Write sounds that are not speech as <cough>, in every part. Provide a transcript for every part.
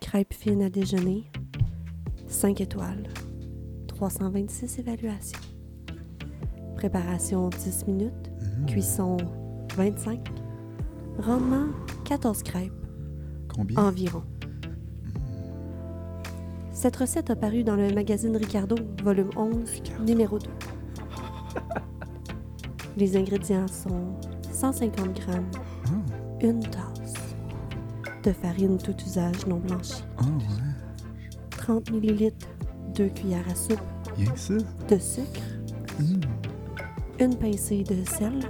crêpes fines à déjeuner. 5 étoiles. 326 évaluations. Préparation 10 minutes. Cuisson 25. Rendement 14 crêpes Combien? environ. Cette recette a paru dans le magazine Ricardo, volume 11, Ricardo. numéro 2. Les ingrédients sont 150 g, une tasse de farine tout usage non blanchie, Ah ouais. 30 ml, 2 cuillères à soupe Rien que ça. de sucre, Hum. une pincée de sel,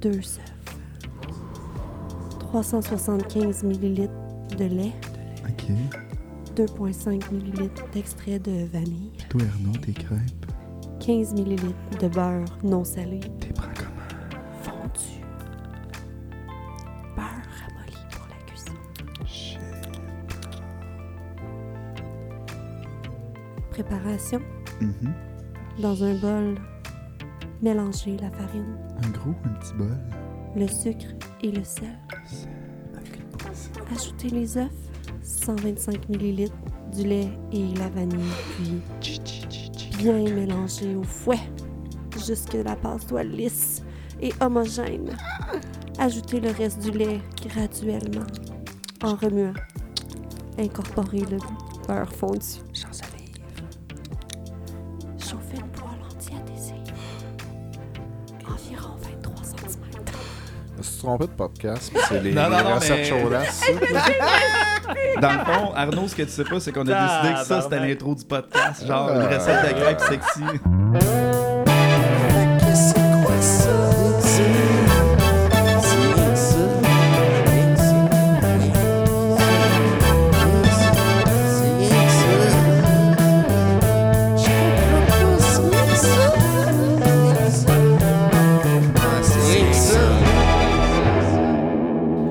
2 œufs, 375 ml de lait, Ok. 2,5 ml d'extrait de vanille, Toi, Arnaud, tes crêpes, 15 ml de beurre non salé t'es prends comment? fondu. Beurre ramolli pour la cuisson. Shit. Préparation Mhm. dans un bol. Mélanger la farine, Un gros, un petit bol. le sucre et le sel. Ajouter les œufs, 125 ml du lait et la vanille, puis bien mélanger au fouet jusque la pâte soit lisse et homogène. Ajouter le reste du lait graduellement en remuant. Incorporer le beurre fondu. Chauffer une poêle anti-adhésive. Environ 23 cm. Je me suis trompé de podcast, puis c'est les, Non, non, les non, recettes mais- chaudasses, ça. Dans le fond, Arnaud, ce que tu sais pas, c'est qu'on a Ah, décidé que ça, c'était barnac. l'intro du podcast. Genre, Ah. une recette de crêpes <laughs> sexy.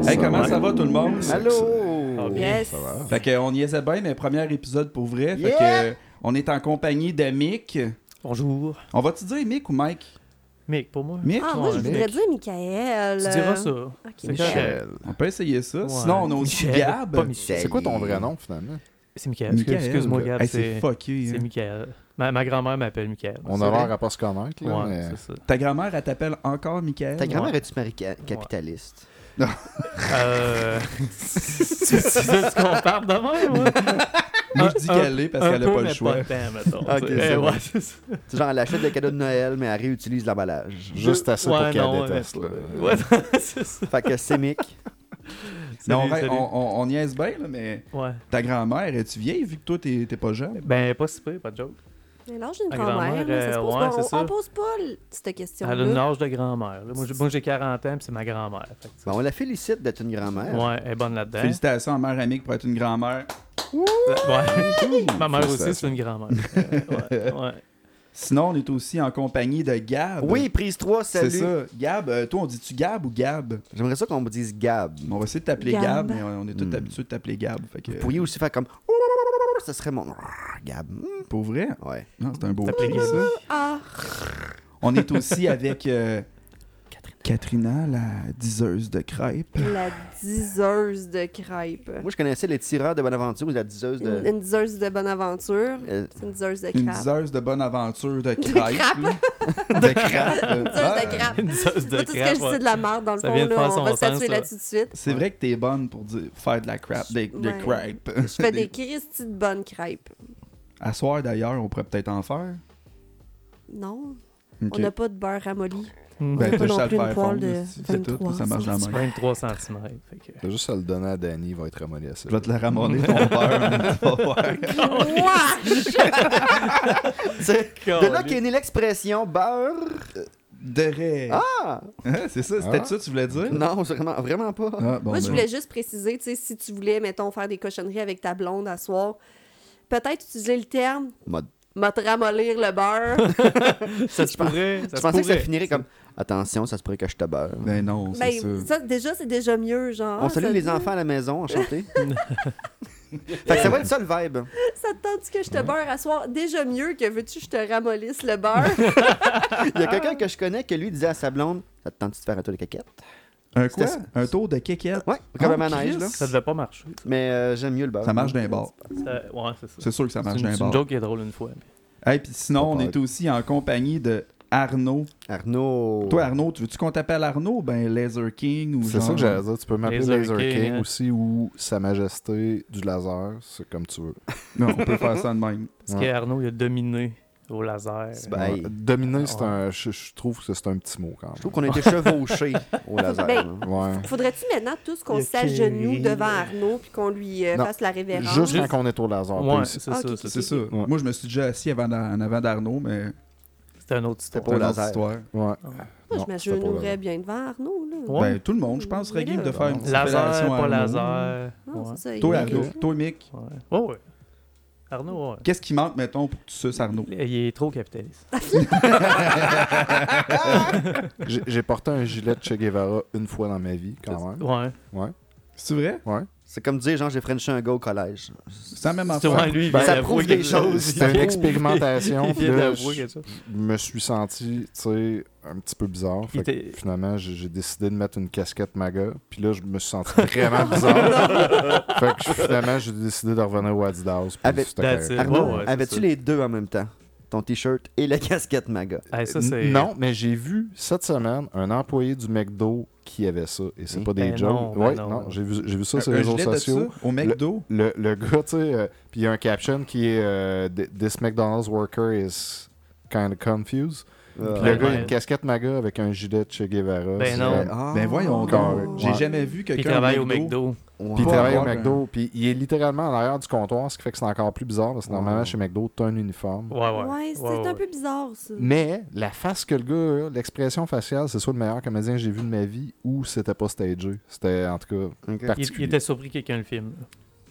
Hey, comment ça va tout le monde? Allô! Yes! Fait que on y était bien, mais premier épisode pour vrai. Fait Yeah! que on est en compagnie de Mick. Bonjour. On va-tu dire Mick ou Mike? Mick, pour moi. Mick? Ah, moi, je Ouais, voudrais dire Michael. Tu diras ça. Ok. C'est correct. Michel. On peut essayer ça. Ouais. Sinon, on a aussi Michel, Gab. Pas Michel. C'est quoi ton vrai nom, finalement? C'est Michael. Michael. Excuse-moi, Gab. Hey, c'est c'est fucké. c'est hein. Michael. Ma, ma grand-mère m'appelle Michael. On C'est a vrai. l'air à pas se connaître, là, Ouais, mais... c'est ça. Ta grand-mère, elle t'appelle encore Michael? Ta grand-mère est-tu mari ca- capitaliste? <laughs> Euh... c'est ce qu'on parle de même, ouais. Moi, je dis Un- qu'elle est parce Un qu'elle a peu, pas le mais choix. Pas tant, mettons. Ok, Eh, c'est bon. ouais, c'est ça. C'est genre, elle achète des cadeaux <laughs> de Noël, mais elle réutilise l'emballage. Juste assez Ouais, pour qu'elle non, ouais, déteste, mais- là. Ouais, <laughs> non, c'est ça. Fait que c'est <laughs> Mick. Mais on, Salut, salut. on, on- on niaise bien, là, mais Ouais. ta grand-mère, es-tu vieille vu que toi, t'es t'es pas jeune? Ben, pas si pire, pas de joke. Mais là, j'ai une Ta grand-mère. grand-mère, là, ça se euh, pose ouais, pas- c'est on, ça. on pose pas l- cette question-là. Elle a une âge de grand-mère. là. Moi, j'ai- Moi, j'ai 40 ans, puis c'est ma grand-mère. Fait que, tu sais. Bon, on la félicite d'être une grand-mère. Ouais, elle est bonne là-dedans. Félicitations à mère Amique pour être une grand-mère. Ouais. Ma mère Félicitations. aussi, c'est une grand-mère. Euh, <laughs> ouais, ouais. Sinon, on est aussi en compagnie de Gab. Oui, prise 3, c'est salut. ça. Gab, euh, toi, on dit-tu Gab ou Gab? J'aimerais ça qu'on me dise Gab. Vous On va essayer de t'appeler Gab, Gab. mais on on est tous Hmm. habitués de t'appeler Gab. Fait que, pourriez aussi faire comme. <laughs> Ça serait mon. Gab. Mm. Pour vrai? Ouais. Non, c'est un beau T'appeler truc, ça. Gab. Ah, On est aussi avec euh, Katrina, la diseuse de crêpes. la diseuse de crêpes. Moi, je connaissais les tireurs de Bonaventure ou la diseuse Une, de. une diseuse de bonne aventure. euh, C'est une diseuse de <laughs> Une crêpes. diseuse de bonne aventure de crêpes. crêpes. <laughs> là. de crêpes. Une diseuse Ah, de crêpes. Une sauce de C'est tout ce que crêpes. je dis ouais. de la merde, dans le Ça fond. vient de faire Là, on son va sens, statuer ça. là-dessus de suite. C'est vrai que t'es bonne pour dire- faire de la crap, des, des Ouais. crêpes. Je fais des Christy de bonnes crêpes. À soir d'ailleurs, on pourrait peut-être en faire. Non, Ok. on n'a pas de beurre <laughs> ramolli. Mm. Ben, pas touche non à le plus une faire poêle fondre, de c'est- c'est tout, 23, ça marche dans la c'est- main. 23 cm. Fait que... T'as juste à le donner à Danny, il va être ramolli à ça. Je vais te la ramener <laughs> ton père. on va voir. Wesh! <laughs> C'est- De là qu'est née l'expression beurre. De rêve. Ah! Hein, c'est ça, c'était Ah. ça que tu voulais dire? Non, c'est vraiment, vraiment pas. Ah, bon, Moi, je ben. voulais juste préciser, tu sais, si tu voulais, mettons, faire des cochonneries avec ta blonde à soir, peut-être utiliser le terme Mode- m'a te ramollir le beurre. Ça se pourrait. Je pensais que ça finirait comme. Attention, ça se pourrait que je te beurre. Ben non, c'est ben, ça, ça. déjà, c'est déjà mieux, genre. On Ah, salue ça- les enfants à la <laughs> maison, enchanté. fait que ça va être ça le vibe. Ça te tente que je te beurre à soir? Déjà mieux que veux-tu que je te ramollisse le beurre? Ah. Il y a quelqu'un que je connais que lui disait à sa blonde Ça te tente de te faire un tour de caquette Un quoi? C'était- Un tour de kékette. Ouais, comme Ah, un manège, là. Christ. Ça devait pas marcher. ça. Mais euh, j'aime mieux le bar. Ça marche d'un bar. Ça- Ouais, c'est ça. C'est sûr que ça marche C'est une, d'un c'est une bar. joke qui est drôle une fois. mais- Hey, puis sinon, on Pas est aussi en compagnie de Arnaud. Arnaud. Toi, Arnaud, tu veux-tu qu'on t'appelle Arnaud? Ben, Laser King ou C'est genre... euh, ça que j'allais dire. Tu peux m'appeler Laser Laser, King, King, hein. aussi ou Sa Majesté du laser. C'est comme tu veux. Non, on peut faire ça de même. Parce que Arnaud, il a dominé au laser. C'est Euh, Ben, Ouais. Dominer, c'est ouais. un. Je, je trouve que c'est un petit mot quand Je trouve qu'on a été chevauchés au laser. <laughs> Ben, là. même. Ouais. Faudrait-tu maintenant tous qu'on Le s'agenouille Kerry. devant Arnaud puis qu'on lui euh, Non. fasse la révérence? Juste quand on est au laser. pas Ouais, ici. c'est ça. Ah, ok, c'est C'est ça. ça. Moi, je me suis déjà assis avant d'A- en avant d'Arnaud, mais C'était un autre C'était c'est Au histoire. une autre laser. histoire. Ouais. Moi, Non, je c'était pas au laser. m'agenouillerais bien devant Arnaud, là. Ouais. Ben, tout le monde, je pense, serait game de faire une petite Laser, fellation à pas Arnaud. laser. Non, Ouais. c'est ça. Toi, il- Arnaud. Toi, Mick. Ouais. Ouais, ouais. Arnaud, ouais. Qu'est-ce qui manque, mettons, pour que tu suces Arnaud? Il est trop capitaliste. J'ai j'ai porté un gilet de Che Guevara une fois dans ma vie, quand même. Ouais. C'est vrai? Ouais. C'est comme dire, genre, j'ai frenché un gars au collège. C'est la même C'est vrai, affaire. lui, il Ben, vient ça d'avouer prouve quelque des chose. choses. Il C'était une vient- expérimentation. Il puis vient là, d'avouer je quelque chose. je me suis senti, tu sais, un petit peu bizarre. Il Fait que était- finalement, j'ai j'ai décidé de mettre une casquette MAGA. Puis là, je me suis senti vraiment bizarre. <laughs> fait que je- finalement, j'ai décidé de revenir au Adidas. puis Avec- c'était That's correct. it. Arnaud, Ouais, ouais, c'est avais-tu ça. les deux en même temps Ton t-shirt et la <laughs> casquette maga. Hey, ça, c'est- Non, mais j'ai vu cette semaine un employé du McDo qui avait ça. Et c'est Eh, pas des ben jokes. non, ben Ouais, non. non, j'ai vu, j'ai vu ça sur Un les réseaux gilet de sociaux. ça au McDo. le, le gars, tu sais, euh, puis il y a un caption qui est euh, Th- This McDonald's worker is kind of confused. Euh, Puis Ouais, le gars, il a ouais. une casquette maga avec un gilet de Che Guevara. Ben C'est non. comme- Ah. Ben voyons donc. Carré. J'ai Ouais. jamais vu Puis il quelqu'un travaille au McDo. Ouais. Puis il Pas travaille au avoir McDo, hein. puis il est littéralement en arrière du comptoir, ce qui fait que c'est encore plus bizarre, parce que Ouais. normalement, chez McDo, t'as un uniforme. Ah Ouais, ouais. Ouais, c'est ouais. un peu bizarre, ça. Mais la face que le gars a, l'expression faciale, c'est soit le meilleur comédien que j'ai vu de ma vie, ou c'était pas stagé. C'était, en tout cas, Ok. Par- Il, il particulier. était surpris que quelqu'un le filme.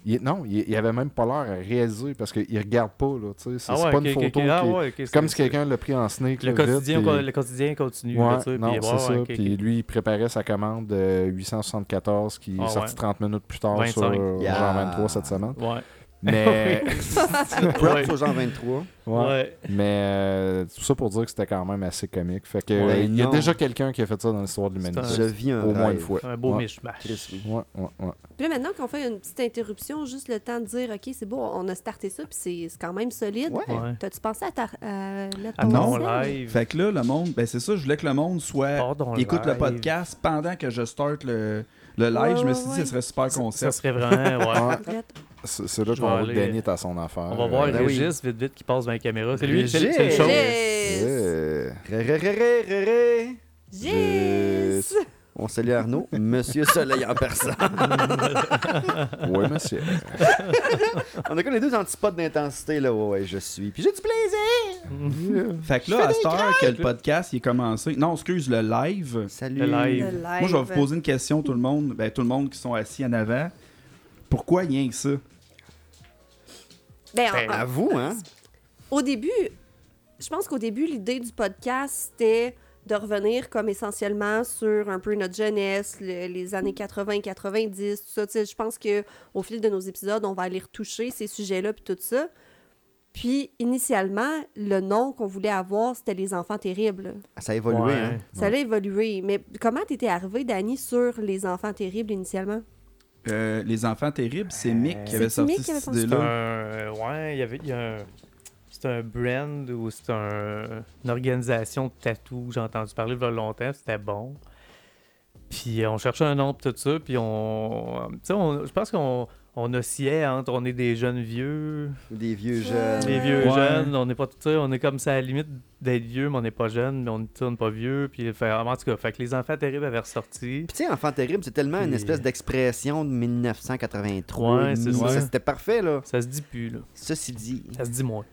il- non, il, il avait même pas l'air à réaliser, parce qu'il regarde pas, là, tu sais. C'est Ah c'est ouais, pas ok, une ok, photo ok. Ah qui est- ouais, ok, C'est comme c'est- si quelqu'un l'a pris en snake. Le là, vite, quotidien, puis- quoi, le quotidien continue. Ouais, là, tu sais, non, puis, c'est ouais, ça. ouais, ok, Puis ok. lui, il préparait sa commande euh, de 874 qui Ah est sortie ouais. Ah 30 minutes plus tard 25. sur euh, Yeah. genre 23 cette <laughs> semaine. Ouais. Mais, Props aux gens 23. ouais. <laughs> Ouais. mais euh, tout ça pour dire que c'était quand même assez comique. Fait que Ouais, euh, il y a non. déjà quelqu'un qui a fait ça dans l'histoire de C'est Je l'humanité. vis un Au moins rêve. une fois. Un beau Ouais. mishmash. Chris, oui. Ouais, ouais, ouais. Puis là, maintenant qu'on fait une petite interruption, juste le temps de dire, OK, c'est beau, on a starté ça, puis c'est c'est quand même solide. Ouais. Ouais. T'as-tu pensé à ta à la- À ton ton scène? live. Fait que là, le monde, ben c'est ça, je voulais que le monde soit. Pardon, écoute le live. podcast pendant que je start le, le live. Ouais, je me ouais, suis dit, ouais. ce serait super Ça concept. serait vraiment. Ouais. Ouais, Arrête. c'est c'est là Je qu'on vais va aller- gagner à son affaire. On va voir Euh, Ben oui. Régis vite vite qui passe dans la caméra. C'est lui, c'est Régis! c'est le show. Yes! euh, Ré, ré, ré, ré, ré, ré. Yes! On salue Arnaud, Monsieur Soleil en personne. Ouais, <laughs> monsieur. On a comme les deux antipodes d'intensité, là. Ouais, ouais, je suis. Puis j'ai du plaisir. <laughs> Fait que là, à cette heure que le podcast il est commencé. Non, excuse, le live. Salut. Le live. Le live. Moi, je vais vous poser une question, tout le monde. Ben, tout le monde qui sont assis en avant. Pourquoi rien que ça? Ben, en- Ben, en- À vous, hein. au début, je pense qu'au début, l'idée du podcast, c'était de revenir comme essentiellement sur un peu notre jeunesse, le- les années 80, 90, tout ça. Tu sais, je pense que au fil de nos épisodes, on va aller retoucher ces sujets-là puis tout ça. Puis, initialement, le nom qu'on voulait avoir, c'était Les Enfants Terribles. Ça a évolué, Ouais. hein. Ça allait évoluer. Mais comment t'étais arrivée, Dani, sur Les Enfants Terribles initialement? Euh, les enfants terribles, c'est Mick qui C'est avait Mick sorti qui avait cette pensé C'est idée-là. un. Ouais, il y avait. il y a un- C'est un brand ou c'est un- une organisation de tatou que j'ai entendu parler il y a longtemps, c'était bon. Puis euh, on cherchait un nom pour tout ça, puis on. Tu sais, on- je pense qu'on on oscillait entre on est des jeunes vieux, Des vieux Ouais. jeunes. des vieux Ouais. jeunes, on n'est pas tout ça, on est comme ça à la limite d'être vieux, mais on n'est pas jeune, mais on ne tourne pas vieux. Puis fait- en tout cas, fait que les enfants terribles avaient ressorti. Puis tu sais, Enfant Terrible, c'est tellement une Puis- espèce d'expression de 1983. Ouais, c'est Ça, ça. C'était parfait, là. Ça se dit plus, là. Ceci dit, Ça se dit moins.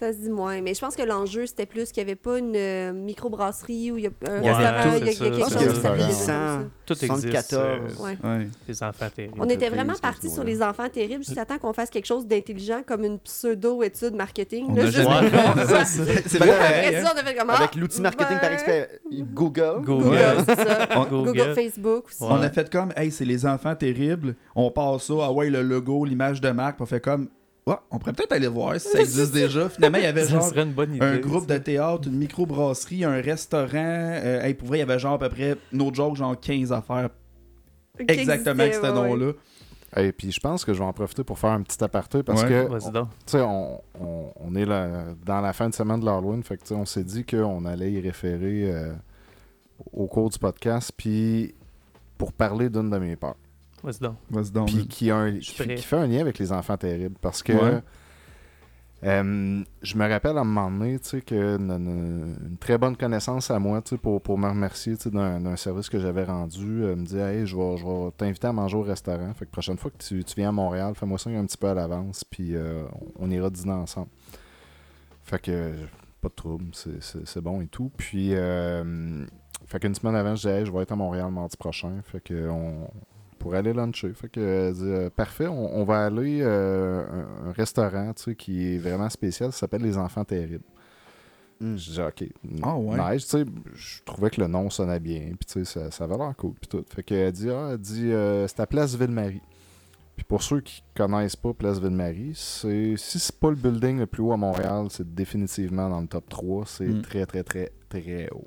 Ça se dit moins. Mais je pense que l'enjeu, c'était plus qu'il n'y avait pas une euh, microbrasserie ou il y a un Il y avait restaurant, tout, il y a, il y a c'est quelque ça, chose c'est qui ça. s'appelait Sans- Tout existe. 74. euh, Ouais. Ouais. Les enfants terribles. On était vraiment entreprise, parti comme sur ça, les enfants terribles. Je t'attends qu'on fasse quelque chose d'intelligent comme une pseudo-étude marketing. On là, a juste- jamais- Ouais. <laughs> C'est- c'est- c'est Ben, vrai, Après pareil, hein. ça, on a fait ah, comment? avec l'outil marketing par expert, Google. Google. Oh, Google, Ouais. c'est ça. On- Google, Google. Facebook aussi. Ouais. On a fait comme, hey, c'est les enfants terribles. On passe ça, ah ouais, le logo, l'image de marque. puis On fait comme, Ouais, on pourrait peut-être aller voir si ça existe déjà. Finalement, il y avait Ça genre serait une bonne idée. un groupe ça. de théâtre, une microbrasserie, un restaurant. Euh, hey, pour vrai, il y avait genre à peu près, no joke, genre 15 affaires exactement avec ce nom-là. Et puis je pense que je vais en profiter pour faire un petit aparté parce Ouais. que Vas-y donc. tu sais, on, on- on est là- dans la fin de semaine de l'Halloween, fait que, tu sais, on s'est dit qu'on allait y référer euh, au cours du podcast, puis pour parler d'une de mes peurs, Vas-y donc. Vas-y donc. puis qui, a un- suis qui fait- prêt. qui fait un lien avec les enfants terribles, parce que Ouais. euh, je me rappelle à un moment donné, tu sais, que une, une- une très bonne connaissance à moi, tu sais, pour, pour me remercier, tu sais, d'un d'un service que j'avais rendu, euh, me dit, hey, je vais, je vais t'inviter à manger au restaurant, fait que prochaine fois que tu, tu viens à Montréal, fais-moi ça un petit peu à l'avance, puis euh, on on ira dîner ensemble. Fait que euh, pas de trouble, c'est- c'est c'est bon et tout. Puis, euh, fait qu'une semaine avant, je disais, Hey, je vais être à Montréal mardi prochain. Fait que euh, on pour aller luncher. Fait que elle dit, euh, parfait, on, on va aller euh, un, un restaurant tu sais, qui est vraiment spécial, ça s'appelle Les Enfants Terribles. Mm. Je dis ok. Hmm. Ah ouais. Nice, tu sais, je trouvais que le nom sonnait bien, puis tu sais, ça, ça avait l'air cool, puis tout. Fait qu'elle dit, ah, elle dit, euh, c'est à Place Ville-Marie. Puis pour ceux qui connaissent pas Place Ville-Marie, c'est, si c'est pas le building le plus haut à Montréal, c'est définitivement dans le top 3, c'est Mm. très, très, très, très haut.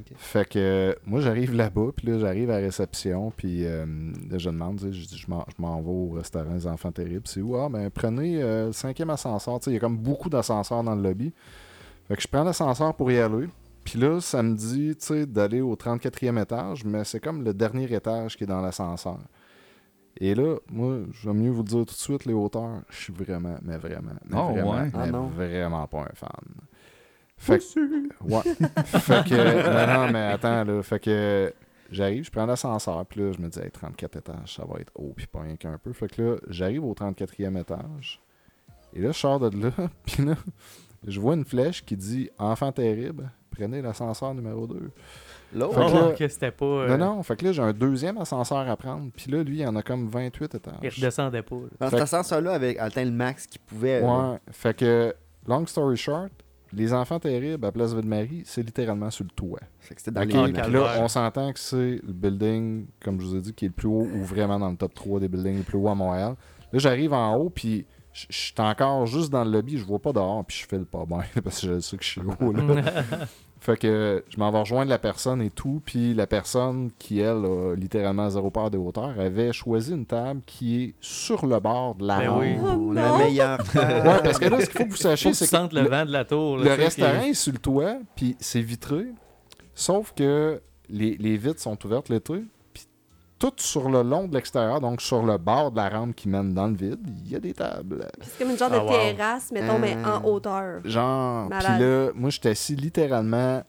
Ok. Fait que euh, moi, j'arrive là-bas, puis là, j'arrive à la réception, puis euh, là, je demande, tu sais, je dis, je m'en je m'en vais au restaurant des enfants terribles. C'est où? Ah, ben, prenez euh, le cinquième ascenseur. Tu sais, il y a comme beaucoup d'ascenseurs dans le lobby. Fait que je prends l'ascenseur pour y aller. Puis là, ça me dit, tu sais, d'aller au 34e étage, mais c'est comme le dernier étage qui est dans l'ascenseur. Et là, moi, je vais mieux vous le dire tout de suite, les hauteurs, je suis vraiment, mais vraiment, mais Oh, vraiment, ouais. mais Ah, non. vraiment pas un fan. Fait que- Ouais. <laughs> fait que. Non, non, mais attends, là. Fait que. J'arrive, je prends l'ascenseur, puis là, je me dis, Hey, 34 étages, ça va être haut, puis pas rien qu'un peu. Fait que là, j'arrive au 34e étage, et là, je sors de là, <laughs> puis là, je vois une flèche qui dit Enfant terrible, prenez l'ascenseur numéro 2. L'autre. Fait que là- Oh, que c'était pas. euh, Non, non, fait que là, j'ai un deuxième ascenseur à prendre, puis là, lui, il y en a comme 28 Il étages. redescendait pas. là. Dans Fait cet que- ascenseur-là, avait atteint le max qu'il pouvait. euh, Ouais, fait que, long story short, les enfants terribles à Place Ville-Marie, c'est littéralement sur le toit. fait que c'était dans Ok, les Ah, puis max. calvaire. là, on s'entend que c'est le building, comme je vous ai dit, qui est le plus haut ou vraiment dans le top 3 des buildings les plus hauts à Montréal. Là, j'arrive en haut, puis je je suis encore juste dans le lobby, je vois pas dehors, puis je file pas bien, <laughs> parce que je sais que je suis haut, <laughs> là. fait que je m'en vais rejoindre la personne et tout, puis la personne qui, elle, a littéralement zéro peur des hauteurs, avait choisi une table qui est sur le bord de la Ben rampe. oui. Oh La non! meilleure. Ouais, parce que là, ce qu'il faut que vous Faut sachiez, que tu c'est que sentes le vent de la tour. là, le tu sais, restaurant qui- est sur le toit, puis c'est vitré. Sauf que les, les vitres sont ouvertes l'été. Puis tout sur le long de l'extérieur, donc sur le bord de la rampe qui mène dans le vide, il y a des tables. C'est comme une genre Ah, de wow. terrasse, mettons, mais en Euh. hauteur. Genre, puis Malade. là, moi, j'étais assis littéralement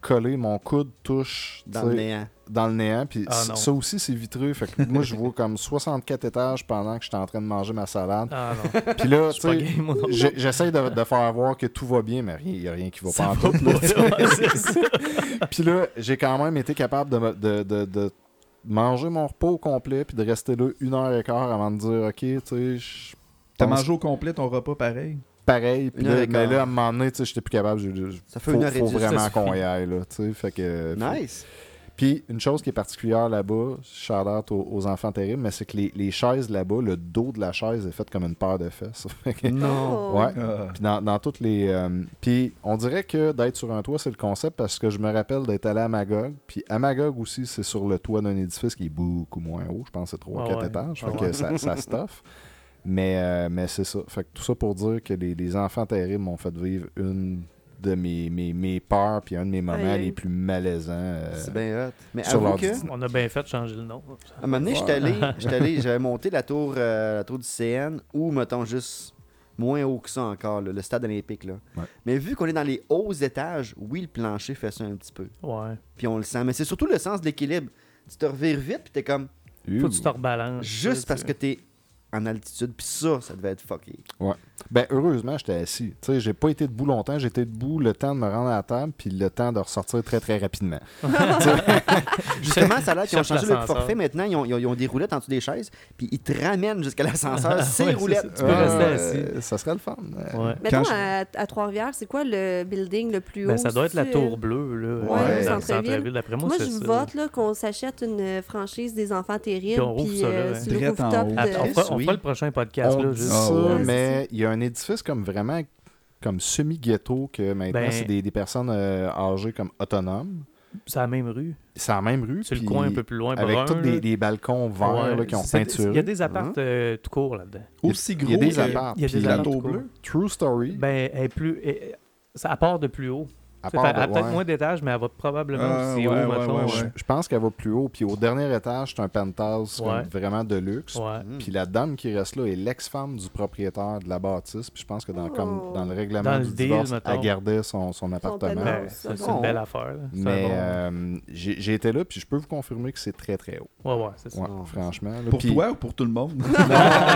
collé, mon coude touche <laughs> Dans tu sais, le néant. dans le néant. Puis Ah, c- non. ça aussi, c'est vitré. Fait que moi, je vois comme <laughs> 64 étages pendant que j'étais en train de manger ma salade. Ah non, Puis là, je tu suis pas sais, game, moi non. j'ai- j'essaie de, de faire voir que tout va bien, mais il n'y a rien qui va pas en tout. là, tu sais. Ouais, c'est ça. <laughs> Puis là, j'ai quand même été capable de, me- de, de- de manger mon repas au complet puis de rester là une heure et quart avant de dire, OK, tu sais, je T'as pense mangé au complet ton repas pareil? pareil. Puis Une heure là, et mais quart. là, à un moment donné, tu sais, j'étais plus capable. Je, je- Ça fait faut, une heure et faut dix, ça vraiment suffit. qu'on y aille, là, tu sais. Fait que... faut- Nice. Puis une chose qui est particulière là-bas, shout-out aux, aux enfants terribles, mais c'est que les, les chaises là-bas, le dos de la chaise est fait comme une paire de fesses. <laughs> Fait que- Non! Ouais. Euh, Puis dans, dans toutes les. euh, puis on dirait que d'être sur un toit, c'est le concept parce que je me rappelle d'être allé à Magog. Puis à Magog aussi, c'est sur le toit d'un édifice qui est beaucoup moins haut. Je pense que c'est 3 Ah 4 ouais. étages. Fait Ah que ouais. ça, <laughs> ça stuff. Mais, euh, mais c'est ça. Fait que tout ça pour dire que les, les enfants terribles m'ont fait vivre une de mes, mes, mes peurs puis un de mes moments Aïe, aïe. les plus malaisants. euh, C'est bien hot. Mais sur avoue que, l'ordi. On a bien fait de changer le nom. à un moment donné, j'étais allé, j'étais <laughs> allé- j'avais monté la tour, euh, la tour du CN ou, mettons, juste moins haut que ça encore, là, le stade olympique. Là. Ouais. Mais vu qu'on est dans les hauts étages, oui, le plancher fait ça un petit peu. Ouais. Puis on le sent. Mais c'est surtout le sens de l'équilibre. Tu te revires vite, puis t'es comme, Faut que tu te rebalances. juste parce tu <laughs> que t'es en altitude, puis ça, ça devait être fucké. Ouais. Ben, heureusement, j'étais assis. Tu sais, j'ai pas été debout longtemps. J'étais debout le temps de me rendre à la table, puis le temps de ressortir très, très rapidement. Justement, ça a l'air qu'ils ont Cherche changé le l'ascenseur. forfait maintenant. Ils ont, ils ont- ils ont des roulettes en dessous des chaises, puis ils te ramènent <laughs> jusqu'à l'ascenseur. ces Ah, Ouais, c'est roulettes. ça. Tu peux Ah, rester assis. Ça serait le fun. Euh, Ouais. Mettons, Quand je- à, à Trois-Rivières, c'est quoi le building le plus haut? euh, Ben, ça doit être la C'est- tour bleue, là. Ouais, euh, au dans le centre-ville. centre-ville. D'après moi, Moi, c'est je ça. vote là, qu'on s'achète une euh, franchise des enfants terribles. Puis on rouvre puis, ça, là, euh, hein. sur le Direct en rooftop haut. de- Après, on, fera, on Oui. fera le prochain podcast, on là, dit juste. ça, Ah ouais. mais il y a un édifice comme vraiment comme semi-ghetto que maintenant, Ben- c'est des, des personnes euh, âgées comme autonomes. C'est la même rue. C'est la même rue. C'est le puis coin un peu plus loin. Avec brun, tous des, là. des balcons verts Ouais, là, qui ont c'est- peinturé. Il y a des appartes euh, tout court là-dedans. Aussi gros Il y a des que apparts. il y a Ah, puis des la apparts. tour cool. bleue. True Story, Ben, elle est plus. elle- ça, à part de plus haut. à Elle a part de- peut-être ouais. moins d'étages, mais elle va probablement Ah, aussi ouais, haut, ouais, mettons. ouais, ouais. Je pense qu'elle va plus haut. Puis au dernier étage, c'est un penthouse comme Ouais. vraiment de luxe. Ouais. Mm. Puis la dame qui reste là est l'ex-femme du propriétaire de la bâtisse. Puis je pense que dans, comme, dans le règlement Dans du le deal, divorce, mettons. elle gardait son, son appartement. Non, Ben, ça, ça, c'est non. une belle affaire. là. C'est un Mais bon- euh, j'ai j'ai été là, puis je peux vous confirmer que c'est très, très haut. Ouais, ouais, c'est ça. Ouais, Non. franchement. là. Pour Puis- <laughs> toi ou pour tout le monde?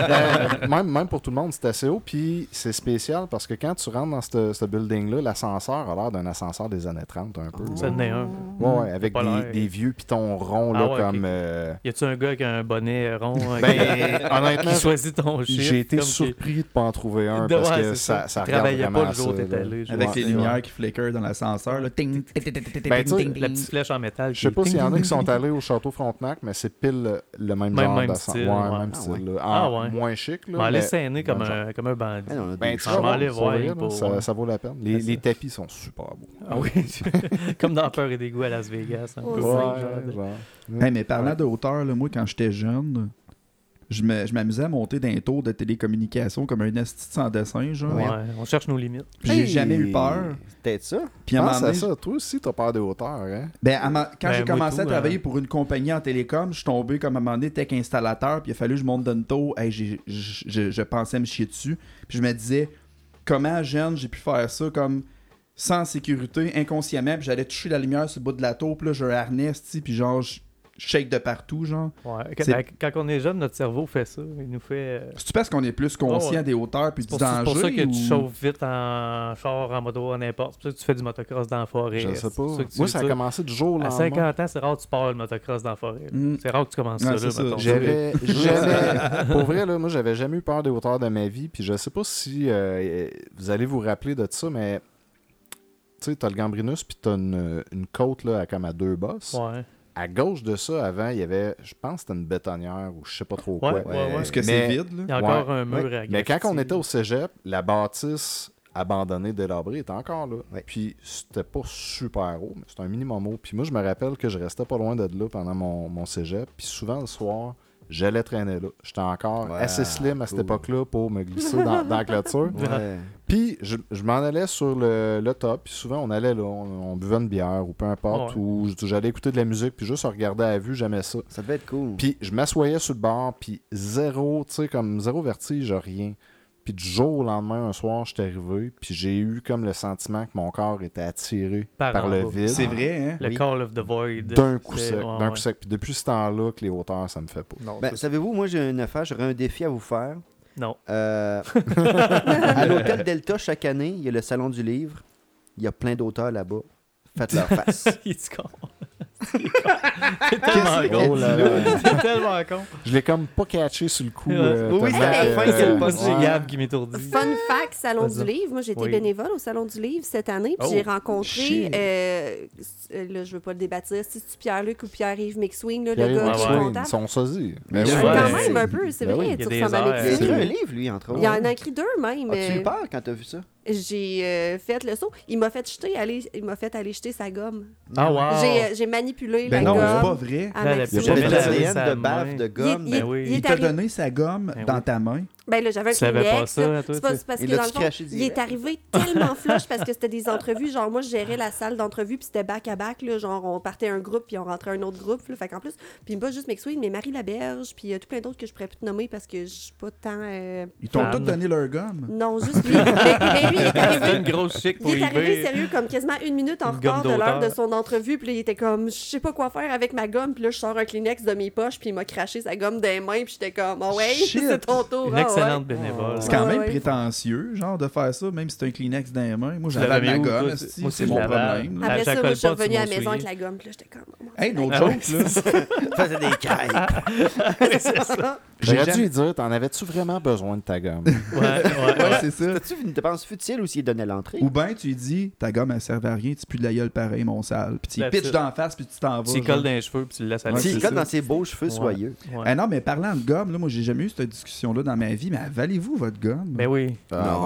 Euh, même, même pour tout le monde, c'est assez haut. Puis c'est spécial parce que quand tu rentres dans ce ce building-là, l'ascenseur a l'air d'un ascenseur des années 30 un peu. là. Ah. Ça en est un. Ouais, ouais, avec Pas des, l'air. des vieux pitons ronds Ah là, ouais, ok. comme... euh, Y a-tu un gars avec un bonnet rond euh, Ben, qui, <laughs> honnêtement, qui choisit ton chiffre? J'ai été comme qui- surpris de ne pas en trouver un De- parce ouais, que c'est ça, ça, Il regarde travaillait vraiment pas le jour ça, où t'es là. allé. <laughs> je Avec vois. les Ouais. lumières qui flickerent dans l'ascenseur. là. Ting, ting, ting, ting, ting, ting, Ben, tu sais, ting, ting. La petite flèche en métal. Je sais pas s'il y en a qui <laughs> sont allés au château Frontenac, mais c'est pile le- le même, Même- genre même d'ascenseur. style, Ouais, ouais. même Ah style, ouais. là. Ah En ouais. moins chic. Là, On allait mais- s'aîner comme Même un, comme un bandit. Ouais, on a Ben, des tu Je vas vais voir, aller c'est voir, vrai, là, pour- ça, ça vaut la peine. Les, C'est les ça. tapis sont super beaux. Ah oui. <laughs> comme dans Peur et dégoût à Las Vegas. Un Oh, peu. Ouais, genre. genre. Hey, mais parlant de hauteur, là, moi, quand j'étais jeune, je me- je m'amusais à monter d'un tour de télécommunication comme un esti sans dessin, genre. Ouais, on cherche nos limites. Puis J'ai Hey! jamais eu peur. C'est Peut-être ça. Puis à un Pense moment à donné, ça, toi aussi, t'as peur de hauteur, hein? Ben, à ma- quand Ben, j'ai moi commencé tout, à travailler euh. pour une compagnie en télécom, je suis tombé comme à un moment donné tech installateur, puis il a fallu que je monte d'un taux. Hey, j'ai- j- je, je pensais me chier dessus. Puis je me disais, comment jeune j'ai pu faire ça comme sans sécurité, inconsciemment, puis j'allais toucher la lumière sur le bout de la tour, puis là, j'ai un harnais, tu sais, puis genre, je shake de partout, genre. Ouais. Quand, ben, C'est- quand on est jeune, notre cerveau fait ça. Il nous fait. euh, C'est-tu parce qu'on est plus conscient Oh, ouais. des hauteurs puis C'est du pour, danger? c'est pour ça que ou- tu chauffes vite en char, en moto, en n'importe. C'est pour ça que tu fais du motocross dans la forêt. Je sais Eh, C'est pour ça que pas. tu- Moi, ça a tu- commencé du jour au À lendemain. 50 ans, c'est rare que tu pars le motocross dans la forêt. Mm. C'est rare que tu commences Ouais, ça, c'est ça. là, mettons. J'avais, <laughs> j'avais- <laughs> pour vrai, là, moi, j'avais jamais eu peur des hauteurs de ma vie. Puis je sais pas si euh, vous allez vous rappeler de ça, mais tu sais, t'as le Gambrinus, puis t'as une, une côte là, à, comme à deux bosses. Ouais. À gauche de ça, avant, il y avait, je pense, que c'était une bétonnière ou je sais pas trop Ouais, quoi. ouais, ouais. Parce que Mais- c'est vide, Il y là. a Ouais, encore un mur ouais. à Mais quand graffiti. on était au cégep, la bâtisse abandonnée, délabrée, était encore là. Puis c'était pas super haut, mais c'était un minimum haut. Puis moi, je me rappelle que je restais pas loin de là pendant mon, mon cégep. Puis souvent, le soir, j'allais traîner là. J'étais encore Ouais, assez slim à cette cool. époque-là pour me glisser dans, dans la <laughs> clôture. Ouais. Puis je, je m'en allais sur le, le top. Puis souvent, on allait là. On, on buvait une bière ou peu importe. Ouais. Ou j'allais écouter de la musique. Puis juste regarder à la vue, j'aimais ça. Ça devait être cool. Puis je m'assoyais sur le bord, puis zéro, tu sais, comme zéro vertige, rien. Puis du jour au lendemain, un soir, j'étais arrivé, puis j'ai eu comme le sentiment que mon corps était attiré par, Par en le bas. vide. C'est vrai, hein? Le Oui. Call of the Void. D'un coup C'est- sec, ouais, d'un ouais. coup sec. Puis depuis ce temps-là, que les hauteurs, ça me fait pas. Non, Ben, c'est- savez-vous, moi, j'ai une affaire, j'aurais un défi à vous faire. non. <laughs> Euh, à l'hôtel Delta, chaque année, il y a le salon du livre. Il y a plein d'auteurs là-bas. Faites leur face. <laughs> Il est con. T'es tellement Qu'est-ce con. qu'il a dit, <laughs> là? T'es tellement con. Je l'ai comme pas catché sur le coup. Ouais. euh, Oui, tellement c'est que- la fin qu'il y a le Pas poste c'est Ouais. Gab qui m'étourdit. Fun fact, Salon du Vas-y. Livre. Moi, j'ai été Oui. bénévole au Salon du Livre cette année, puis Oh, j'ai rencontré, shit. euh, euh, là, je veux pas le débattre, si c'est Pierre-Luc ou Pierre-Yves McSwing, là, le Pierre-Yves gars ouais, qui est ouais. Maxwell, comptable. ils sont sosies. Ben Euh, oui. Quand Ouais. même, un peu, c'est Ben oui. vrai, Il y tu a des ressembles à airs. Il a écrit un McSween. livre, lui, entre autres. Il y en a écrit deux, même. As-tu eu euh, peur quand t'as vu ça? J'ai euh, fait le saut. Il m'a fait jeter, aller, il m'a fait aller jeter sa gomme. Ah, wow. J'ai, euh, <laughs> j'ai manipulé Ben la non, c'est pas gomme. vrai. à Là, elle a Maxime. plus J'avais jamais de lavé l'ADN sa de baffe, main. de gomme. Il- Ben oui. il Il est t'a allé- donné sa gomme Ben dans oui. ta main. Ben là, j'avais un Tu savais pas Kleenex, ça, là. toi, C'est pas- tu- c'est parce Il que dans l'a-tu le fond, craché il est direct? arrivé <laughs> tellement flush parce que c'était des entrevues. Genre, moi, je gérais la salle d'entrevue, puis c'était back à back. Là, genre, on partait un groupe, puis on rentrait un autre groupe. Là, fait qu'en plus, puis pas juste McSween, mais Marie Laberge, puis euh, tout plein d'autres que je pourrais plus te nommer parce que je suis pas tant. euh, Ils t'ont Fan. tous donné leur gomme. Non, juste <laughs> lui. mais, mais lui, il est C'était arrivé. une grosse chic pour Il est arrivé eBay. sérieux comme quasiment une minute en Une retard de gomme l'heure de d'auteur. son entrevue. Puis là, il était comme, je sais pas quoi faire avec ma gomme. Puis là, je sors un Kleenex de mes poches. Puis il m'a craché sa gomme des mains. Puis j'étais comme, ah ouais, <laughs> Shit. c'est ton tour. Une ah excellente bénévole. C'est quand Ouais, même ouais. prétentieux, genre, de faire ça, même si t'as un Kleenex dans les mains. Moi, Tu j'avais l'avais ma mis où, gomme, toi? esti, Moi aussi, c'est je mon l'avais. problème. là. Ah, Après ça, j'accole moi, je suis pas, tu revenue à la m'en maison avec souviens. la gomme, puis là, j'étais comme. oh mon Hey, Dieu. no Ah ouais, joke, <laughs> là. Faisais des crêpes. J'ai J'aurais dû jamais- lui dire, t'en avais-tu vraiment besoin de ta gomme? Ouais, ouais, ouais. Ouais, c'est ça. T'as-tu une dépense futile ou s'il donnait l'entrée? Ou bien tu lui dis, ta gomme, elle servait à rien, tu pues de la gueule pareil, mon sale. Puis tu lui That's pitches it. d'en face, puis tu t'en vas. Tu y genre. colles dans les cheveux puis tu le laisses aller. Ouais, S'il c'est colle ça. dans ses beaux cheveux Ouais. soyeux. Ouais. Eh non, mais parlant de gomme, là, moi, j'ai jamais eu cette discussion-là dans ma vie, mais avalez-vous votre gomme. Ben oui. Ah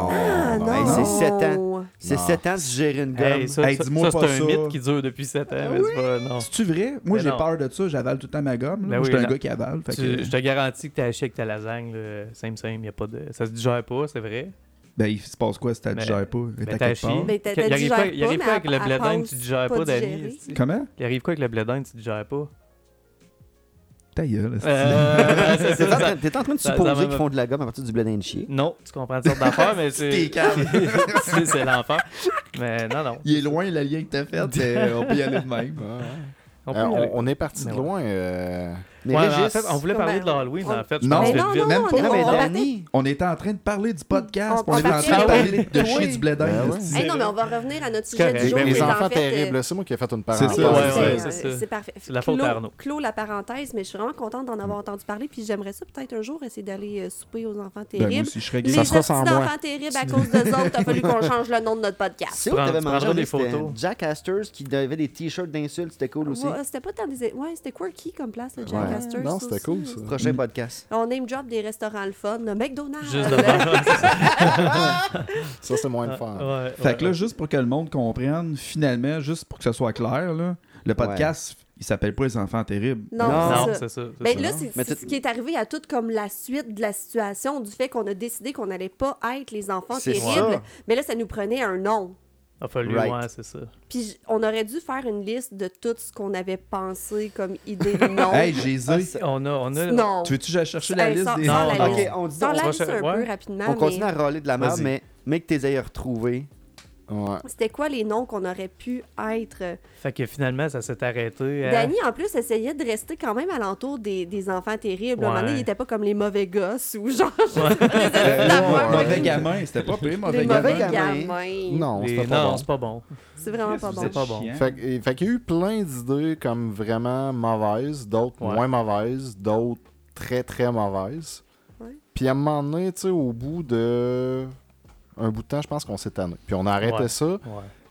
non! ben, Hey, c'est sept ans. C'est Non. 7 ans de gérer une gomme. Hey, ça, Hey, ça- dis-moi ça, pas c'est ça. un mythe qui dure depuis 7 ans. mais c'est pas- non. C'est-tu vrai? Moi, Ben j'ai non. peur de ça, j'avale tout le temps ma gomme. là. Ben Moi, oui, J'étais un non. gars qui avale. fait Tu- que- Je te garantis que t'as acheté avec ta lasagne, là, same same, y a pas de... ça se digère pas, c'est vrai. Ben, il se passe quoi si t'as Mais- digères pas? Mais T'as t'as quelque chié. part? Ben, t'as- t'as Il arrive digère quoi, il arrive pas, quoi avec mais le elle- blé elle d'Inde, pense tu digères pas pas, Dani. digérer. esti? Comment? Il arrive quoi avec le blé d'Inde, tu digères pas? Ta gueule, esti. <laughs> Euh, c'est T'es en ça, train- ça- T'es en train de ça- ça supposer m'a- qu'ils font de la gomme à partir du blé d'un chien. Non, tu comprends une sorte d'affaire, <laughs> mais T'es c'est. calme. c'est c'est l'enfer. Mais non, non. Il est loin le lien que t'as fait, mais euh, on peut y aller de même. On peut Euh, y aller. on, on est parti de Mais ouais. loin. euh, Mais Ouais, mais en Régis, fait, on voulait parler de l'Halloween, on- en fait. je Non. pense, Mais Ben vite, non, vite. non, Même non, pas. on, Non, on mais va Dani, On était en train de parler du podcast, On- puis on, on est en train parlait- de parler de Oui. chier du blé d'Inde, Ben ouais. esti. Hey, non, mais on va revenir à notre sujet correct. du jour. Ben, qui les est en enfants fait, terribles, euh, c'est moi qui ai fait une C'est parenthèse. ça, ouais, c'est, ouais, euh, c'est ça. c'est parfait. C'est la faute Clos- à Arnaud. Clos la parenthèse, mais je suis vraiment contente d'en avoir entendu parler. Puis j'aimerais ça peut-être un jour essayer d'aller euh, souper aux enfants Ben, moi terribles. aussi, je serais Les gay. Ça se petits ressemble, ouais. enfants terribles, à cause d'eux autres, t'as fallu qu'on change le nom de notre podcast. c'est où que t'avais Tu mangé prendras des mais c'était photos. Jack Astor's qui avait des t-shirts d'insultes, c'était cool aussi. Ouais, c'était pas tant des... Ouais, c'était quirky comme place, le Jack Ouais. Astor's, Non, c'était aussi. cool ça. Mm. Prochain podcast. On name drop des restaurants le fun. Le McDonald's. Juste devant. Ça, c'est Ah, moins de fun. Ouais, ouais, Fait que là, ouais. juste pour que le monde comprenne, finalement, juste pour que ce soit clair, là, le podcast, il s'appelle pas Les Enfants Terribles. <laughs> Non, Non, Non, c'est ça. c'est ça. c'est Mais ça. Ben là, c'est Mais c'est tu- ce qui est arrivé à tout comme la suite de la situation, du fait qu'on a décidé qu'on n'allait pas être les enfants C'est terribles. ça. Mais là, ça nous prenait un nom. Il a fallu, Right. Ah, ouais, c'est ça. Puis j- on aurait dû faire une liste de tout ce qu'on avait pensé comme idée de nom. Hey, ah, Jésus, On a. On a non. tu veux-tu que j'aille chercher la Ah, Hey, liste sans- des sans Non, la non. liste. Ok, on dit- Sans on la va liste cher- un ouais. peu rapidement. On mais continue à râler de la merde, Vas-y. mais, mais que t'es ailles retrouvés. Ouais. C'était quoi les noms qu'on aurait pu être? Fait que finalement, ça s'est arrêté. hein. à- Dany, en plus, essayait de rester quand même à l'entour des, des enfants terribles. À un moment donné, Ouais. il était pas comme les mauvais gosses ou genre... Euh, La mort. Mauvais gamin, c'était pas pire, <laughs> Les mauvais mauvais gamin. gamins. gamins. Non, Les- c'était pas Non, bon. c'est pas bon. C'est vraiment pas bon. êtes pas bon. chiant. Fait, que- fait qu'il y a eu plein d'idées comme vraiment mauvaises, d'autres Ouais. moins mauvaises, d'autres très très mauvaises. Ouais. Puis à un moment donné, tu sais, au bout de un bout de temps, je pense qu'on s'est tanné. Puis on a arrêté Ouais. ça. Ouais.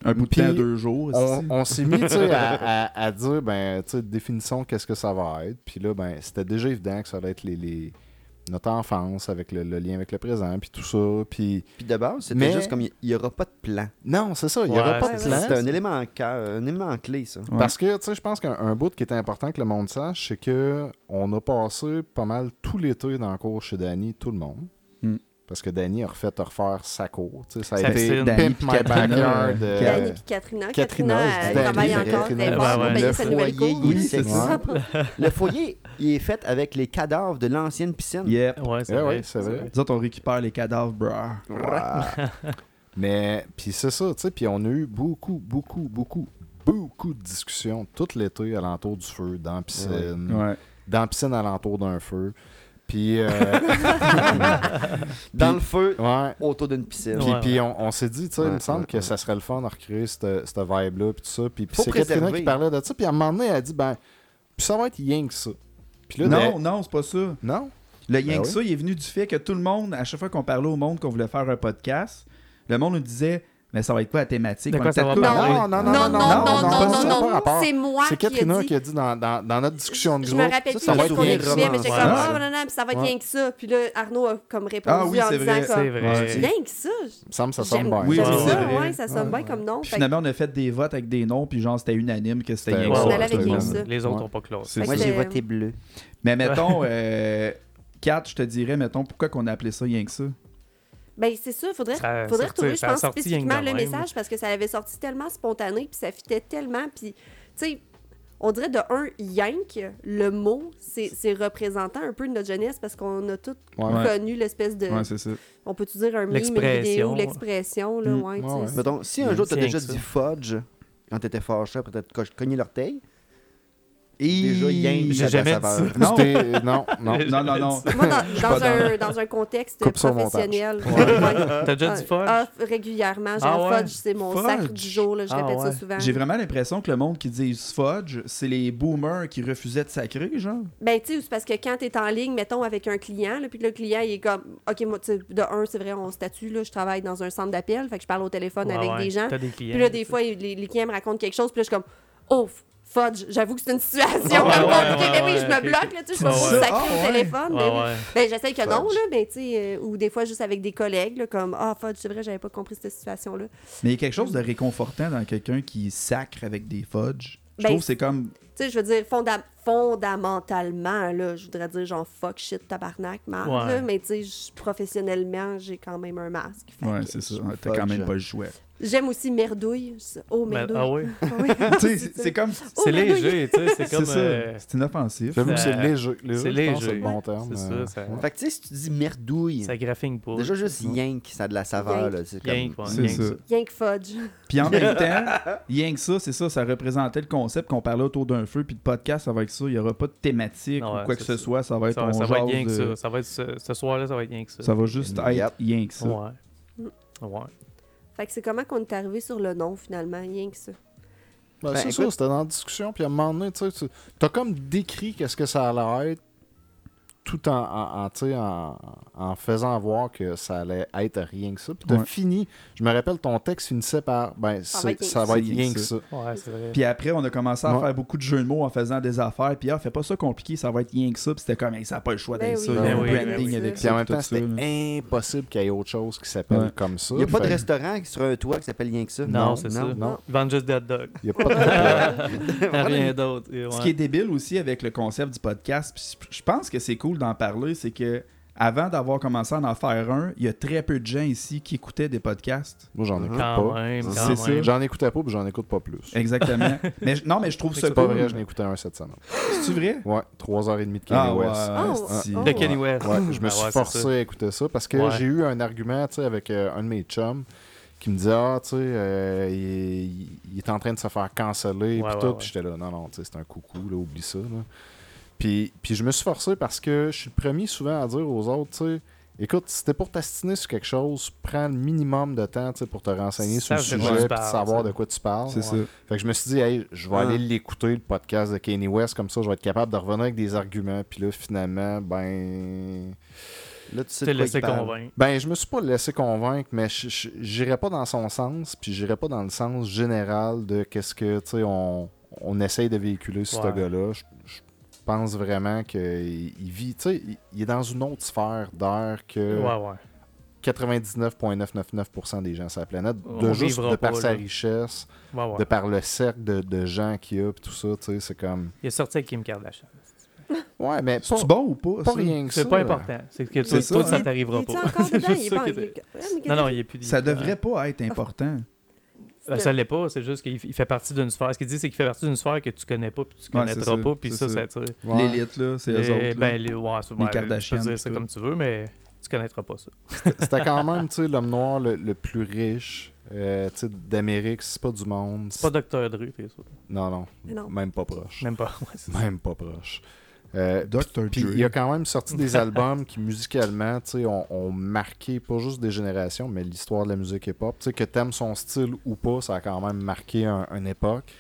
Un bout de temps, Puis, deux jours. Ah, On, c'est- on s'est mis tu sais, à, à- à dire, ben, tu sais, définissons qu'est-ce que ça va être. Puis là, ben, c'était déjà évident que ça allait être les, les- notre enfance avec le, le lien avec le présent, puis tout ça. Puis Puis de base, c'était Mais- juste comme il n'y aura pas de plan. non, c'est ça, il n'y Ouais, aura pas de c'est plan. C'est un élément, ca- un élément clé, ça. Ouais. Parce que, tu sais, je pense qu'un un bout qui est important que le monde sache, c'est que on a passé pas mal tout l'été dans la cour chez Danny, tout le monde. Mm. Parce que Danny a refait a refaire sa cour. Tu sais, ça a Sa été piscine. Danny Pimp puis My Katrina, Backyard. euh, euh, Dany et Katrina. Katrina, Katrina, elle je dis travaille Dany, encore. Katrina. Elle va Ouais, ouais. payer Le sa nouvelle foyer, cour. il est Oui, c'est sexy. ça. Le foyer, il est fait avec les cadavres de l'ancienne piscine. Yep. Ouais, c'est Eh Ouais, vrai. ouais, c'est vrai. Nous autres, on récupère les cadavres, bruh. Mais, puis c'est ça, tu sais, puis on a eu beaucoup, beaucoup, beaucoup, beaucoup de discussions tout l'été alentour du feu, dans la piscine, Ouais. dans la piscine alentour d'un feu. Puis, euh, Dans le feu, ouais, autour d'une piscine. Puis, Ouais, puis on, on s'est dit, tu sais, il Ouais, me semble ouais, que ouais. ça serait le fun de recréer cette, cette vibe-là, puis tout ça. Puis, puis Faut c'est Katrina préserver. qui parlait de ça, puis à un moment donné, elle a dit, ben, puis ça va être rien que ça. Puis là, Non, ben, non, c'est pas ça. non. Le rien Ben que oui. ça, il est venu du fait que tout le monde, à chaque fois qu'on parlait au monde qu'on voulait faire un podcast, le monde nous disait Mais ça va être quoi la thématique De On quoi est ça peut-être va pas- parler? Non, non, non, Non, non, non, non, non, non, non, ça n'a pas non. rapport. C'est moi C'est qui ai Katrina dit. qui a dit dans, dans, dans notre discussion de Je groupe, me rappelle ça, plus ça va le être souvenir rien que que j'avais, ça. mais j'étais Ouais. comme, ah, Ouais. non, non, non, puis ça va être Ouais. rien que ça. Puis là, Arnaud a comme répondu Ah oui, en c'est disant vrai. C'est comme, vrai. rien que ça. il me semble que ça sonne J'aime- bien. Oui, j'aime oui, ça, c'est vrai. ouais, ça sonne bien comme nom. Puis Fait que finalement, on a fait des votes avec des noms, puis genre, c'était unanime que c'était C'était- rien Ouais, que on ça. allait avec c'est rien bon. que ça. Les autres Ben Ouais. n'ont pas close. C'est Moi, ça. c'est- j'ai voté bleu. Mais <laughs> mettons, euh, Kat, je te dirais, mettons, pourquoi qu'on a appelé ça rien que ça Euh. Ben, c'est ça, faudrait, Ça- faudrait ça- retrouver, je ça a pense, sorti rien que spécifiquement de le même. message parce que ça avait sorti tellement spontané, puis ça fitait tellement, puis, tu sais, on dirait de un, yank, le mot, c'est c'est représentant un peu de notre jeunesse parce qu'on a tous Ouais. Ouais. connu l'espèce de, Ouais, c'est ça. on peut-tu dire un mime, une vidéo, L'expression. l'expression, là, Mm. ouais, tu sais, Ouais, ouais. Mettons, si un jour t'as Tiens déjà que ça. dit fudge quand t'étais fâché après t'être co- cogné l'orteil, Et déjà, rien J'ai que ça a jamais sa valeur. dit Non. C'était- Non, <laughs> non. Non, non, non. Moi, dans, Je suis dans pas un, dans un contexte Coupe sur professionnel, ouais. T'as déjà dit fudge? Ah, régulièrement, j'ai Ah un ouais? fudge, c'est mon sacre Fudge? du jour, là, je Ah répète ça ouais. souvent. J'ai vraiment l'impression que le monde qui dit fudge, c'est les boomers qui refusaient de sacrer, genre. Ben, tu sais, c'est parce que quand tu es en ligne, mettons, avec un client, là, puis le client, il est comme, OK, moi, tu sais, de un, c'est vrai, on statue, là, je travaille dans un centre d'appel, fait que je parle au téléphone Ouais, avec ouais, des gens. T'as des clients. Puis là, des fois, il- les, les clients me racontent quelque chose, puis là, je suis comme, oh, f- fudge, j'avoue que c'est une situation Ouais, comme ouais, compliquée. ouais, Ben oui, ouais, je ok, me bloque, ok. là, tu sais, je Ouais, me ouais. sacrer Ah, ouais. au téléphone. Ouais, ben oui. ouais. Ben, j'essaie que non, Fudge. là, ben, tu sais, euh, ou des fois, juste avec des collègues, là, comme, ah, fudge, c'est vrai, j'avais pas compris cette situation-là. Mais il y a quelque chose de réconfortant dans quelqu'un qui sacre avec des fudge. Je Ben, trouve que c'est comme. Tu sais, je veux dire, fonda- fondamentalement, là, je voudrais dire, genre, fuck, shit, tabarnak, merde, Ouais. là, mais tu sais, je- professionnellement, j'ai quand même un masque. Fait Ouais, que c'est ça. Ouais, T'as quand même pas le <laughs> jouet. J'aime aussi merdouille. Oh, Mais- merdouille. ah oui. <laughs> Oui. tu sais, c'est- c'est comme. Oh, C'est merdouille. léger, tu sais. C'est C'est comme. ça. euh, C'est inoffensif. J'avoue que c'est Ça- léger. Léger, c'est je pense, C'est léger. le bon terme. C'est euh, ça, ça- ouais. Fait que tu sais, si tu dis merdouille, Ça graphine pas. déjà juste yank, ça a de la saveur. Yank. Là, c'est comme... Yank, ouais, C'est yank ça. ça. Rien que fudge. Puis en <laughs> même temps, rien que ça, c'est ça, ça représentait le concept qu'on parlait autour d'un feu, puis de podcast avec ça, il n'y aura pas de thématique Ouais, ou quoi que c'est ce ça. soit, ça va être Ça, on ça va être jase rien que de- ça. ça va être ce, ce soir-là, ça va être rien que ça. Ça va juste être Yep. rien que ça. Ouais. Ouais. Fait que c'est comment qu'on est arrivé sur le nom, finalement, rien que ça. Ben, Ben, c'est écoute- ça, c'était dans la discussion. Puis à un moment donné, tu sais, tu- t'as comme décrit qu'est-ce que ça allait être tout en, en, en, tu sais, en- en faisant voir que ça allait être rien que ça. Puis t'as Ouais. fini. Je me rappelle, ton texte finissait par ben, c'est- va être ça va être rien que ça. Ouais, c'est vrai. Puis après, on a commencé à Ouais. faire beaucoup de jeux de mots en faisant des affaires. Puis ah, fais pas ça compliqué, ça va être rien que ça. Puis c'était comme, hey, ça n'a pas le choix Ben d'être oui. ça. Il y a Ben un oui, ben branding oui. avec Puis ça. en même tout temps, ça, c'était là. impossible qu'il y ait autre chose qui s'appelle Ouais. comme ça. Il n'y a pas de Fait que- restaurant sur un toit qui s'appelle rien que ça. Non, c'est ça. Non. Ils vendent juste des <laughs> hot dogs. Il y a pas de- Rien d'autre. Et ouais. Ce qui est débile aussi avec le concept du podcast, puis je pense que c'est cool d'en parler, c'est que avant d'avoir commencé à en faire un, il y a très peu de gens ici qui écoutaient des podcasts. Moi, j'en écoute Quand pas. même, quand Hein? C'est même. ça. J'en écoutais pas, puis j'en écoute pas plus. <laughs> Exactement. mais je- non, mais je trouve ça C'est pas cool. vrai, j'en ai écouté un cette semaine. C'est vrai. Ouais, 3h30 de Kanye Ah ouais. West. Oh, si. oh. De Kenny West. Ouais, je me Ah suis ouais, c'est forcé ça. à écouter ça parce que Ouais. j'ai eu un argument tu sais, avec euh, un de mes chums qui me disait Ah, tu sais, euh, il, il est en train de se faire canceller. Ouais, puis ouais, tout. ouais. Puis j'étais là, non, non, tu sais, c'est un coucou, là, oublie ça. là. Puis, puis je me suis forcé parce que je suis le premier souvent à dire aux autres tu sais, Écoute, si t'es pour t'astiner sur quelque chose, prends le minimum de temps tu sais, pour te renseigner Ça, sur c'est le quoi tu sujet et de parles, savoir ça. de quoi tu parles. C'est ça. Fait que je me suis dit, hey, je vais Ah. aller l'écouter, le podcast de Kanye West, comme ça, je vais être capable de revenir avec des arguments. Puis là, finalement, ben. Là, tu Tu t'es sais de quoi il laissé parle. convaincre. Ben, je me suis pas laissé convaincre, mais je- je- j'irai pas dans son sens, puis j'irai pas dans le sens général de qu'est-ce que, tu sais, on, on essaye de véhiculer sur Ouais. ce gars-là. Je, je pense vraiment qu'il il vit, tu sais, il, il est dans une autre sphère Euh, d'air que Ouais, ouais. 99,999% des gens sur la planète, On de juste vivra de pas, par sa là. richesse, Ouais, ouais. de par le cercle de, de gens qu'il a, puis tout ça, tu sais, c'est comme... Il est sorti avec Kim Kardashian. Ouais, mais pas, C'est bon ou pas? pas ça? rien que ça. C'est pas important. C'est que C'est toi, ça, toi, hein. ça t'arrivera Il est pas. <laughs> encore dedans, Juste il est ça pas en- qui il est- est- Ah, mais Non, non, il est plus Ça dedans. devrait pas être important. Ben, ça l'est pas, c'est juste qu'il il fait partie d'une sphère. Ce qu'il dit, c'est qu'il fait partie d'une sphère que tu connais pas, puis tu Ouais, c'est connaîtras ça, pas, puis c'est ça, ça. ça tire. Ouais. L'élite, là, c'est eux Les, autres. là. ben, les, ouais, c'est- Les ouais, Kardashians, Je peux tout dire, c'est ça. comme tu veux, mais tu connaîtras pas ça. <laughs> C'était quand même, tu sais, l'homme noir le, le plus riche euh, tu sais, d'Amérique, c'est pas du monde. C'est pas Docteur Dre, c'est ça. Non, non, Non. Même pas proche. Même pas. <laughs> Ouais, c'est ça. Même pas proche. Euh, Dr. puis Dre. il a quand même sorti des albums qui musicalement tu sais, ont, ont marqué pas juste des générations, mais l'histoire de la musique hip-hop. Tu sais, Que t'aimes son style ou pas, ça a quand même marqué un- une époque.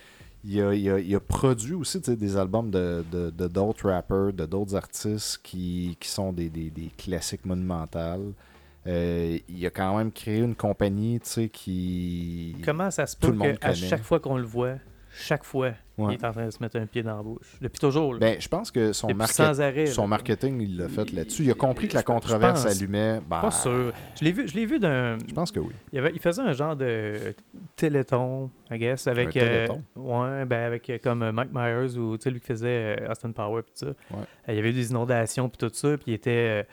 Il a, il a- il a produit aussi tu sais, des albums de de- de d'autres rappers, de d'autres artistes qui, qui sont des, des- des classiques monumentales. Euh, il a quand même créé une compagnie tu sais, qui. Comment ça se Tout peut le monde qu'à connaît. chaque fois qu'on le voit, chaque fois, Ouais. il est en train de se mettre un pied dans la bouche? Depuis toujours, là. Ben, je pense que son Depuis marketing. sans arrêt. là. Son marketing, il l'a fait là-dessus. Il a compris que la Je pense- controverse je pense- allumait. Ben, Pas sûr. Je l'ai vu, je l'ai vu d'un. Je pense que oui. Il, avait- il faisait un genre de téléthon, I guess, avec. Un téléthon? euh, ouais, ben avec euh, comme euh, Mike Myers ou tu sais, lui qui faisait euh, Austin Power puis ça. Euh, il y avait eu des inondations puis tout ça, puis il était. euh,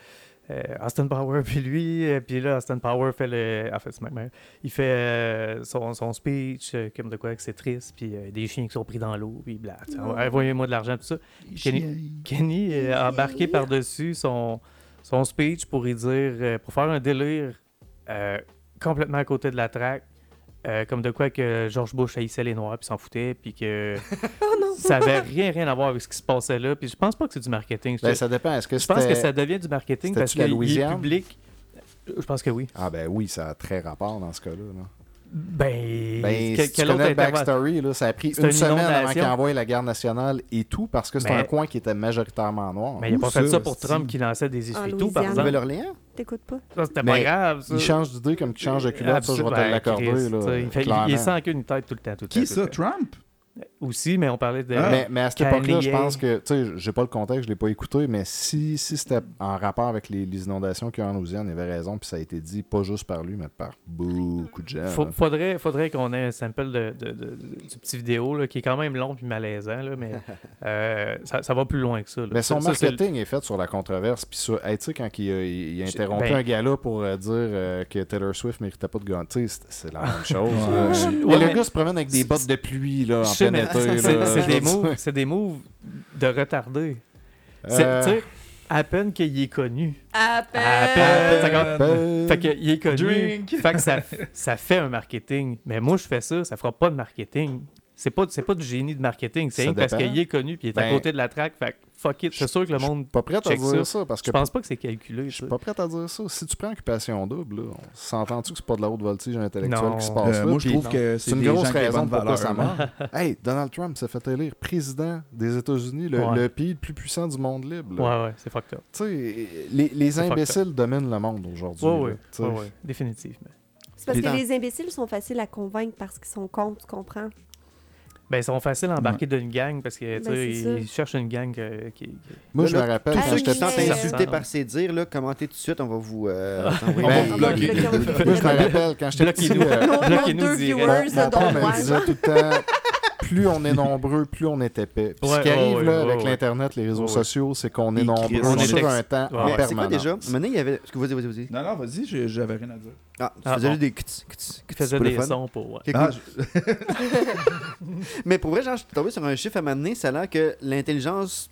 euh, Austin Power, <laughs> puis lui, euh, puis là, Austin Power fait le. En fait, c'est Mike Myers. Il fait euh, son, son speech, euh, comme de quoi que c'est triste, puis euh, des chiens qui sont pris dans l'eau, puis bla. tu sais, Non. ouais, Envoyez-moi de l'argent, tout ça. Kenny, Kenny est embarqué par-dessus son, son speech pour y dire, euh, pour faire un délire euh, complètement à côté de la traque, euh, comme de quoi que George Bush haïssait les Noirs puis s'en foutait, <laughs> puis que Oh non! ça avait rien, rien à voir avec ce qui se passait là. Puis je pense pas que c'est du marketing. Je, Ben, ça dépend. Est-ce que je pense que c'était- ça devient du marketing c'était-tu parce que la les Louisiane? public. Je pense que oui. Ah ben oui, ça a très rapport dans ce cas-là. là. Ben, Ben, que- si tu quelle autre connais le intervention? backstory, là, ça a pris C'est une une semaine avant inondation. qu'il envoie la garde nationale et tout, parce que c'est Mais- un coin qui était majoritairement noir. Mais il a Où pas fait ça, ça pour hostie? Trump qui lançait des essuie tout par Louisiane. exemple. Nouvelle-Orléans? T'écoutes pas? Ça, C'était pas Mais grave. Ça. Il change d'idée comme qu'il change de culotte, ça, je vais Absolument. te Christ, l'accorder. tu sais, là, il, fait- il- il clairement. est sans queue une tête tout le temps. Tout le temps, Qui tout ça, le temps. Trump? Aussi, mais on parlait de. Ah. Mais, mais à cette Kanye. époque-là, je pense que, tu sais, j'ai pas le contexte, je l'ai pas écouté, mais si, si c'était en rapport avec les, les inondations qu'il y a eu en Louisiane, il avait raison, puis ça a été dit pas juste par lui, mais par beaucoup de gens. Faut- là. faudrait faudrait qu'on ait un sample de, de- de- du petit vidéo là, qui est quand même long puis malaisant, là, mais euh, ça, ça va plus loin que ça. là. Mais son Ça, ça, c'est le- marketing est fait sur la controverse. Puis sur, hey, tu sais, quand il a, il- il a Je- interrompu ben- un gala pour euh, dire euh, que Taylor Swift méritait pas de gagner, tu sais, c'est- c'est la <laughs> même chose. là. Ouais. Et Ouais, le mais- gars se promène avec des C'est- bottes de pluie là, Je en sais, plein mais été. là. c'est- Je C'est veux <laughs> des, dire, moves- c'est des moves de retardé. C'est- euh, tu sais, à peine qu'il est connu. À À peine. ça commence- ben, euh, Fait qu'il est connu. Fait que ça, ça fait un marketing. Mais moi, je fais ça, ça fera pas de marketing. C'est pas, c'est pas du génie de marketing. C'est Ça rien que parce dépend. qu'il est connu puis il est à Ben, côté de la track. Fait que fuck it. C'est sûr que le monde. pas prêt à check dire ça parce Je que pense pas que c'est calculé. je suis ça. pas prêt à dire ça. Si tu prends occupation double, là, on s'entend-tu que c'est pas de la haute voltige intellectuelle Non. qui se Euh, passe là? moi, je Puis trouve que c'est C'est une des gens grosse qui ont des raison bonnes pourquoi ça valeurs. là. <laughs> meurt. hey, Donald Trump s'est fait élire président des États-Unis, le, Ouais. le pays le plus puissant du monde libre. là. Ouais, ouais, c'est fucked up. Tu sais, les, les C'est imbéciles dominent le monde aujourd'hui. Ouais, là, ouais, tu sais. ouais, ouais, définitivement. C'est parce Les temps. que les imbéciles sont faciles à convaincre parce qu'ils sont cons, tu comprends? Ben, ils sont faciles à embarquer d'une gang parce que, tu Ben, sais, c'est ça. ils cherchent une gang euh, qui. qui- Moi, Là, je me là, rappelle Tous Ah, quand ceux oui, qui j'étais se mais- sentent euh, insultés ça, par ces dires, là, commentez tout de suite, on va vous euh, Ah. On t'envoyer va Ben, vous on va bloquer. <laughs> bloquer. Moi, je me rappelle quand j'étais petit, Bloquez-nous. euh, Nos- Bloquez-nous nos deux direct. viewers mon, mon père donc me disait tout le temps plus on est nombreux, plus on est épais. Puis ce Ouais, qui ouais, arrive ouais, là, ouais, avec ouais. l'Internet, les réseaux Ouais. sociaux, c'est qu'on est Ils nombreux crissent. on On est est sur ex- un temps Ouais, en ouais. Mais C'est quoi permanence. déjà? Maintenant, il y avait. Vas-y, vas-y, vas-y. Non, non, vas-y, j'ai- j'avais rien à <laughs> dire. Ah, tu Ah, faisais bon. juste des kts, kts, qui kts faisaient pour le des fun. sons pour. ouais. Ok, Ah, cool. je- Mais pour vrai, genre, je suis tombé sur un chiffre à m'amener, ça a l'air que l'intelligence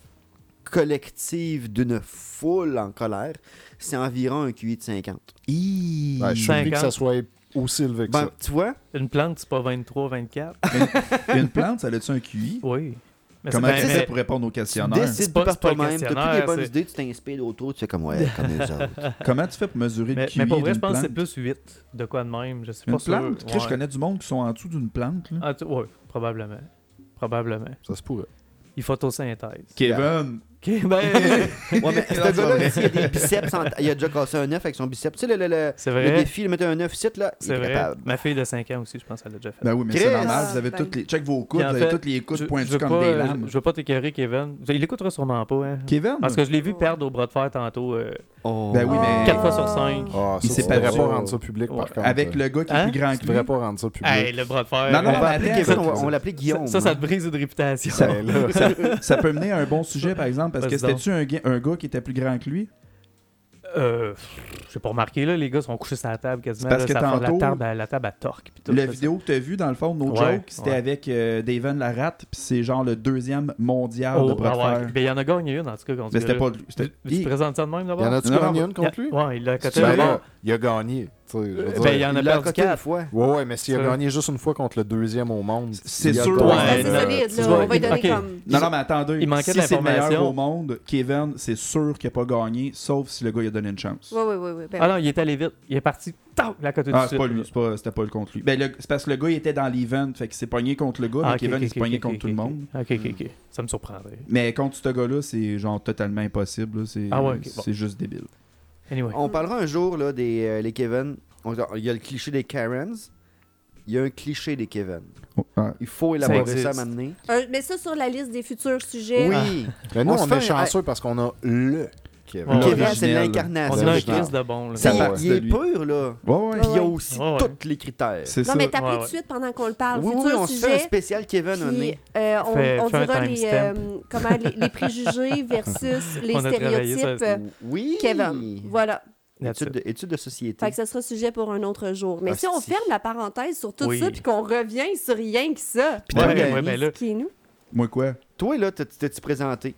collective d'une foule en colère, c'est environ un QI de Ouais, 50. je suis obligé que 50. ça soit aussi élevé que Ben, ça. tu vois, Une plante, c'est pas 23, 24. Une plante, ça a-tu un QI? Oui. Mais Comment c'est- ben, tu mais- fais pour répondre aux tu questionnaires? décides pas- par c'est pas le toi-même, t'as plus questionnaire, les bonnes c'est- idées, tu t'inspires d'autres, tu fais <laughs> comme, ouais, comme les autres. Comment tu fais pour mesurer le mais, QI mais pour vrai, je d'une pense que c'est plante? plus 8 de quoi de même. Je sais Une pas sûr. plante? Chris, Je Ouais. connais du monde qui sont en dessous d'une plante. là. Ah, tu- ouais, probablement. Probablement. Ça se pourrait. Il photosynthèse. <laughs> Kevin! Ok, ben, Ouais, mais Non, ce c'est pas gars-là, vrai. s'il y a des biceps, en- il a déjà cassé un œuf avec son biceps. Tu sais, le, le, le- c'est le vrai. défi, de mettre un œuf site, là, il C'est est vrai. capable. Ma fille de 5 ans aussi, je pense qu'elle l'a déjà fait. Ben oui, mais Chris! c'est normal, vous avez Ah, toutes les... Check vos coudes, Puis en vous avez fait, toutes les coudes je, pointues veux comme pas, des euh, lames. Je, je veux pas t'écœurer, Kevin. Il écoutera sûrement pas, hein. Kevin? Parce que je l'ai vu perdre au bras de fer tantôt. euh, Oh. Ben oui, mais- Quatre fois sur cinq. Ah, Il ça, s'est tu pas devrais dit. pas rendre ça public, Ouais. par contre. Avec le gars qui est Hein? plus grand Tu que devrais lui. pas rendre ça public. Hey, le bras de fer. Non, non, On euh, va appeler mais Kevin, attends, on va- on l'appelait Guillaume. ça, ça hein. te brise une réputation. Ça- <laughs> Ben, là, Ça peut mener à un bon sujet, par exemple, parce que Vas-y donc. c'était-tu un, gui- un gars qui était plus grand que lui? Euh, j'ai pas remarqué, là, les gars sont couchés sur la table quasiment. C'est parce là, que ça fait tantôt- la table à, la table à torque. puis tout, La là, vidéo que tu as vue, dans le fond, No Ouais, Joke, c'était ouais. avec euh, Davon Larat, puis c'est genre le deuxième mondial Oh, de bras de ah ouais. fer. Ben, il y en a gagné une, en tout cas. contre Mais ce c'était gars-là. pas lui. C'était- Tu, tu te Il- présentes ça de même y d'abord en a-tu Non, non, gagné mais- une contre lui? Ouais, il l'a coté Ben, d'abord. là, il a gagné. tu sais, je veux dire. Ben, il y en a Il l'a perdu coté une 4. fois. Ouais, ouais, mais s'il a Ça- gagné juste une fois contre le deuxième au monde, C'est il a sûr, gagné, ouais, Ouais, mais c'est là, solide, tu là. vois, On va y il- donner ok. comme. Non, non, mais attendez. Il manquait de si c'est le meilleur l'information. au monde, Kevin, c'est sûr qu'il n'a pas gagné, sauf si le gars il a donné une chance. Ouais, ouais, ouais, ouais. ben Ah non, il est allé vite. Il est parti. Tam, la côté Ah, du c'est sud. pas lui, c'est pas- c'était pas le contre lui. Ben, le- c'est parce que le gars il était dans l'event, fait qu'il s'est pogné contre le gars, mais Ah, ok, Kevin ok, il s'est ok, pogné ok, contre ok, tout le ok. monde. Ok, ok, ok. Ça me surprendrait. Mais contre ce gars-là, c'est genre totalement impossible. là, C'est Ah ouais, ok, bon. c'est juste débile. Anyway. On parlera un jour là, des euh, les Kevin. On- Il y a le cliché des Karens. Il y a un cliché des Kevin. Oh, ah. Il faut Ça élaborer ça, existe. à m'amener. Un- Mets ça sur la liste des futurs sujets. Ah. Oui. Mais nous, On se on, fait est un- chanceux parce qu'on a le Kevin. Ouais. Kevin, c'est L'originel, là. l'incarnation. On a un du genre. crise de bon. là. Tu sais, Ça il- part il, de est lui. pur, là. Ouais, ouais, Puis il y a Ouais. aussi Ouais, ouais. tous les critères. c'est Non, ça. mais t'as pris ouais, tout de ouais. suite pendant qu'on le parle. Oui, oui, Futur on se fait un sujet. spécial Kevin, on Puis, est. euh, on, Fais- on fais un dira les, timestamp. euh, comment, les, les <laughs> préjugés versus les On a travaillé ça, stéréotypes. euh, Oui. Kevin. Voilà. That's Études it. de, études de société. Fait que ce sera sujet pour un autre jour. Mais Ah, si on si. ferme la parenthèse sur tout Oui. ça puis qu'on revient sur rien que ça, Puis Ouais, ouais, t'as ben là, qui est nous? Moi, quoi? Toi, là, t'as- t'as-tu présenté?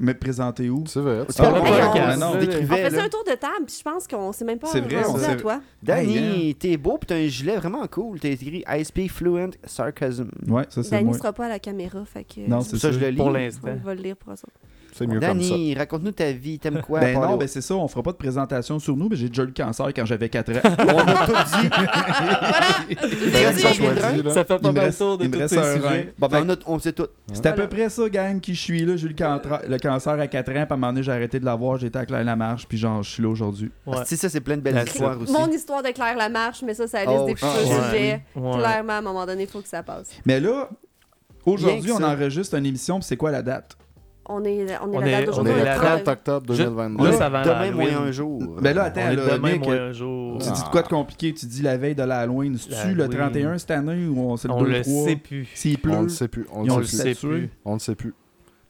Mais présenter où? C'est vrai. C'est pas Ah, le ouais, podcast, non. là, On décrivait, faisait là. un tour de table, puis je pense qu'on s'est même pas C'est vrai, rendu on à s'est- toi. Danny, Hey, t'es beau pis t'as un gilet vraiment cool. T'as écrit ISP Fluent Sarcasm. hein? Ouais, ça c'est Danny moi. ne sera pas à la caméra, fait que Non, c'est Ça, je le lis. Pour on l'instant. va le lire pour ça. C'est mieux comme ça. Danny, raconte-nous ta vie. T'aimes quoi? Ben à part non, les- ben c'est ça, on fera pas de présentation sur nous, mais j'ai déjà eu le cancer quand j'avais 4 <laughs> ans. On a tout dit. Ben, Vas-y. ils sont choisis, là. Ça fait Il pas me mal reste, tour de il me tous reste ces un rein. sujets. Bon, ben, On a- on sait tout. C'est à peu près ça, gang, qui je suis là. J'ai eu le, Euh. cantra- le cancer à 4 ans, puis à un moment donné, j'ai arrêté de l'avoir, j'étais à Claire-Lamarche, puis genre, je suis là aujourd'hui. Ouais. Tu sais, ça, c'est plein de belles That's histoires aussi. Mon histoire de Claire Lamarche, mais ça, ça liste Oh, des ah, futurs ouais. sujets. Ouais. Clairement, à un moment donné, il faut que ça passe. Mais là, aujourd'hui, Rien on que ça. enregistre une émission, puis c'est quoi la date? On est, on est la On date est- On d'aujourd'hui. est le le 30 octobre Juste- 2022. Là, Là, ça va Demain, moyen un jour. Ben là, On attends, est là, demain, Nick, moi, un jour. tu dis Ah. de quoi de compliqué? Tu dis la veille de l'Halloween, c'est-tu le L'Halloween. 31 cette année ou on, c'est le On le 2-3? sait plus. S'il pleut, on le sait plus. On ils ont On le le sait sait statué. plus. plus. On le sait plus.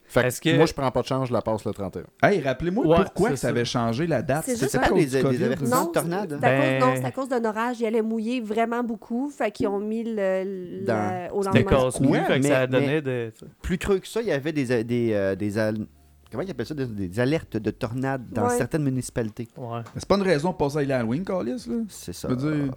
Fait Est-ce que que- moi, je prends pas de change, je la passe le 31. Hey, rappelez-moi Ouais, pourquoi c'est que ça ça. avait changé la date. C'est C'était juste à à cause cause du des- COVID, des avertissements. là? Non, de tornade, hein? c'est à cause- Ben- non, c'est à cause d'un orage. Il allait mouiller vraiment beaucoup. Fait qu'ils ont mis le, le- Dans- au Des lendemain. casse Ouais, fait que ça mais- donnait de. Plus creux que ça, il y avait des. des, euh, des al- Comment ils appellent ça Des, des alertes de tornades dans Ouais. certaines municipalités. Ouais. C'est pas une raison de passer à l'Halloween, Callis, là? C'est ça. Je veux dire-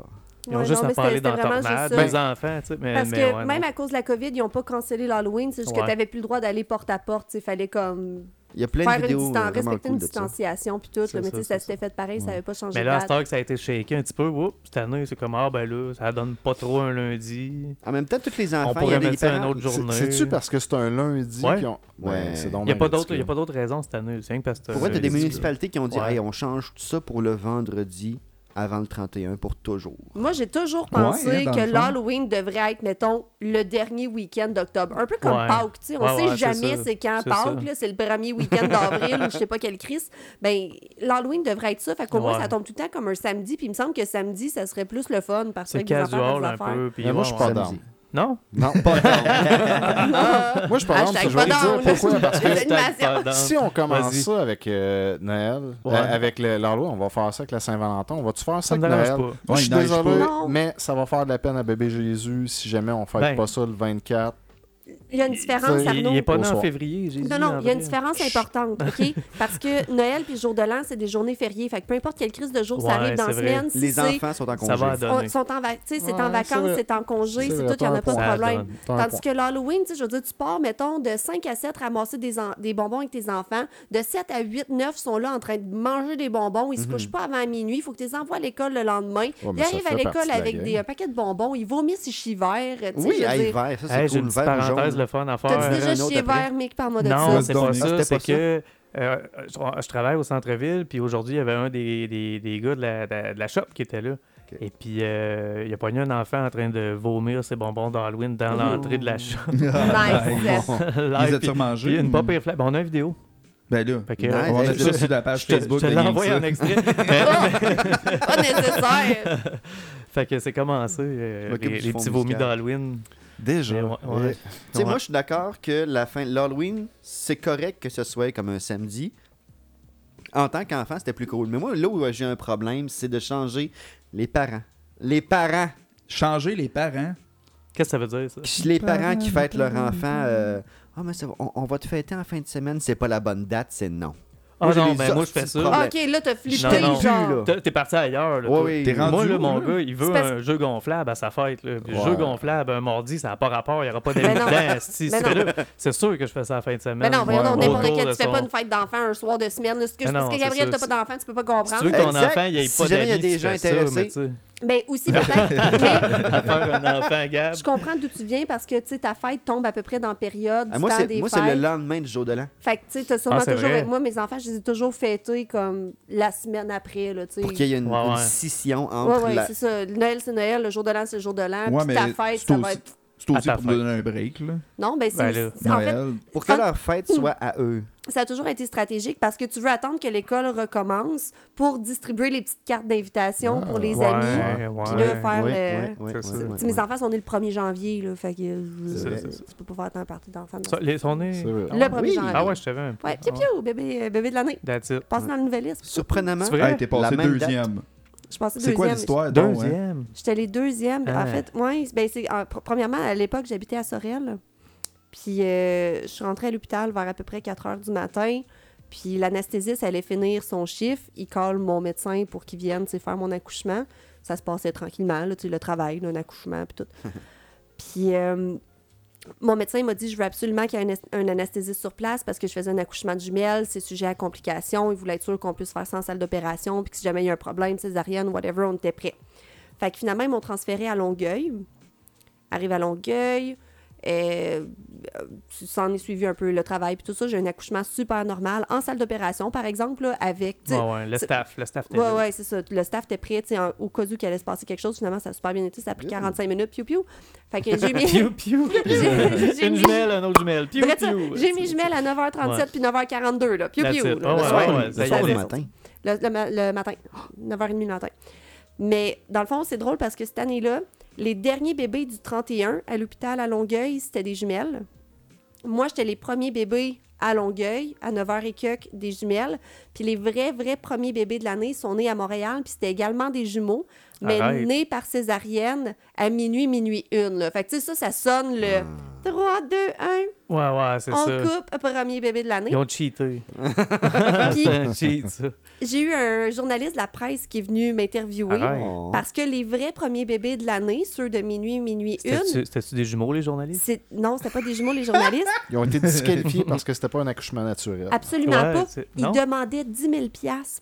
Ils ont Ouais, juste non, à mais parler c'était- dans c'était vraiment juste tornade, ça. les enfants, tu sais. Mais, Parce mais que ouais, même non. à cause de la COVID, ils n'ont pas cancellé l'Halloween. C'est juste que Ouais. tu n'avais plus le droit d'aller porte à porte. Il fallait comme Il y a plein faire de une vidéos. distance, euh, vraiment respecter cool une de ça. distanciation puis tout. C'est Le métier, ça, ça c'est s'était fait pareil, ça n'avait pas changé de mais là, à date. cette heure que ça a été shaké un petit peu, oups, cette année, c'est comme, ah ben là, ça donne pas trop un lundi. En même temps, tous les enfants. On il y a pourrait des mettre ça une parents- autre journée. C'est- C'est-tu parce que c'est un lundi Ouais. qu'ils ont- Ouais. c'est donc Il n'y bien a pas d'autre- ridicule. y a pas d'autre raison cette année, c'est rien que parce que. Pourquoi t'as des euh, municipalités qui ont dit Ouais. Hey, on change tout ça pour le vendredi avant le 31 pour toujours. Moi, j'ai toujours Ouais, pensé hein, dans le que fond. l'Halloween devrait être, mettons, le dernier week-end d'octobre. Un peu comme Ouais. Pâques, tu sais. On Ouais, sait ouais, c'est jamais ça. c'est quand C'est Pâques, ça. là, c'est le premier week-end d'avril ou je sais pas quel Christ. Ben, l'Halloween devrait être ça. Fait qu'au moins, Ouais. ça tombe tout le temps comme un samedi. Puis il me semble que samedi, ça serait plus le fun parce que C'est avec des enfants, casual des un affaires. peu. puis Mais moi, ouais, je suis pas on- Samedi. down. Non? Non, <laughs> pas down. Moi, je suis pas down, Hashtag puis je vais pas vous down. dire pourquoi. Parce que Les Hashtag animations. pas down. si on commence Vas-y. ça avec euh, Noël, Ouais. euh, avec le- l'Halloween, on va faire ça avec la Saint-Valentin, on va-tu faire ça, Ça me avec dérange Noël? pas. Ouais, Moi, je suis il neige pas. désolé, Non. mais ça va faire de la peine à bébé Jésus si jamais on fait Ben. pas ça le 24. Il y a une différence, Il- Il Arnaud. n'est pas né Bonsoir. en février, j'ai Non, non, il y a une différence importante, <laughs> OK? Parce que Noël puis jour de l'an, c'est des journées fériées. Fait que peu importe quelle crise de jour ça Ouais, arrive dans la c'est vrai. semaine, Les c'est- enfants sont en congé. Ça va à on- donner. sont en, va- tu sais, c'est Ouais, en c'est vacances, vrai. c'est en congé, C'est c'est vrai, tout, il n'y en a t'as pas un de point. problème. T'as un Tandis point. que l'Halloween, tu sais, je veux dire, tu pars, mettons, de 5 à 7 ramasser des, en- des bonbons avec tes enfants. De 7 à 8, 9 sont là en train de manger des bonbons. Ils se couchent pas avant minuit. Il faut que tu les envoies à l'école le lendemain. mais ils ça arrivent fait à partie l'école de la avec gang. des, un paquet de bonbons. Ils vomissent, ils chient vert. Tu sais, Oui, je veux à dire, hiver, ça c'est Hey, j'ai cool. une petite Vert ou parenthèse jaune. le fun à T'as-tu Ouais, faire. déjà un autre chié après. vert, Mick, parle-moi de Non, ça. <laughs> Vas-y c'est pas donc, ça. Nick. C'était C'est pas ça. que euh, je, je travaille au centre-ville, puis aujourd'hui, il y avait un des, des, des gars de la, de, de la shop qui était là. Et puis, euh, il a pogné un enfant en train de vomir ses bonbons d'Halloween dans Ouh. l'entrée de <laughs> la <laughs> shop. Nice. Ils Live, ont-ils puis- mangé? puis une pas pire flamme. Ben, On a une vidéo. Ben là, Fait que, Nice. on va Hey, mettre je- ça sur la page je te, Facebook je te de l'envoie Game en Sub. extrait. <laughs> Pas nécessaire. fait que c'est commencé, euh, Je m'occupe les, du les fond petits vomis musical. d'Halloween. Déjà. Mais ouais, ouais. Tu sais, moi, je suis d'accord que la fin de l'Halloween, c'est correct que ce soit comme un samedi. En tant qu'enfant, c'était plus cool. Mais moi, là où j'ai un problème, c'est de changer les parents. Les parents. Changer les parents. Qu'est-ce que ça veut dire, ça? Qui- Les parents qui fêtent leur enfant. euh, Ah, mais ça va- on, on va te fêter en fin de semaine. C'est pas la bonne date, c'est non. Ah Moi, j'ai non, des ben moi, je hosties fais de ça. problèmes. OK, là, t'as Non, flippé, non. genre. Plus, là. T'es t'es parti ailleurs, là. Ouais, toi. oui. T'es rendu Moi, où, là, mon là? gars, il veut C'est parce- un jeu gonflable à sa fête. Là. Puis Ouais. Jeu gonflable, un mardi, ça n'a pas rapport, il n'y aura pas Ben non. d'évidence. si, Ben c'est non. là, c'est sûr que je fais ça à la fin de semaine. Mais Ben non, voyons, Ouais, donc, ouais. n'importe Autour quel. de Tu fais son- pas une fête d'enfant un soir de semaine. là. Ce que, Ben parce non, que c'est Gabriel, ça, t'as pas c'est- d'enfant, tu peux pas Si tu veux comprendre. que ton Exact. enfant il ait Si pas jamais il y a d'amis, des tu gens fais ça, intéressés. mais tu <laughs> sais, Ben aussi, peut-être. mais <laughs> à faire un enfant, Gab. je comprends d'où tu viens parce que, tu sais, ta fête tombe à peu près dans la période du Ah, moi, temps c'est des moi, c'est fêtes. le lendemain du jour de l'an. Fait que, tu sais, t'as sûrement Ah, c'est toujours vrai. avec moi. Mes enfants, je les ai toujours fêtés comme la semaine après, là, tu Pour qu'il sais. y ait une, Ouais, une ouais. scission Ouais, entre ouais, la- c'est ça. Noël, c'est Noël. Le jour de l'an, c'est le jour de l'an. Ouais, Puis mais ta fête, c'est ça aussi- va être... C'est aussi À ta pour me fête. donner un break, là. Non, ben c'est... Ben là, c'est- en fait, Noël. pour que leur fête soit à eux. ça a toujours été stratégique parce que tu veux attendre que l'école recommence pour distribuer les petites cartes d'invitation Ah, pour les Ouais, amis. ouais. Puis là, faire... Ouais, euh, ouais, ouais, c'est ouais, ça. ouais, Tu sais, ouais. Mes enfants sont nés le 1er janvier, là, fait que euh, C'est euh, vrai, tu peux pas faire un party d'enfants. dans Ça, ce- les- son nez- C'est vrai. Le 1er oui. janvier. Ah ouais, je savais un peu. Ouais, piou piou, bébé, euh, bébé de l'année. That's it. Passe dans le nouvel liste. Surprenamment, C'est vrai? Hey, t'es passé La même date. deuxième. Je passais C'est quoi deuxième. l'histoire? donc, hein? Deuxième. J'étais les deuxièmes. En Ah. fait, ouais, ben c'est- en- pr- premièrement, à l'époque, j'habitais à Sorel. Puis euh, je suis rentrée à l'hôpital vers à peu près 4 heures du matin. Puis l'anesthésiste allait finir son chiffre. Il colle mon médecin pour qu'il vienne tu sais, faire mon accouchement. Ça se passait tranquillement, là, tu sais, le travail, là, un accouchement, puis tout. puis euh, mon médecin m'a dit je veux absolument qu'il y ait un, anes- un anesthésiste sur place parce que je faisais un accouchement de jumelles, c'est sujet à complications. Il voulait être sûr qu'on puisse faire ça en salle d'opération, puis que si jamais il y a un problème, césarienne, whatever, on était prêt. Fait que finalement, ils m'ont transféré à Longueuil. Arrive à Longueuil. euh, tu s'en est suivi un peu le travail puis tout ça. J'ai un accouchement super normal en salle d'opération, par exemple, là, avec. tu sais, Ouais, ouais, le c'est- staff, le staff Ouais, ouais, c'est ça. Le staff était prêt, tu sais, en- au cas où qu'il allait se passer quelque chose. Finalement, ça a super bien été. Ça a pris Bien. 45 minutes, piou piou. Fait que <laughs> j'ai mis. Piou, piou. <laughs> J'ai- j'ai Une mis- jumelle, un autre jumelle. Piou, Bref, ça, piou. J'ai mis jumelles à 9h37 Ouais. puis 9h42, là. Piou That's piou. it. là, Oh, le ouais, soir. ouais, ouais, ça le y soir allait. le matin. Le, le ma- le matin, <gasps> 9h30 le matin. Mais dans le fond, c'est drôle parce que cette année-là, les derniers bébés du 31 à l'hôpital à Longueuil, c'était des jumelles. Moi, j'étais les premiers bébés à Longueuil, à 9h et quelques, des jumelles. Puis les vrais, vrais premiers bébés de l'année sont nés à Montréal, puis c'était également des jumeaux, mais Arrête. nés par césarienne à minuit, minuit une. là. Fait que tu sais, ça, ça sonne Ah. le 3, 2, 1, Ouais, ouais, c'est on ça. coupe, premier bébé de l'année. Ils ont cheaté. Puis C'est un cheat, ça. j'ai eu un journaliste de la presse qui est venu m'interviewer. Arrête. Oh. Parce que les vrais premiers bébés de l'année, ceux de minuit, minuit, une, C'était-tu c'était-tu des jumeaux, les journalistes? c'est... non, c'était pas des jumeaux, les journalistes. Ils ont été disqualifiés parce que c'était pas un accouchement naturel. Absolument Ouais, pas. c'est- Ils non? Hein? demandaient 10 000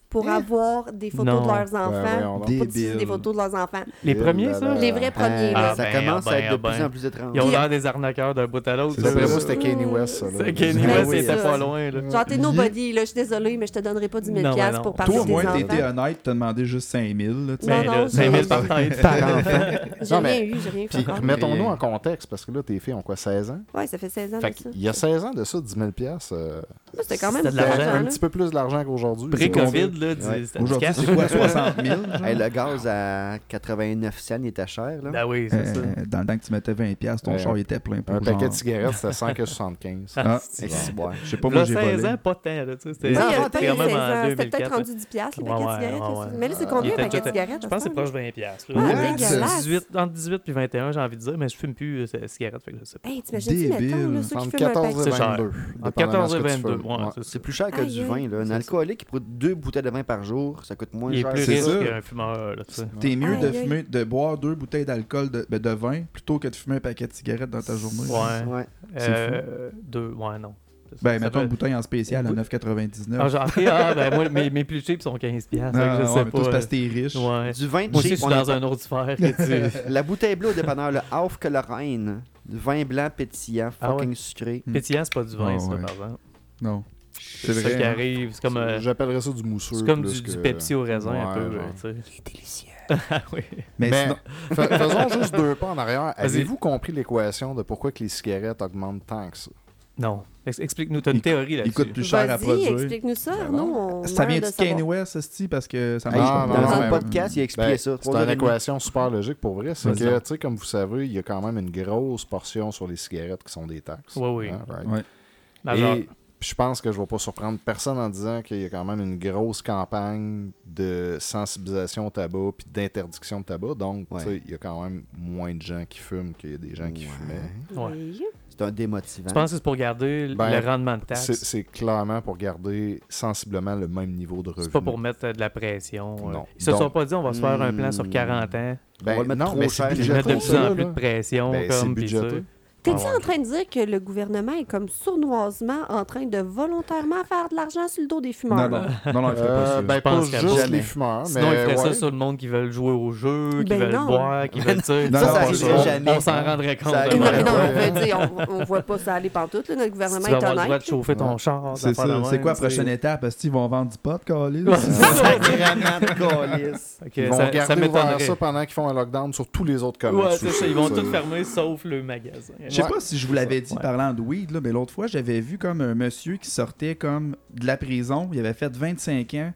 pour avoir des photos Non. de leurs Ben, voyons enfants. donc. Pas diffuser Débile. des photos de leurs enfants. Les Eh premiers, là ça? là. Les vrais premiers. Ah, là. Ah, ça ben, commence à ben, être de ben. plus en plus étrange. Ils ont Puis- l'air des arnaqueurs d'un bout à l'autre. C'est ça. D'après ça. moi, c'était Kanye West. ça, là. C'est Kenny Ben, West, c'est il était ça. pas loin. là. Genre, t'es nobody, là, je suis désolée, mais je te donnerai pas 10 000 Non, ben non. pour Toi, parler Toi, au des moins, enfants. t'étais honnête, t'as demandé juste 5000. Là, tu sais. Non, Ben, là, non, j'ai 5000 j'ai- par tête. euh, <laughs> Par enfant. j'ai Non, mais- rien eu, j'ai rien eu. Puis par contre. remettons-nous en contexte, parce que là, tes filles ont quoi, 16 ans? Ouais, ça fait 16 ans. Fait de ça. qu'il y a 16 ans de ça, 10 000 euh, Ça, C'était quand même C'était de de c'était l'argent, hein? l'argent, un là. petit peu plus d'argent qu'aujourd'hui. Pré-COVID, là, dis- Ouais. c'était du Aujourd'hui, cash. c'est quoi 60 000 genre? Hey, le gaz à 89 cents il était cher. Là. Ben oui, <laughs> c'est ça. Euh, Dans le temps que tu mettais 20$, piastres, ton Ouais. char il était plein pour Un genre- paquet de cigarettes, c'était <laughs> 5,75. Ah, Hey, c'est bon. je sais pas, moi Là, j'ai volé. 16 ans, pas tant. là, tu sais, C'était Oui, Ah, il y c'était avait pas eu 16 quand même en ans. C'était peut-être 2004, là. rendu 10 piastres, le Ouais, paquet de ouais, cigarettes. ouais, là, ouais. Mais là, c'est Il combien, était le paquet de tout- cigarettes? Je pense que c'est à proche de 20 piastres. Ah, là. dégueulasse. 18, entre 18 et 21, j'ai envie de dire, mais je fume plus euh, c- cigarette, fait que je sais pas. Hey, t'imagines-tu le temps, là, Débile. ceux qui Entre fument un 14 paquet? et C'est cher. 22. Entre dépendamment 14 de et ce que tu 22, fais. ouais, c'est C'est ça. plus cher que Aïe, du aïe. vin. Là. Un C'est alcoolique qui coûte deux bouteilles de vin par jour, ça coûte moins Il est cher. plus C'est riche ça. qu'un fumeur, là, tu sais. T'es mieux de Aïe, aïe. fumer, de boire deux bouteilles d'alcool de, ben, de vin plutôt que de fumer un paquet de cigarettes dans ta journée. Ouais. Ouais. C'est Euh, deux, ouais, non. C'est ça, Ben, ça mettons fait- une bouteille en spécial à 9,99. Ah, genre, ok, ah, ben moi, mes, mes plus cheap sont 15$. piastres, fait que Ah, je ouais, sais mais pas. euh, toi, c'est parce que t'es riche. ouais. Du vin Moi aussi, je cheap, suis on dans entend- un autre sphère que tu. <laughs> La bouteille bleue au dépanneur, le Half Colorine, le vin blanc pétillant, Ah fucking sucré. Hmm. Pétillant, c'est pas du vin, Ah, ça, ouais. par exemple. Non. C'est C'est ça vrai. qui hein. arrive. C'est comme, euh, J'appellerais ça du mousseux. c'est comme plus du, du que- Pepsi au raisin, un Ouais, peu. genre. là, tu sais. Il est délicieux. <laughs> Ah oui. Ben, Mais Mais sinon- fa- faisons juste deux pas en arrière. <laughs> Vas-y. Avez-vous compris l'équation de pourquoi que les cigarettes augmentent tant que ça? Non. Ex- Explique-nous, t'as une Il- théorie là-dessus. il coûte plus cher à Vas-y, produire. explique-nous ça, Ben Arnaud. on Ça meurt vient de du Kanye savoir. West, cest parce que ça Hey, marche Ah, pas. non, dans mais- un podcast, il expliquait Ben, ça. C'est trois heures une et demie. équation super logique pour vrai. C'est Vas-y. que, tu sais, comme vous savez, il y a quand même une grosse portion sur les cigarettes qui sont des taxes. Ouais, oui. Hein, right? Ouais. Major. Et je pense que je ne vais pas surprendre personne en disant qu'il y a quand même une grosse campagne de sensibilisation au tabac puis d'interdiction de tabac. Donc, tu sais, Ouais. il y a quand même moins de gens qui fument qu'il y a des gens qui Ouais. fumaient. Ouais. Oui. C'est un démotivant. Tu <laughs> penses que c'est pour garder l- Ben, le rendement de C'est taxe? c'est clairement pour garder sensiblement le même niveau de revenu. C'est pas pour mettre euh, de la pression. euh. Non. Ils se sont Donc- pas dit on va se faire un plan Hmm. sur 40 ans, On va le mettre Ben, non, trop mais cher. c'est Ils puis mettre de budgété, plus en ça, plus là. de pression. Ben, c'est comme, puis ça. budgété. T'es-tu Ah ouais. en train de dire que le gouvernement est comme sournoisement en train de volontairement faire de l'argent sur le dos des Non, fumeurs? non, non, non, il ferait pas Euh, ça. ben, Je pas pense qu'à juste jamais. les fumeurs, Sinon, ils Ah, mais feraient ça ouais. sur le monde qui veulent jouer au jeu, qui Ben veulent non. boire, qui veulent tirer. non, ça, ça non, arriverait on- jamais. On s'en rendrait compte. Ça à un Non, arriverait moment mais non, Ouais. on donné. veut dire, on, on voit pas ça aller pantoute, là, notre Si gouvernement tu vas est avoir le droit de honnête. là. chauffer ton char. C'est affaire de ça. C'est même, quoi la tu prochaine sais. étape? Est-ce qu'ils vont vendre du pot, Calis? Sacrément de calice. Ok, Ils vont ça- ça garder ouvert m'étonnerait. ça pendant qu'ils font un lockdown sur tous les autres commerces. Ouais, c'est ça. Ils vont Ça, tout fermer sauf le magasin. Je sais Ouais. pas si je vous l'avais dit Ouais. parlant de weed, là, mais l'autre fois, j'avais vu comme un monsieur qui sortait comme de la prison. Il avait fait 25 ans.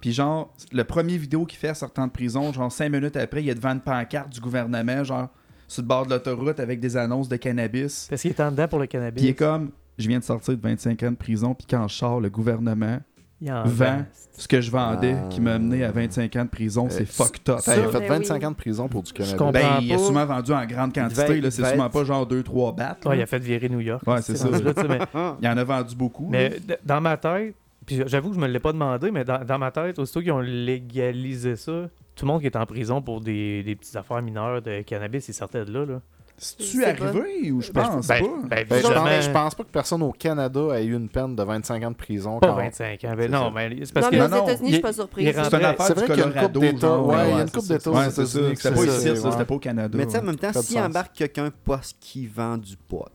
Puis genre, le premier vidéo qu'il fait en sortant de prison, genre 5 minutes après, il est devant une pancarte du gouvernement, genre sur le bord de l'autoroute avec des annonces de cannabis. Parce qu'il est en dedans pour le cannabis. Puis il est comme, je viens de sortir de 25 ans de prison, puis quand je sors, le gouvernement, Il en vend ce que je vendais Ah. qui m'a amené à 25 ans de prison. Euh, C'est fucked up. Attends, il a Ça, fait ben 25 oui. ans de prison pour du cannabis. comprends. Ben, il a pas. sûrement vendu en grande devait- quantité. là. C'est devait sûrement être- pas genre 2-3 battes. là. Ouais, il a fait virer New York. Ouais, c'est C'est ça. rendu là, tu sais, mais Il en a vendu beaucoup. <laughs> Mais là. d- dans ma tête, puis j'avoue que je me l'ai pas demandé, mais dans, dans ma tête, aussitôt qu'ils ont légalisé ça, tout le monde qui est en prison pour des, des petites affaires mineures de cannabis, ils sortaient de là. là. Je C'est-tu sais pas. arrivé ou je pense ben, pas? ben, Ben, je, évidemment, pense, je pense pas que personne au Canada ait eu une peine de 25 ans de prison. Pas quand- 25 ans. Ben C'est non, ça. mais c'est parce Non, que. mais non, aux non, États-Unis, il- je suis pas surprise. il est rendu- C'est une Après, affaire c'est du vrai qu'il y a une Colorado. coupe d'États, genre, ouais, il y a ouais, une c'est coupe ça. d'États aux Ouais, c'est ça. États-Unis que C'était c'est pas ça, ici, ça. ouais. C'était pas au Canada. Mais tu sais, en même temps, Pas de s'il sens. embarque quelqu'un parce qu'il vend du pot,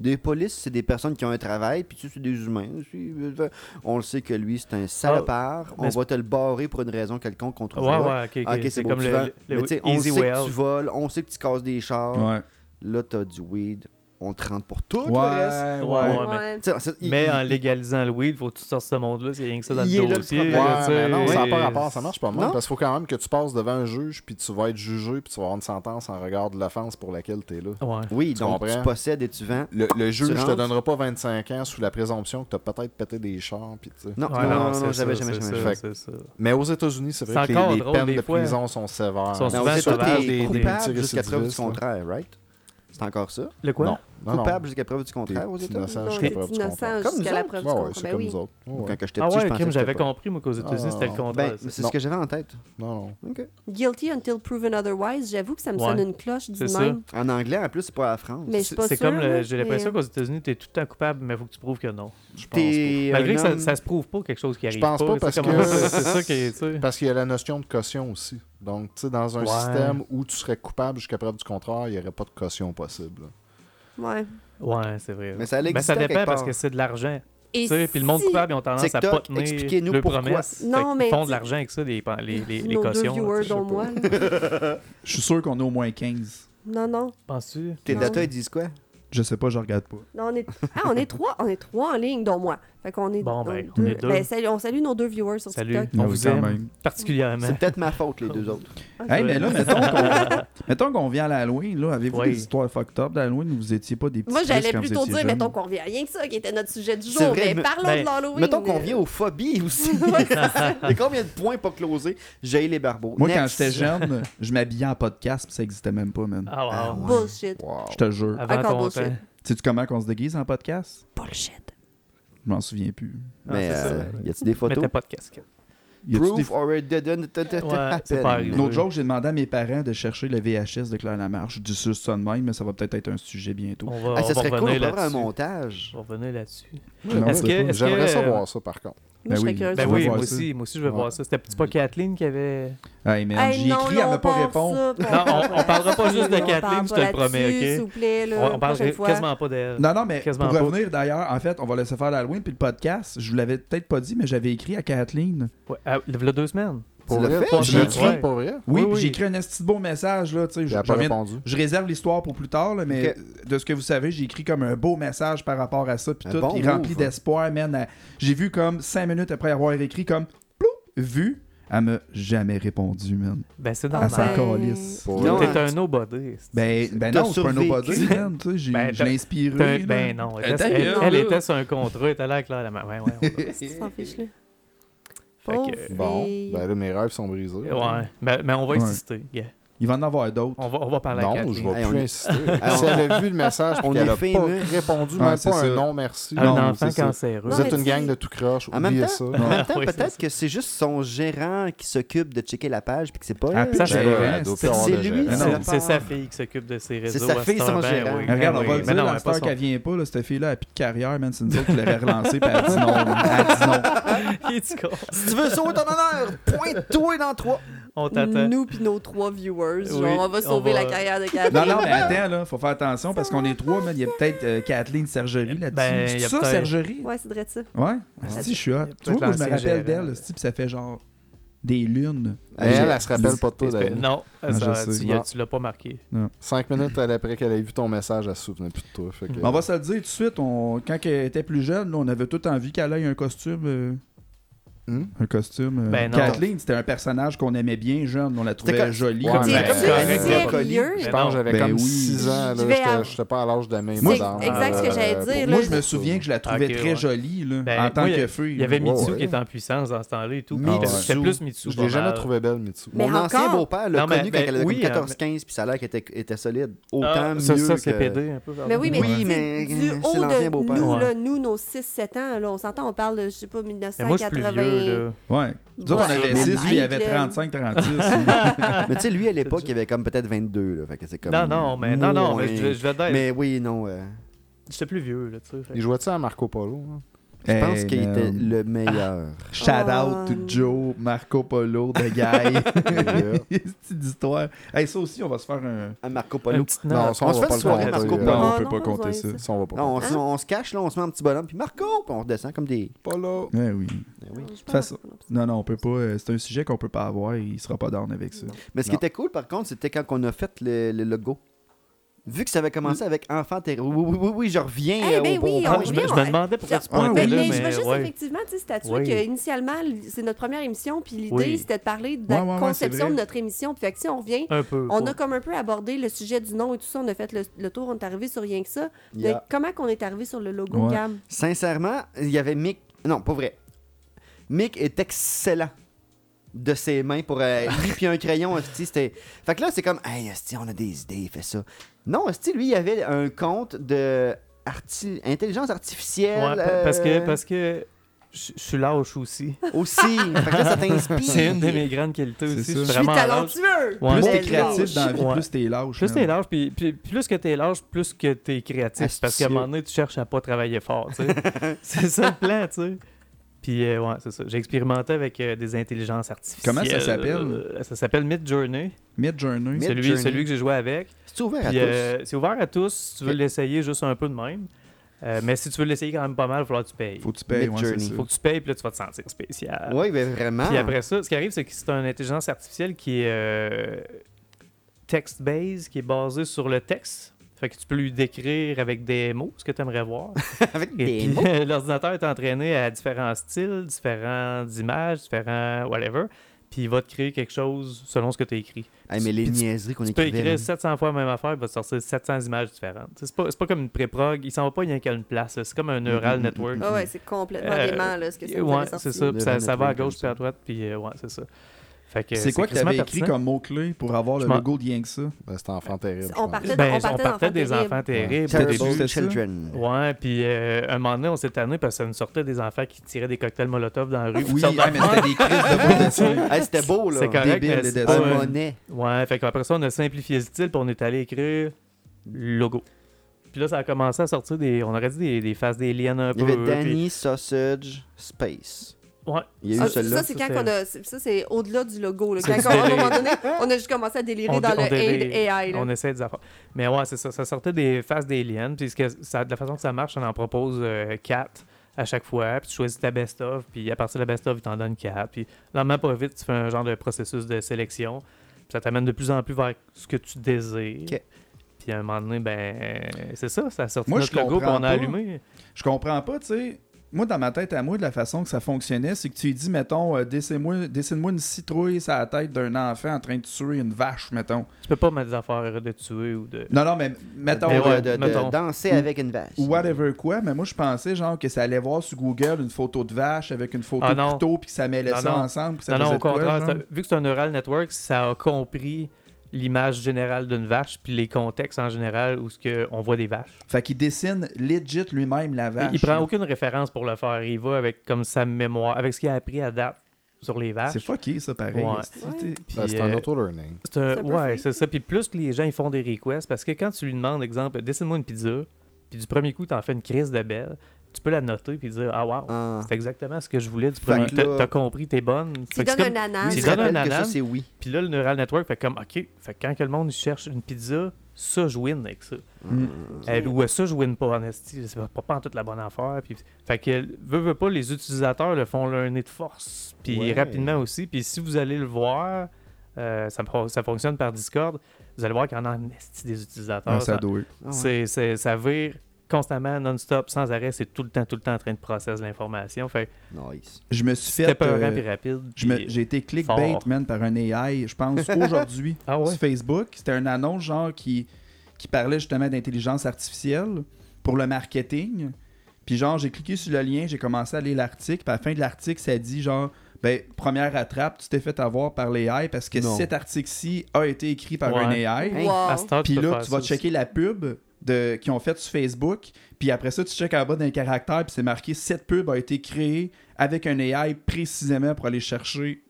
des polices, c'est des personnes qui ont un travail, puis tu sais, c'est des humains. aussi. On le sait que lui, c'est un salopard. Ah, mais on c'est- va te le barrer pour une raison quelconque qu'on Ouais, trouvera. ouais, ok, ok. Ah, ok, c'est c'est bon, comme tu le, vends. le- Mais tu sais, on Easy sait Well. que tu voles, on sait que tu casses des chars. Ouais. Là, t'as du weed. On te rentre pour Oh, tout le reste. Ouais, Ouais, ouais. ouais, mais- Ouais. Tu sais, c'est- il- Mais il- en légalisant le weed, faut que tu sortes ce monde-là, c'est rien que ça dans Il est le là, le dossier. problème. là, Ouais, tu mais sais. non, ça n'a pas rapport, ça marche pas mal. Non. Parce qu'il faut quand même que tu passes devant un juge, puis tu vas être jugé, puis tu vas avoir une sentence en regard de l'offense pour laquelle tu es là. Ouais. Oui, Tu donc tu comprends. possèdes et tu vends. Le, le juge te rentres. donnera pas 25 ans sous la présomption que tu as peut-être pété des chars, puis tu sais. Non, Ouais, non, non, non, c'est jamais, ça, jamais, c'est jamais. ça, Fait c'est ça. Mais aux États-Unis, c'est vrai C'est que les, encore les drôle, peines des de fois. prison sont sévères. Sont Mais souvent aux sauvages, États-unis, des- t'es des- coupable jusqu'à preuve du multirécidivistes, là. contraire, right? C'est encore ça? Le quoi? Non. Non, non. Coupable jusqu'à preuve du T'es contraire aux États-Unis? innocent Non, jusqu'à t'es preuve du innocent contraire. Comme jusqu'à nous la autres. preuve du Ouais, ouais, contrat. c'est Ben comme oui. nous autres. Ouais, Quand ouais. j'étais petit, Ah je ouais, pensais crime, que j'avais c'était pas- compris, moi, qu'aux États-Unis, Ah, c'était le non. contraire. Ben, mais c'est Non. ce que j'avais en tête. Non, non. OK. Guilty until proven otherwise, j'avoue que ça me Ouais. sonne une cloche du C'est ça. même. En anglais, en plus, c'est pas la France. Mais je suis pas C'est sûre, comme, le- là, j'ai mais- l'impression qu'aux États-Unis, t'es tout le temps coupable, mais faut que tu prouves que non. Je pense pas. T'es Malgré un que ça, homme- ça se prouve pas quelque chose qui arrive. pense pas tu sais, parce comme- que- c'est c'est ça qui est. tu sais. Parce qu'il y a la notion de caution aussi. Donc, tu sais, dans un Ouais. système où tu serais coupable jusqu'à preuve du contraire, il n'y aurait pas de caution possible. Ouais. Ouais, c'est vrai. Mais ça allait Mais ça exister à dépend quelque parce part. que c'est de l'argent. Et Tu sais, puis le monde si- coupable, ils ont tendance à TikTok, pas tenir expliquez-nous leurs pourquoi. promesses. Non, Fait qu'ils mais font tu- de l'argent avec ça, les, pan- les, les, les Nos deux cautions. viewers, là, tu sais, dont je sais moi. pas. là. Je suis sûr qu'on est au moins 15. Non, non. Penses-tu? Tes Non. data, ils disent quoi? Je sais pas, je regarde pas. Non, on est... Ah, on est trois, on est trois en ligne, dont moi. Fait qu'on est, Bon, ben, on on est est deux. Ben, salut- on salue nos deux viewers sur Salut. TikTok. On Mais vous quand aime. même. C'est Particulièrement. peut-être ma faute, les deux autres. Hey, mais là, mettons qu'on, mettons qu'on vient à l'Halloween. Là, avez-vous Oui. des histoires fucked up d'Halloween où vous étiez pas des petits Moi, j'allais friches quand vous plutôt étiez dire, jeunes? mettons qu'on revient à rien que ça, qui était notre sujet du C'est jour. vrai, mais mais- parlons ben, de l'Halloween. Mettons qu'on vient aux phobies aussi. Il y a combien de points pas closés? J'ai les barbeaux. Moi, quand Next. j'étais jeune, je m'habillais en podcast, puis ça existait même pas, man. Ah, wow. Bullshit. Wow. Je te jure. Avant Encore ton bullshit. temps. Sais-tu comment qu'on se déguise en podcast? Bullshit. Je m'en souviens plus. Mais Ah, c'est euh, ça. y a-tu des Mais photos? t'as pas de casque. Y a-tu Proof des... or it didn't t- t- t- Ouais, c'est pas happen. arrivé. Une autre joke, j'ai demandé à mes parents de chercher le VHS de Claire Lamarche. Je dis juste ça de même, mais ça va peut-être être un sujet bientôt. On va, Ah, on va ça serait cool, on revenir pourrait avoir un là-dessus. montage. On va revenir là-dessus. Non, Est-ce c'est que- pas- est-ce J'aimerais que- savoir ça, par contre. Moi, Ben je serais oui. curieuse. Ben veux oui, voir moi ça. aussi, moi aussi, je veux Ouais. voir ça. C'était petit pas Kathleen qui avait. Hey, man, Hey, j'ai non, écrit, là, elle m'a on pas part répondu. ça, puis Non, on part on- on parlera <laughs> pas là-dessus, juste de on parle Kathleen, je te le pas promets, là-dessus, ok? S'il vous plaît, là, On, on parle prochaine fois. quasiment pas d'elle. Non, non, mais pour Quasiment pas. revenir d'ailleurs, en fait, on va laisser faire l'Halloween puis le podcast. Je vous l'avais peut-être pas dit, mais j'avais écrit à Kathleen. Ouais, ah, il y a deux semaines. Pour l'as vrai? fait? Je l'ai Ouais. écrit, pour vrai? Oui, Oui, puis oui. j'ai écrit un esti de beau message, là, tu sais. Il Je, a je pas reviens- répondu. je réserve l'histoire pour plus tard, là, mais Ok. de ce que vous savez, j'ai écrit comme un beau message par rapport à ça, puis Un tout, bon puis move. rempli d'espoir, man. Elle- J'ai vu comme cinq minutes après avoir écrit, comme, ploup, vu, elle m'a jamais répondu, man. Ben, c'est Ah, Elle s'en normal. ben. calisse. Pour Non, vrai? hein. <laughs> T'es un nobody. c'est- Ben, ben T'as non, c'est pas un survécu. nobody, man, tu sais, j'ai- Ben, je t'as- l'ai inspiré, t'es un- là. Ben non, elle, Euh, était- ta elle- gueule, elle là. était sur un contrat, elle était là avec Claire Lamarche. Ouais, ouais, ouais. Tu t'en fiches, là. Fait que- Bon, Et- ben là, mes rêves sont brisés. Ouais, mais, mais on va Ouais. insister. yeah. Il va en avoir d'autres. On, va, on va parler à Non, Catherine. je vais Hey, on plus est- insister. si elle a vu le message On et qu'elle est a pas fameux. répondu, Ouais, même c'est pas ça. un non merci. Un non, enfant c'est ça. cancéreux. Non, Vous êtes mais une tu- gang de tout croche, En même oubliez temps- ça. En même temps, Oui, c'est peut-être ça. que c'est juste son gérant qui s'occupe de checker la page puis que c'est pas. Ah, elle. puis- Ça, c'est Ben vrai. ouais, elle doit <laughs> C'est- pas avoir c'est de lui, gérant. c'est la C'est part. c'est sa fille qui s'occupe de ses réseaux. C'est sa à fille, cette c'est heure, mon ben gérant. oui, <laughs> Mais Regarde, ben on va oui. le dire, Mais non, la elle a star pas qu'elle vient pas, là, cette fille-là, elle a plus de carrière, man. C'est nous autres qui l'avait relancée, puis elle a <laughs> dit non. Elle a dit non. son- Es-tu con? Si tu veux sauver ton honneur, pointe-toi dans trois. On t'attend. Nous pis nos trois viewers, genre, euh, Oui, on va on sauver va- la carrière <laughs> de Catherine. Non, non, <laughs> mais attends, là, faut faire attention parce qu'on est trois, mais il y a peut-être euh, Kathleen Sergerie là-dessus. Ben, C'est il y a ça, peut-être- Sergerie? Ouais, c'est vrai ça. Ouais. Si, je suis hot. Il y a Tu vois, peut-être moi, je me l'ancien rappelle gérant, d'elle, là. ce type, ça fait genre des lunes. Elle, elle, elle se rappelle pas de toi, d'ailleurs. Non, ça, je sais. tu y as- tu l'as pas marqué. Cinq minutes après qu'elle ait vu ton message, elle se souvenait plus de toi. fait que- Mais On va se le dire tout de suite, on... quand elle était plus jeune, là, on avait tout envie qu'elle ait un costume euh, Hum? Un costume. euh, Ben non. Kathleen, c'était un personnage qu'on aimait bien jeune. On la C'était trouvait co- jolie. Ouais, comme mais- actrice. correct, T'es-tu correct. sérieux? Je Mais pense non. que j'avais Ben comme oui. 6 ans. là, Je vais J'étais à- j'étais pas à l'âge de mes Euh, C'est madame. exact ce que j'allais dire, Moi, là. je me souviens que je la trouvais Ok, très ouais. jolie là, Ben, en tant moi, que fille. Il y avait Ouais, Mitsu ouais. qui était en puissance dans ce temps-là et tout. puis Mitsu. c'était- C'était plus Mitsu. Je l'ai pas jamais mal. trouvé belle, Mitsu. Mais Mon ancien encore- beau-père l'a Non, mais- connu quand mais elle avait oui, hein, comme mais- 14-15, puis ça a l'air qu'elle était, était solide. Autant Ah, mieux ça, ça, c'est que... PD un peu. pardon. Mais oui, mais, Oui, tu sais, mais, du euh, c'est haut l'ancien de beau-père. nous, Ouais. là, nous, nos 6-7 ans, là, on s'entend, on parle de, je sais pas, Mais moi, je suis plus 1980. vieux, là. Ouais. Nous autres, on Ouais. avait Mais 6, lui, il avait Mike, 35, 36. Mais tu sais, lui, à l'époque, il avait comme peut-être 22. Là, fait que c'est comme Non, non, mais, non, non, mais moins. je, je vais dire, Mais oui, non. euh, j'étais plus vieux, là, tu sais. fait- Il jouait-tu à Marco Polo? hein? je pense Hey, qu'il man. était le meilleur. Ah, Shout out to Um. Joe, Marco Polo, <laughs> The Guy. Yeah. C'est une histoire. Hey, ça aussi, on va se faire un. ah, À Marco Une Polo. petite Non, note. ça, on on se va fait pas le soirée compter, euh, Marco Polo. Non, Ah, on peut non, pas non, compter vous ça. avez Ça, on va pas Non, on, compter. on- on se cache, là, on se met en petit bonhomme, puis Marco, puis on redescend comme des. Polo. Ouais, oui. Eh oui. Je pense Façon- qu'on a pas ça. Non, non, on peut pas. euh, C'est un sujet qu'on peut pas avoir. et il sera pas down avec ça. Mais ce Non. qui était cool, par contre, c'était quand on a fait le, le logo. Vu que ça avait commencé Mm. avec Enfant Terrible. Oui, oui, oui, oui, je reviens Eh euh, ben au oui, bon Ah, on point. je, revient, me, je me demandais pourquoi tu Ah, mais, pointais là, mais mais, je veux juste ouais. effectivement tu sais, statuer Oui. que initialement c'est notre première émission puis l'idée Oui. c'était de parler de la Ouais, ouais, ouais, c'est conception vrai. de notre émission puis fait que si on revient Un peu. on quoi. a comme un peu abordé le sujet du nom et tout ça on a fait le, le tour on est arrivé sur rien que ça Mais Yeah. comment qu'on est arrivé sur le logo Ouais. Cam Sincèrement, il y avait Mick. Non, pas vrai. Mick est excellent de ses mains <laughs> pour euh, lui puis un crayon esti, c'était fait que là c'est comme hey esti, on a des idées il fait ça non esti lui il avait un compte de arti- intelligence artificielle Ouais, pa- parce que, euh, parce que je je suis lâche aussi. aussi fait que là ça t'inspire <laughs> C'est une de mes grandes qualités C'est aussi. ça. je Je suis suis vraiment lâche. talentueux Ouais. Plus Mais t'es lâche. créatif dans la vie, Ouais. plus t'es lâche. Plus man. t'es large, puis, puis- plus que t'es large, plus que t'es créatif. Astucieux. Parce qu'à un moment donné, tu cherches à pas travailler fort, tu sais. c'est ça le plan, tu sais. Puis, euh, ouais, c'est ça. J'ai expérimenté avec euh, des intelligences artificielles. Comment ça s'appelle? Euh, ça s'appelle Midjourney. Mid-journey. Mid- Celui, Journey. celui que j'ai joué avec. c'est ouvert à Puis, tous euh, c'est ouvert à tous. Si tu veux l'essayer juste un peu de même. Euh, mais si tu veux l'essayer quand même pas mal, il va falloir que tu payes. Faut que tu payes. ouais, c'est Mid-journey. ça. Faut que tu payes, puis là, tu vas te sentir spécial. oui mais vraiment Puis après ça, ce qui arrive, c'est que c'est une intelligence artificielle qui est euh, text-based, qui est basée sur le texte. Fait que tu peux lui décrire avec des mots ce que tu aimerais voir. <laughs> avec Et des puis, mots <laughs> l'ordinateur est entraîné à différents styles, différentes images, différents whatever. Puis il va te créer quelque chose selon ce que tu as écrit. Hey, mais les Puis tu- niaiseries qu'on Tu peux écrivait écrire là. 700 fois la même affaire, il va te sortir 700 images différentes. C'est pas, c'est pas comme une pré-prog, il s'en va pas rien qu'à une place. là. C'est comme un Mm-hmm. neural network. ah ouais c'est complètement Euh, dément là ce que ça hein. nous ouais, avait sorti. c'est ça. Puis ça, Neural ça va à network, gauche comme puis à droite, puis euh, ouais, c'est ça. Fait que C'est quoi que crissement t'avais écrit pertinent. comme mot-clé pour avoir le Je m'en- logo de rien que ça? Ben, C'était enfant On terrible. je pense. partait de- Ben, on partait des d'enfants enfants terribles. terribles au Terrible Terrible début. c'était ça? Children Ouais, puis euh, un moment donné, on s'est tanné parce que ça nous sortait des enfants qui tiraient des cocktails Molotov dans la rue. Oui, Ça, dans- ah, mais <laughs> c'était des crises de beau dessin. Hey, c'était beau là C'est correct, Débile, mais les c'est dessins. pas, euh, monnaie Ouais, fait qu'après ça, on a simplifié le style, puis on est allé écrire logo. Puis là, ça a commencé à sortir des. On aurait dit des, des faces des liens un il y peu. avait puis- Danny Sausage Space Ouais. il y a Ah, eu celle-là ça, c'est ça, quand qu'on a. c'est- Ça, c'est au-delà du logo. Là. C'est Quand du on, à un délire. moment donné, on a juste commencé à délirer dans dé- le délire- aid AI. là. on essaie des affaires. Mais ouais, c'est ça. Ça sortait des faces des liens. Puis ce que ça- de la façon que ça marche, on en propose 4 à chaque fois. Puis tu choisis ta best-of. Puis à partir de la best-of, ils t'en donnent 4. Puis lentement, pas vite, tu fais un genre de processus de sélection. Puis ça t'amène de plus en plus vers ce que tu désires. Ok. Puis à un moment donné, ben, euh, c'est ça. Ça a sorti Moi, notre je logo, puis comprends on pas. a allumé. Je comprends pas, tu sais. Moi, dans ma tête à moi, de la façon que ça fonctionnait, c'est que tu lui dis, mettons, euh, dessine-moi dessine une citrouille sur la tête d'un enfant en train de tuer une vache, mettons. Tu peux pas mettre des affaires de tuer ou de. Non, non, mais mettons, Mais de, ouais, de- de mettons. danser Ou- avec une vache. ou whatever quoi, mais moi, je pensais, genre, que ça allait voir sur Google une photo de vache avec une photo Ah, de non. couteau, puis que ça mêlait Non, ça non. ensemble. puis ça Non, non, faisait au de quoi, contraire, genre? ça- vu que c'est un neural network, ça a compris l'image générale d'une vache, puis les contextes en général où ce que on voit des vaches. Fait qu'il dessine legit lui-même la vache. Il prend aucune référence pour le faire. Il va avec comme sa mémoire, avec ce qu'il a appris à date sur les vaches. C'est fucké, ça, pareil. Ouais. C'est- c'est- Puis, Ben, C'est un euh, auto-learning. c'est un- C'est un peu ouais, freaky. c'est ça. Puis plus que les gens ils font des requests, parce que quand tu lui demandes, exemple, dessine-moi une pizza, puis du premier coup, tu en fais une crise de belle, tu peux la noter puis dire Ah, wow, Ah. c'est exactement ce que je voulais du Fait premier que coup. là- T'as t'as compris, t'es bonne. Tu Fait que c'est donnes comme- un ananas. Lui, il C'est se donne un rappelle que ça, anane. c'est oui. Puis là, le neural network fait comme, OK, fait que quand que le monde il cherche une pizza, ça, je win avec ça. Mm. Euh, ou euh, ça, je win pas, en esti. C'est pas, pas en toute la bonne affaire. Puis, fait que, veut, veut pas, les utilisateurs le font leur nez de force. Puis Ouais. rapidement aussi. Puis si vous allez le voir, euh, ça, pro- ça fonctionne par Discord, vous allez voir qu'il y en a en esti des utilisateurs. Ah, ça doit. Ah ouais. c'est, c'est- ça vire constamment, non-stop, sans arrêt, c'est tout le temps, tout le temps en train de processer l'information. Fait que Nice. Je me suis c'était fait. pas euh, et rapide. je me- puis- J'ai été clickbait, Fort. man, par un AI, je <laughs> pense, aujourd'hui, Ah ouais? sur Facebook. C'était un annonce, genre, qui, qui parlait justement d'intelligence artificielle pour le marketing. Puis, genre, j'ai cliqué sur le lien, j'ai commencé à lire l'article. Puis, à la fin de l'article, ça dit, genre, ben, première attrape, tu t'es fait avoir par l'AI parce que Non. cet article-ci a été écrit par Ouais. un AI. Hey, À cette heure, Puis peux là, faire tu vas ça. checker la pub de, qu'ils ont faite sur Facebook. Puis après ça, tu checkes en bas d'un caractère, puis c'est marqué « Cette pub a été créée avec un AI précisément pour aller chercher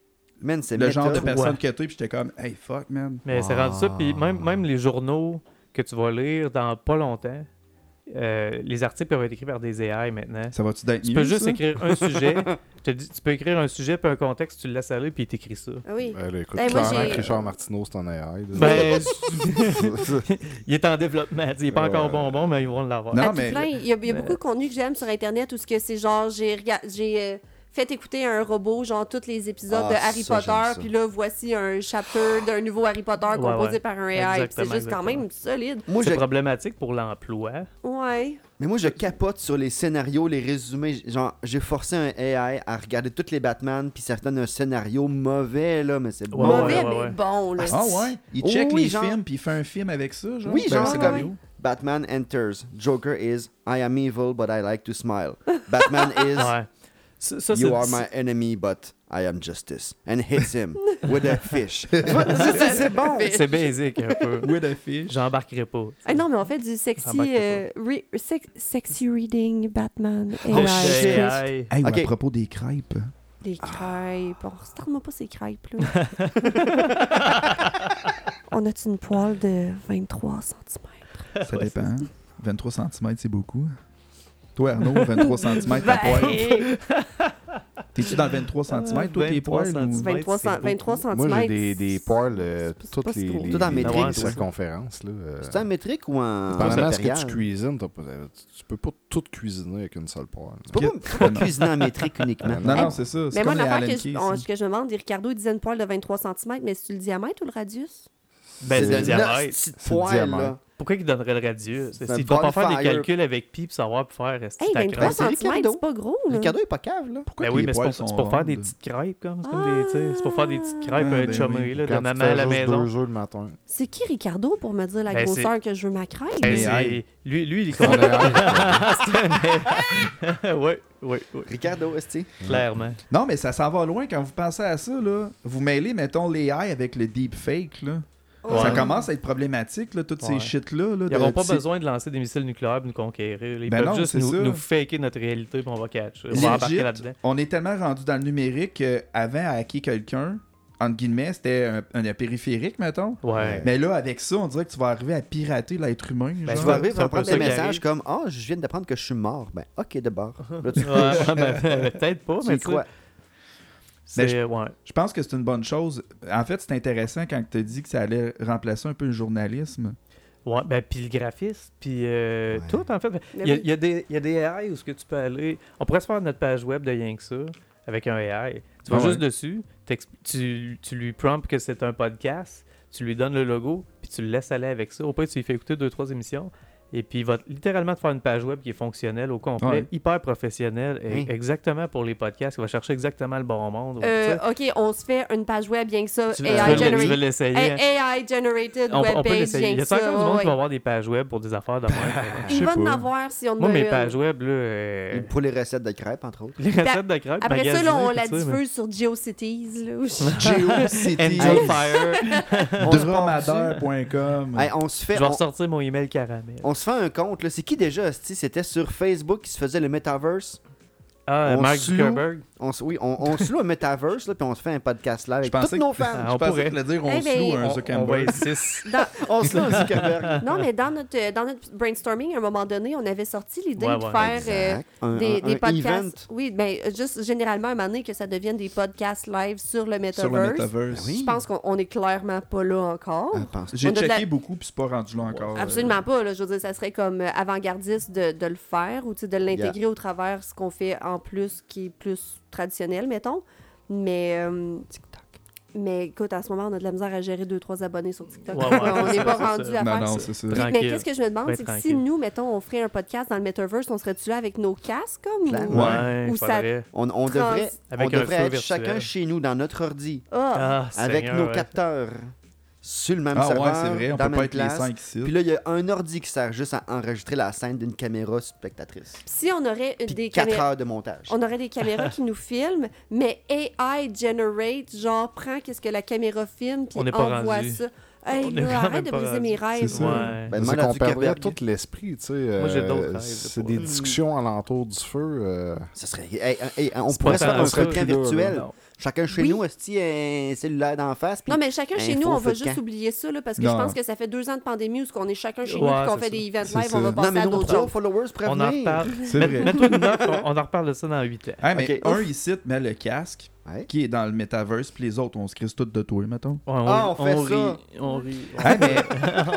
Man, c'est le genre de méta. méthode. personne que t'es. ». Puis j'étais comme « Hey, fuck, man. Mais c'est rendu ça. Puis même, même les journaux que tu vas lire dans pas longtemps, euh, les articles peuvent être écrits par des AI maintenant. Ça va-tu d'être Tu mieux, peux juste ça? écrire un sujet. Je te dis, tu peux écrire un sujet puis un contexte, tu le laisses aller puis t'écris ça. Ah oui. Ben, là, écoute, Ben, moi, clairement, j'ai- que Richard Martineau, c'est un AI. là. Ben, Ça, il est en développement. tu sais, Il est pas Ouais, encore ouais. bonbon, mais ils vont l'avoir. Non, à tout mais- plein. Ah, Il y a, il y a Mais- beaucoup de contenu que j'aime sur Internet où ce que c'est genre j'ai rega- j'ai euh, fait écouter à un robot genre tous les épisodes Ah, de Harry ça, j'aime Potter ça. puis là voici un chapitre d'un nouveau Harry Potter Ouais, composé ouais. par un AI. Puis C'est Exactement, juste quand même solide. Moi, je C'est problématique pour l'emploi. Ouais. Mais moi, je capote sur les scénarios, les résumés. Genre, j'ai forcé un AI à regarder toutes les Batman, puis certains d'un scénario mauvais, là, mais c'est Ouais, bon. Mauvais ouais, mais ouais. bon là. <laughs> Ah ouais? Il Oh check oui, les genre- films, puis il fait un film avec ça, genre? Oui, C'est un genre, scénario. Batman enters. Joker is I am evil, but I like to smile. <laughs> Batman is Ouais. Ça, ça, c'est- You are my enemy, but I am justice. And hits him <laughs> with a fish. Tu vois, <laughs> ça, c'est c'est bon. c'est basic un peu. With a fish. J'embarquerai pas. Ah non, mais on fait du sexy, m'embarque pas. euh, re- sex- sexy reading Batman. Oh, AI, shit. Chris. AI. Hey, ou Ok. à propos des crêpes. Des crêpes. On retarde-moi pas ces crêpes-là. <laughs> On a-tu une poêle de 23 cm? Ça dépend. 23 cm, c'est beaucoup. Toi, Arnaud, <laughs> 23 cm ta poêle. T'es-tu dans le 23 cm, toi, tes 23 poils? ou- centimètres. 23, c'est cent- beaucoup. 23 cm. <laughs> Moi, j'ai des, des poils, euh, C'est- c'est pas toutes si les, gros. les, Tout en les- métrique, les toi. circonférences. Là, euh, C'est en métrique ou en. dépendamment en de ce que tu impérial? cuisines, t'as pas- euh, tu tu peux pas tout cuisiner avec une seule poêle. Faut pas- faut <laughs> pas cuisiner en métrique uniquement. Non, non, c'est ça. Mais C'est moi, comme les l'affaire Allen que, je- Keys, on- ça. que je me demande, Ricardo, il disait une poêle de 23 cm, mais c'est le diamètre ou le radius? <laughs> Ben, c'est de le diamètre. petite C'est le poêle, diamètre. là. Pourquoi il donnerait le radius? C'est un Il doit pas faire des bonfire. calculs avec pi pour savoir pour faire est-ce que Hey, ben, ta 23 crêpe. c'est cm, Ricardo. c'est pas gros, là. Le cadeau est pas cave, là. Pourquoi Ben que oui, les mais c'est poils pour, sont c'est pour faire des rondes? petites crêpes, comme. C'est comme des, tu sais, c'est pour faire des petites crêpes Ah, euh, ben chummy, oui. là, de Quand tu maman fais à la juste maison. deux œufs le matin. C'est qui Ricardo pour me dire la Ben, c'est- grosseur que je veux ma crêpe? Ben, Mais c'est- hey. lui, lui, il est On con- est- <laughs> Oui, oui, oui. Ricardo, est-ce que- Clairement. Non, mais ça s'en va loin quand vous pensez à ça. Là. Vous mêlez, mettons, l'AI avec le deepfake. Là. Ouais. Ça commence à être problématique, là, toutes Ouais. ces shit-là. Là, Ils de- n'auront pas c'est- besoin de lancer des missiles nucléaires pour nous conquérir. Ils Euh, Ben peuvent non, juste c'est nous, ça. nous faker notre réalité puis on va catch. On Legit, va embarquer là-dedans. on est tellement rendu dans le numérique qu'avant, à hacker quelqu'un, entre guillemets, c'était un, un périphérique, mettons. Ouais. Mais là, avec ça, on dirait que tu vas arriver à pirater l'être humain. Ben, genre. Tu Ouais, vas arriver, c'est tu vas un peu prendre ça des qui messages arrive. comme Ah, je viens d'apprendre que je suis mort. Ben, ok, de <laughs> bord. Là, tu, Ouais, <laughs> ben, ben, peut-être pas, tu mais y tu crois. sais, c'est Mais je- ouais. Je pense que c'est une bonne chose. En fait, c'est intéressant quand tu as dit que ça allait remplacer un peu le <laughs> journalisme. Ouais, ben, puis le graphiste, puis euh, Ouais. tout, en fait. Mais Il y, a, oui. il y a des, il y a des AI où ce que tu peux aller. On pourrait se faire notre page web de rien que ça avec un AI. Tu vas Ah ouais. juste dessus, t'exp- tu, tu lui promptes que c'est un podcast, tu lui donnes le logo, puis tu le laisses aller avec ça. Au pire, tu lui fais écouter deux, trois émissions. Et puis, il va t- littéralement te faire une page web qui est fonctionnelle au complet, Ouais. hyper professionnelle, et Hein. exactement pour les podcasts. Il va chercher exactement le bon monde. Euh, Tu OK, on se fait une page web, bien que ça, sais, tu veux- tu AI veux le- tu veux generated. l'essayer. hein? AI generated On, web on peut page, l'essayer. bien Il y que a ça ben, ça. encore du monde ouais, qui va avoir des pages web pour des affaires de <laughs> même. Il Je va sais en pas. avoir si on en Moi, a mes une. pages web, là, euh, Pour les recettes de crêpes, entre <laughs> autres. les recettes de crêpes, Après ça, là, on magasinées, la tout ça, mais- diffuse sur GeoCities. Là, où je- <laughs> GeoCity, Angel <laughs> Fire. se part dromadaire.com. Hey, on se fait. Je vais on- ressortir mon email caramel. On se fait un compte, là. C'est qui déjà, hostie? C'était sur Facebook qui se faisait le Metaverse. Ah, on Mark se loue. Zuckerberg. On se, oui, on, on se loue un Metaverse, là, puis on se fait un podcast là avec Je pensais tous que- <laughs> nos fans. Ah, on Je pensais pourrait. que le dire, on Eh se ben, loue un On- On va Zuckerberg. <laughs> être six. Dans- On se loue à Zuckerberg. Non, mais dans notre, euh, dans notre brainstorming, à un moment donné, on avait sorti l'idée Ouais, de ouais, faire euh, Un- des, un- des un podcasts. event. Oui, ben, euh, juste généralement, à un moment donné, que ça devienne des podcasts live sur le metaverse. Sur le Metaverse. Ben oui. Je pense qu'on on est clairement pas là encore. Ah, pense- J'ai On a de checké la- beaucoup, puis c'est pas rendu là Euh, encore. euh, Absolument pas. Là, je veux dire, ça serait comme euh, avant-gardiste de, de le faire ou tu sais, de l'intégrer au travers ce qu'on fait en plus qui est plus traditionnel, mettons. Mais. euh, Mais écoute, à ce moment, on a de la misère à gérer deux, trois abonnés sur TikTok. Ouais, ouais, <laughs> on c'est n'est pas ça, c'est rendu ça. à Non, faire non, ça. c'est ça. Dra- Mais Tranquille. qu'est-ce que je me demande, Faut être c'est que si tranquille. nous, mettons, on ferait un podcast dans le Metaverse, on serait-tu là avec nos casques, comme? Clairement. ou- Ouais, Ou ça- faudrait. On, on Trans- devrait, Avec on un devrait feu être virtuel. chacun chez nous, dans notre ordi, Ah! Ah, avec Seigneur, nos ouais. capteurs, sur le même Ah serveur, ouais, c'est vrai, on dans la peut même pas être les classe. 5 ici. Puis là, il y a un ordi qui sert juste à enregistrer la scène d'une caméra spectatrice. Si on aurait Puis des 4 caméras... heures de montage. On aurait des caméras qui nous filment, mais AI generate, genre, prends qu'est-ce que la caméra filme, puis On n'est pas envoie rendu. ça. Hey, On est gars, quand même arrête de pas briser rendu. mes rêves. C'est là. Ouais. Ben, C'est demande à qu'on perdrait Zuckerberg. tout l'esprit, tu sais. euh, Moi, j'ai d'autres rêves, C'est pour- des Mm. discussions alentour du feu. euh, Ça serait... hey, hey, on C'est pourrait pas se faire tant un ça, fréquent plus là, là. virtuel. Non. Chacun chez Oui. nous, est un cellulaire d'en face? puis- Non, mais chacun chez Info, nous, on va feu de juste camp. oublier ça, là, parce que je Non. pense que ça fait deux ans de pandémie où on est chacun chez Ouais, nous et qu'on c'est fait ça. des events C'est live, on ça. va Non, non, passer mais à nos d'autres trois choses. followers, On en prévenez. reparle. C'est Mets- <laughs> vrai. Mets-toi une note, on, on en reparle de ça dans 8 ans. Hey, mais Ok, un ici te met le casque Ouais. qui est dans le metaverse, puis les autres, on se crisse toutes de toi, mettons. Ouais, on, Ah, on fait rit, ça. on rit. Hey, mais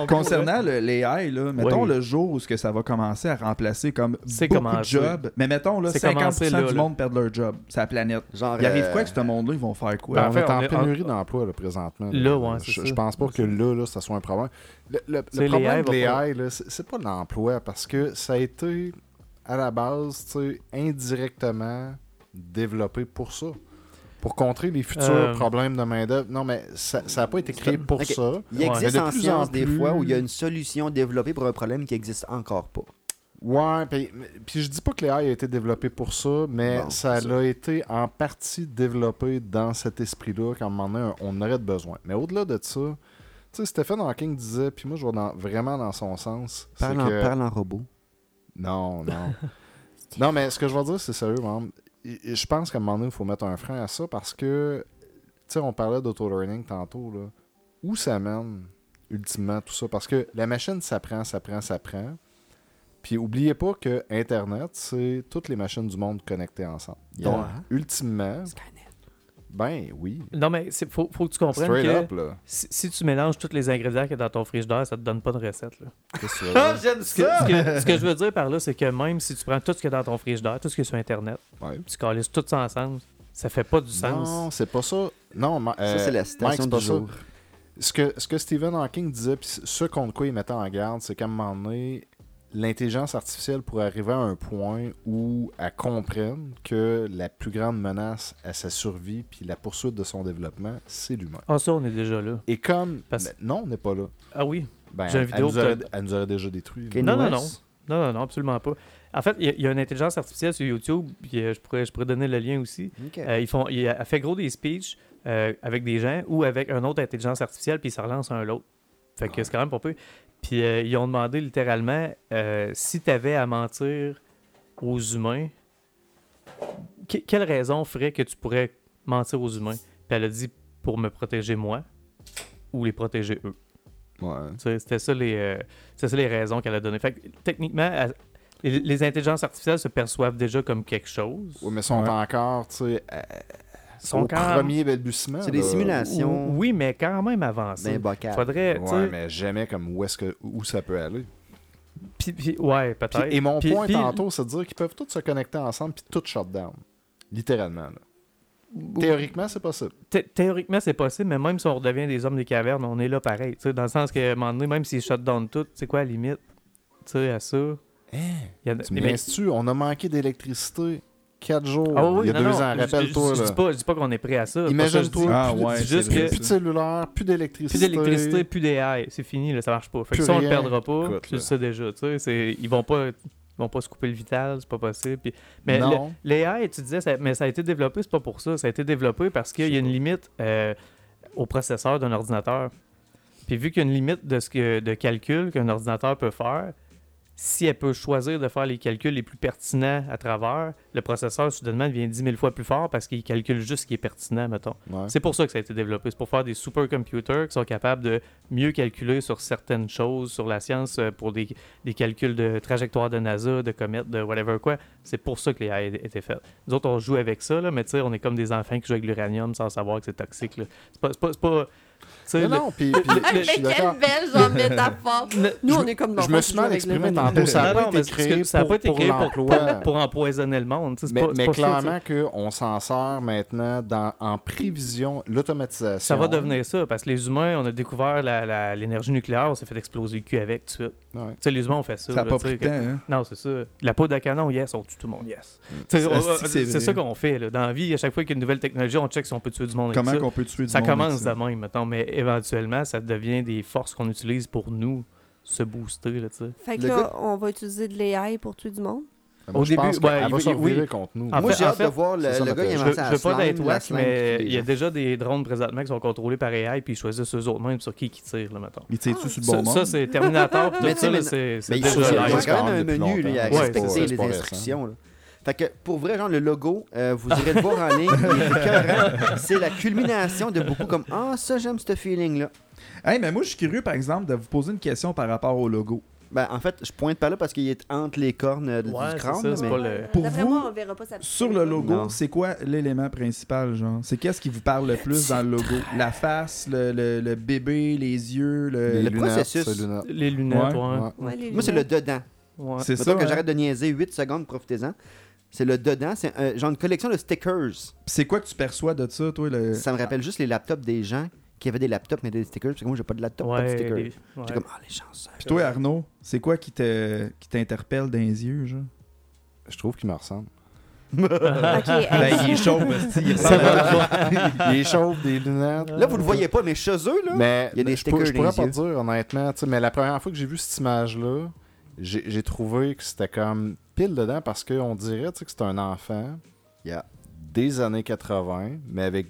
concernant le- l'AI, là, mettons Oui. le jour où ce que ça va commencer à remplacer comme C'est beaucoup de commencé. jobs, mais mettons là, C'est 50% commencé, là, du là. monde perd leur job, c'est la planète. Genre, Il arrive euh, quoi avec ce monde-là, ils vont faire quoi? Ben, on fait, est on en est- pénurie d'emploi là, présentement. Euh, Là, ouais, c'est je, ça. je pense pas que là, là, ça soit un problème. Le, le- le C'est les problème AI, de va l'AI, là, c'est c'est pas l'emploi, parce que ça a été, à la base, tu sais, indirectement développé pour ça. Pour contrer les futurs Euh. problèmes de main-d'œuvre. Non, mais ça n'a pas été créé pour Ok. ça. Il existe Ouais. en De plus science en des plus. fois où il y a une solution développée pour un problème qui existe encore pas. Ouais, puis puis je dis pas que l'AI a été développé pour ça, mais Non, ça c'est l'a été en partie développé dans cet esprit-là qu'à un moment donné, on aurait de besoin. Mais au-delà de ça, tu sais, Stephen Hawking disait, puis moi je vois dans- vraiment dans son sens, c'est Parle en, que... parle en robot. <laughs> Non, non. non, mais ce que je veux dire, c'est sérieux, man. Et- et Je pense qu'à un moment donné, il faut mettre un frein à ça parce que, tu sais, on parlait d'auto-learning tantôt, là. Où ça mène, ultimement, tout ça? Parce que la machine, ça prend, ça prend, ça prend. Puis, oubliez pas que Internet, c'est toutes les machines du monde connectées ensemble. Donc, Yeah. ultimement, ben oui. Non, mais il faut, faut que tu comprennes Straight que up, là. si, si tu mélanges tous les ingrédients qu'il y a dans ton frigidaire, ça te donne pas de recette. là. Qu'est-ce que tu veux Ah, dire? j'aime Ce que, ce que- ce que je veux dire par là, c'est que même si tu prends tout ce qu'il y a dans ton frigidaire, tout ce qui est sur Internet, Ouais. tu calises tout ça ensemble, <laughs> ça fait pas du sens. Non, c'est pas ça. Non, ma- Ça, euh, c'est la Mike, citation c'est pas du ça. jour. ce que, ce que Stephen Hawking disait, puis ce contre quoi il mettait en garde, c'est qu'à un moment donné, l'intelligence artificielle pourrait arriver à un point où elle comprenne que la plus grande menace à sa survie puis la poursuite de son développement, c'est l'humain. Ah, ça, on est déjà là. Et comme... Parce- Ben, non, on n'est pas là. Ah oui. Ben, J'ai une elle, vidéo nous que- aurait, elle nous aurait déjà détruit. Ok, Non, Newest. non, non. Non, non, non, absolument pas. En fait, il y a- il y, a une intelligence artificielle sur YouTube, puis euh, je, pourrais, je pourrais donner le lien aussi. Ok. Euh, ils font, il- elle fait gros des speeches euh, avec des gens ou avec une autre intelligence artificielle, puis ils se relancent un l'autre. Fait que c'est quand même pas peu. Puis euh, ils ont demandé littéralement euh, si tu avais à mentir aux humains, que- quelle raison ferait que tu pourrais mentir aux humains? Puis elle a dit pour me protéger moi ou les protéger eux. Ouais. Tu sais, C'était ça, les, euh, c'était ça les raisons qu'elle a données. Fait que, techniquement, elle- les, les intelligences artificielles se perçoivent déjà comme quelque chose. Ouais, mais sont Ouais. encore, tu sais, à- Sont au quand- premier balbutiement. C'est des là. simulations Oui, mais quand même avancées. Ben, d'un bocal. Faudrait, tu sais, Ouais, mais jamais comme où, est-ce que, où ça peut aller. puis- puis- ouais, Puis- peut-être. et mon Puis- point puis- tantôt, c'est de dire qu'ils peuvent tous se connecter ensemble puis tout shut down. Littéralement. là. Théoriquement, c'est possible. thé- théoriquement, c'est possible, mais même si on redevient des hommes des cavernes, on est là pareil. tu sais, Dans le sens que, à un moment donné, même s'ils shut down tout, c'est quoi la limite tu sais, à ça? Il y en a- Hein? Tu mais- me tu on a manqué d'électricité quatre jours Ah oui, il y a non, deux non, ans, je- rappelle-toi. Je, je dis là. pas, je dis pas qu'on est prêt à ça. Pas ça, je dis. Imagine-toi, Ah plus, de- ouais, plus juste c'est de- vrai, plus de ça. cellulaire, plus d'électricité. Plus d'électricité, plus d'AI, c'est fini, là, ça marche pas. Fait que Plus ça, on le rien. perdra pas, Écoute, tu le là. sais déjà. Tu sais, c'est- ils vont pas ils vont pas se couper le vital, c'est pas possible. puis- mais Non. le- l'AI, tu disais, ça- mais ça a été développé, c'est pas pour ça. Ça a été développé parce qu'il y a une limite euh, au processeur d'un ordinateur. Puis vu qu'il y a une limite de, ce que, de calcul qu'un ordinateur peut faire, si elle peut choisir de faire les calculs les plus pertinents à travers, le processeur soudainement devient 10 000 fois plus fort parce qu'il calcule juste ce qui est pertinent, mettons. Ouais. C'est pour ça que ça a été développé. C'est pour faire des supercomputers qui sont capables de mieux calculer sur certaines choses, sur la science, euh, pour des, des calculs de trajectoire de NASA, de comètes, de whatever quoi. C'est pour ça que les AI étaient faites. Nous autres, on joue avec ça, là, mais tu sais, on est comme des enfants qui jouent avec l'uranium sans savoir que c'est toxique. là. C'est pas, c'est pas, c'est pas- Non, sais, le- non, puis puis je suis Mais d'accord. quelle belle genre métaphore. Nous, on est comme dans Je me suis mal exprimé tantôt. Ça n'a Non, pas non, mais été c'est parce que créé ça a pas pour, été pour créé pour, l'emploi. pour empoisonner le monde. tu sais, c'est Mais, pas- c'est mais pas ça, tu sais. clairement qu'on s'en sert maintenant dans, en prévision l'automatisation. Ça va devenir ça, parce que les humains, on a découvert la- la- l'énergie nucléaire, on s'est fait exploser le cul avec tout de suite. Ouais. Tu sais, les humains ont fait Ça ça. n'a là, pas tu sais, pris de que- temps, hein? Non, c'est ça. La peau à canon, yes, on tue tout le monde, yes. Tu sais, Ça, on- euh, c'est- c'est C'est vrai. ça qu'on fait. là. Dans la vie, à chaque fois qu'il y a une nouvelle technologie, on check si on peut tuer du monde avec Comment ça. qu'on peut tuer du Ça monde avec commence de ça? même, mettons, mais éventuellement, ça devient des forces qu'on utilise pour nous se booster, là, tu sais. Fait que Le là, gars- on va utiliser de l'AI pour tuer du monde. Ah, Moi, Au je pense début, qu'elle ouais, va il- se il- oui. revirer contre nous. En Moi, fait- j'ai en hâte de fait, voir le, c'est ça, le ma gars, il Je a veux, inventé je la veux pas slingue, d'être la wack, slingue mais qui les il y a gens- déjà des drones présentement qui sont contrôlés par AI, puis ils choisissent eux autres mêmes sur qui ils tirent, là, mettons. Il tire-tu sur le Ça, bon ça, monde? c'est Terminator, puis <laughs> Mais tout ça, tu sais, là, mais- c'est c'est Mais il déjà y c'est- a live. c'est- quand même un depuis menu, longtemps. lui, à Ouais, c'est respecter pas- c'est les pas récent. instructions. là. Fait que pour vrai, genre le logo, euh, vous irez le voir en ligne, il <laughs> est écœurant. C'est la culmination de beaucoup comme Ah, ça, j'aime ce feeling-là. Hey, mais moi, je suis curieux, par exemple, de vous poser une question par rapport au logo. Ben, en fait, je pointe par là parce qu'il est entre les cornes euh, du Ouais, c'est crâne. ça, c'est mais- pas le- Pour D'après vous, moi, on verra pas ça. Sur le logo, Non. c'est quoi l'élément principal, genre? C'est qu'est-ce qui vous parle le plus dans le logo? La face, le, le- le bébé, les yeux, le... Les le lunettes, processus. ces lunettes. Les Ouais, lunettes, ouais. Ouais. Ouais, les Moi, c'est le lunettes. dedans. ouais. C'est ça, Mettons que hein? j'arrête de niaiser 8 secondes, profitez-en. C'est le dedans, c'est un- genre une collection de stickers. C'est quoi que tu perçois de ça, toi? Le... Ça me rappelle juste les laptops des gens qui avaient des laptops mais des stickers. Parce que moi, j'ai pas de laptop, pas de Ouais, stickers. les- J'étais ouais. comme, ah, les chanceux. Puis toi, Arnaud, c'est quoi qui te- qui t'interpelle dans les yeux, genre? Je trouve qu'il me <laughs> ressemble. Ok, Ah. hey, Ben, il est chaud, hostie, il Ça ressemble à- va. <laughs> Il est chauve, des lunettes. Ah. Là, vous le voyez pas, mais chez eux, là. Mais Il y a des je, pourrais- je stickers dans pourrais les pas yeux. te dire, honnêtement. tu sais, Mais la première fois que j'ai vu cette image-là, j'ai j'ai trouvé que c'était comme pile dedans parce qu'on dirait tu sais, que c'est un enfant Yeah. des années 80, mais avec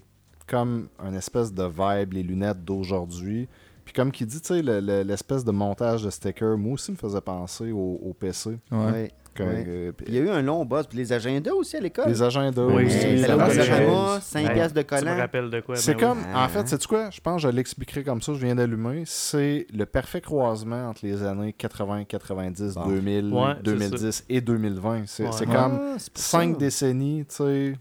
comme un espèce de vibe, les lunettes d'aujourd'hui. Puis comme qui dit, tu sais, le- le- l'espèce de montage de stickers, moi aussi me faisait penser au, au PC. Ouais. Ouais. que- Ouais. euh, Il y a eu un long boss, puis les agendas aussi à l'école. les agendas Oui, aussi, c'est la la même même chose. chose. 5 piastres de Tu me collant. rappelles de quoi? C'est ben oui. comme, en Ah. fait, sais-tu quoi? Je pense que je l'expliquerai comme ça, je viens d'allumer. C'est le parfait croisement entre les années 80, 90, Bon. 2000, Ouais, c'est 2010 et 2020. C'est Ouais. c'est Ouais. comme Ah, c'est pour cinq ça. décennies, tu sais,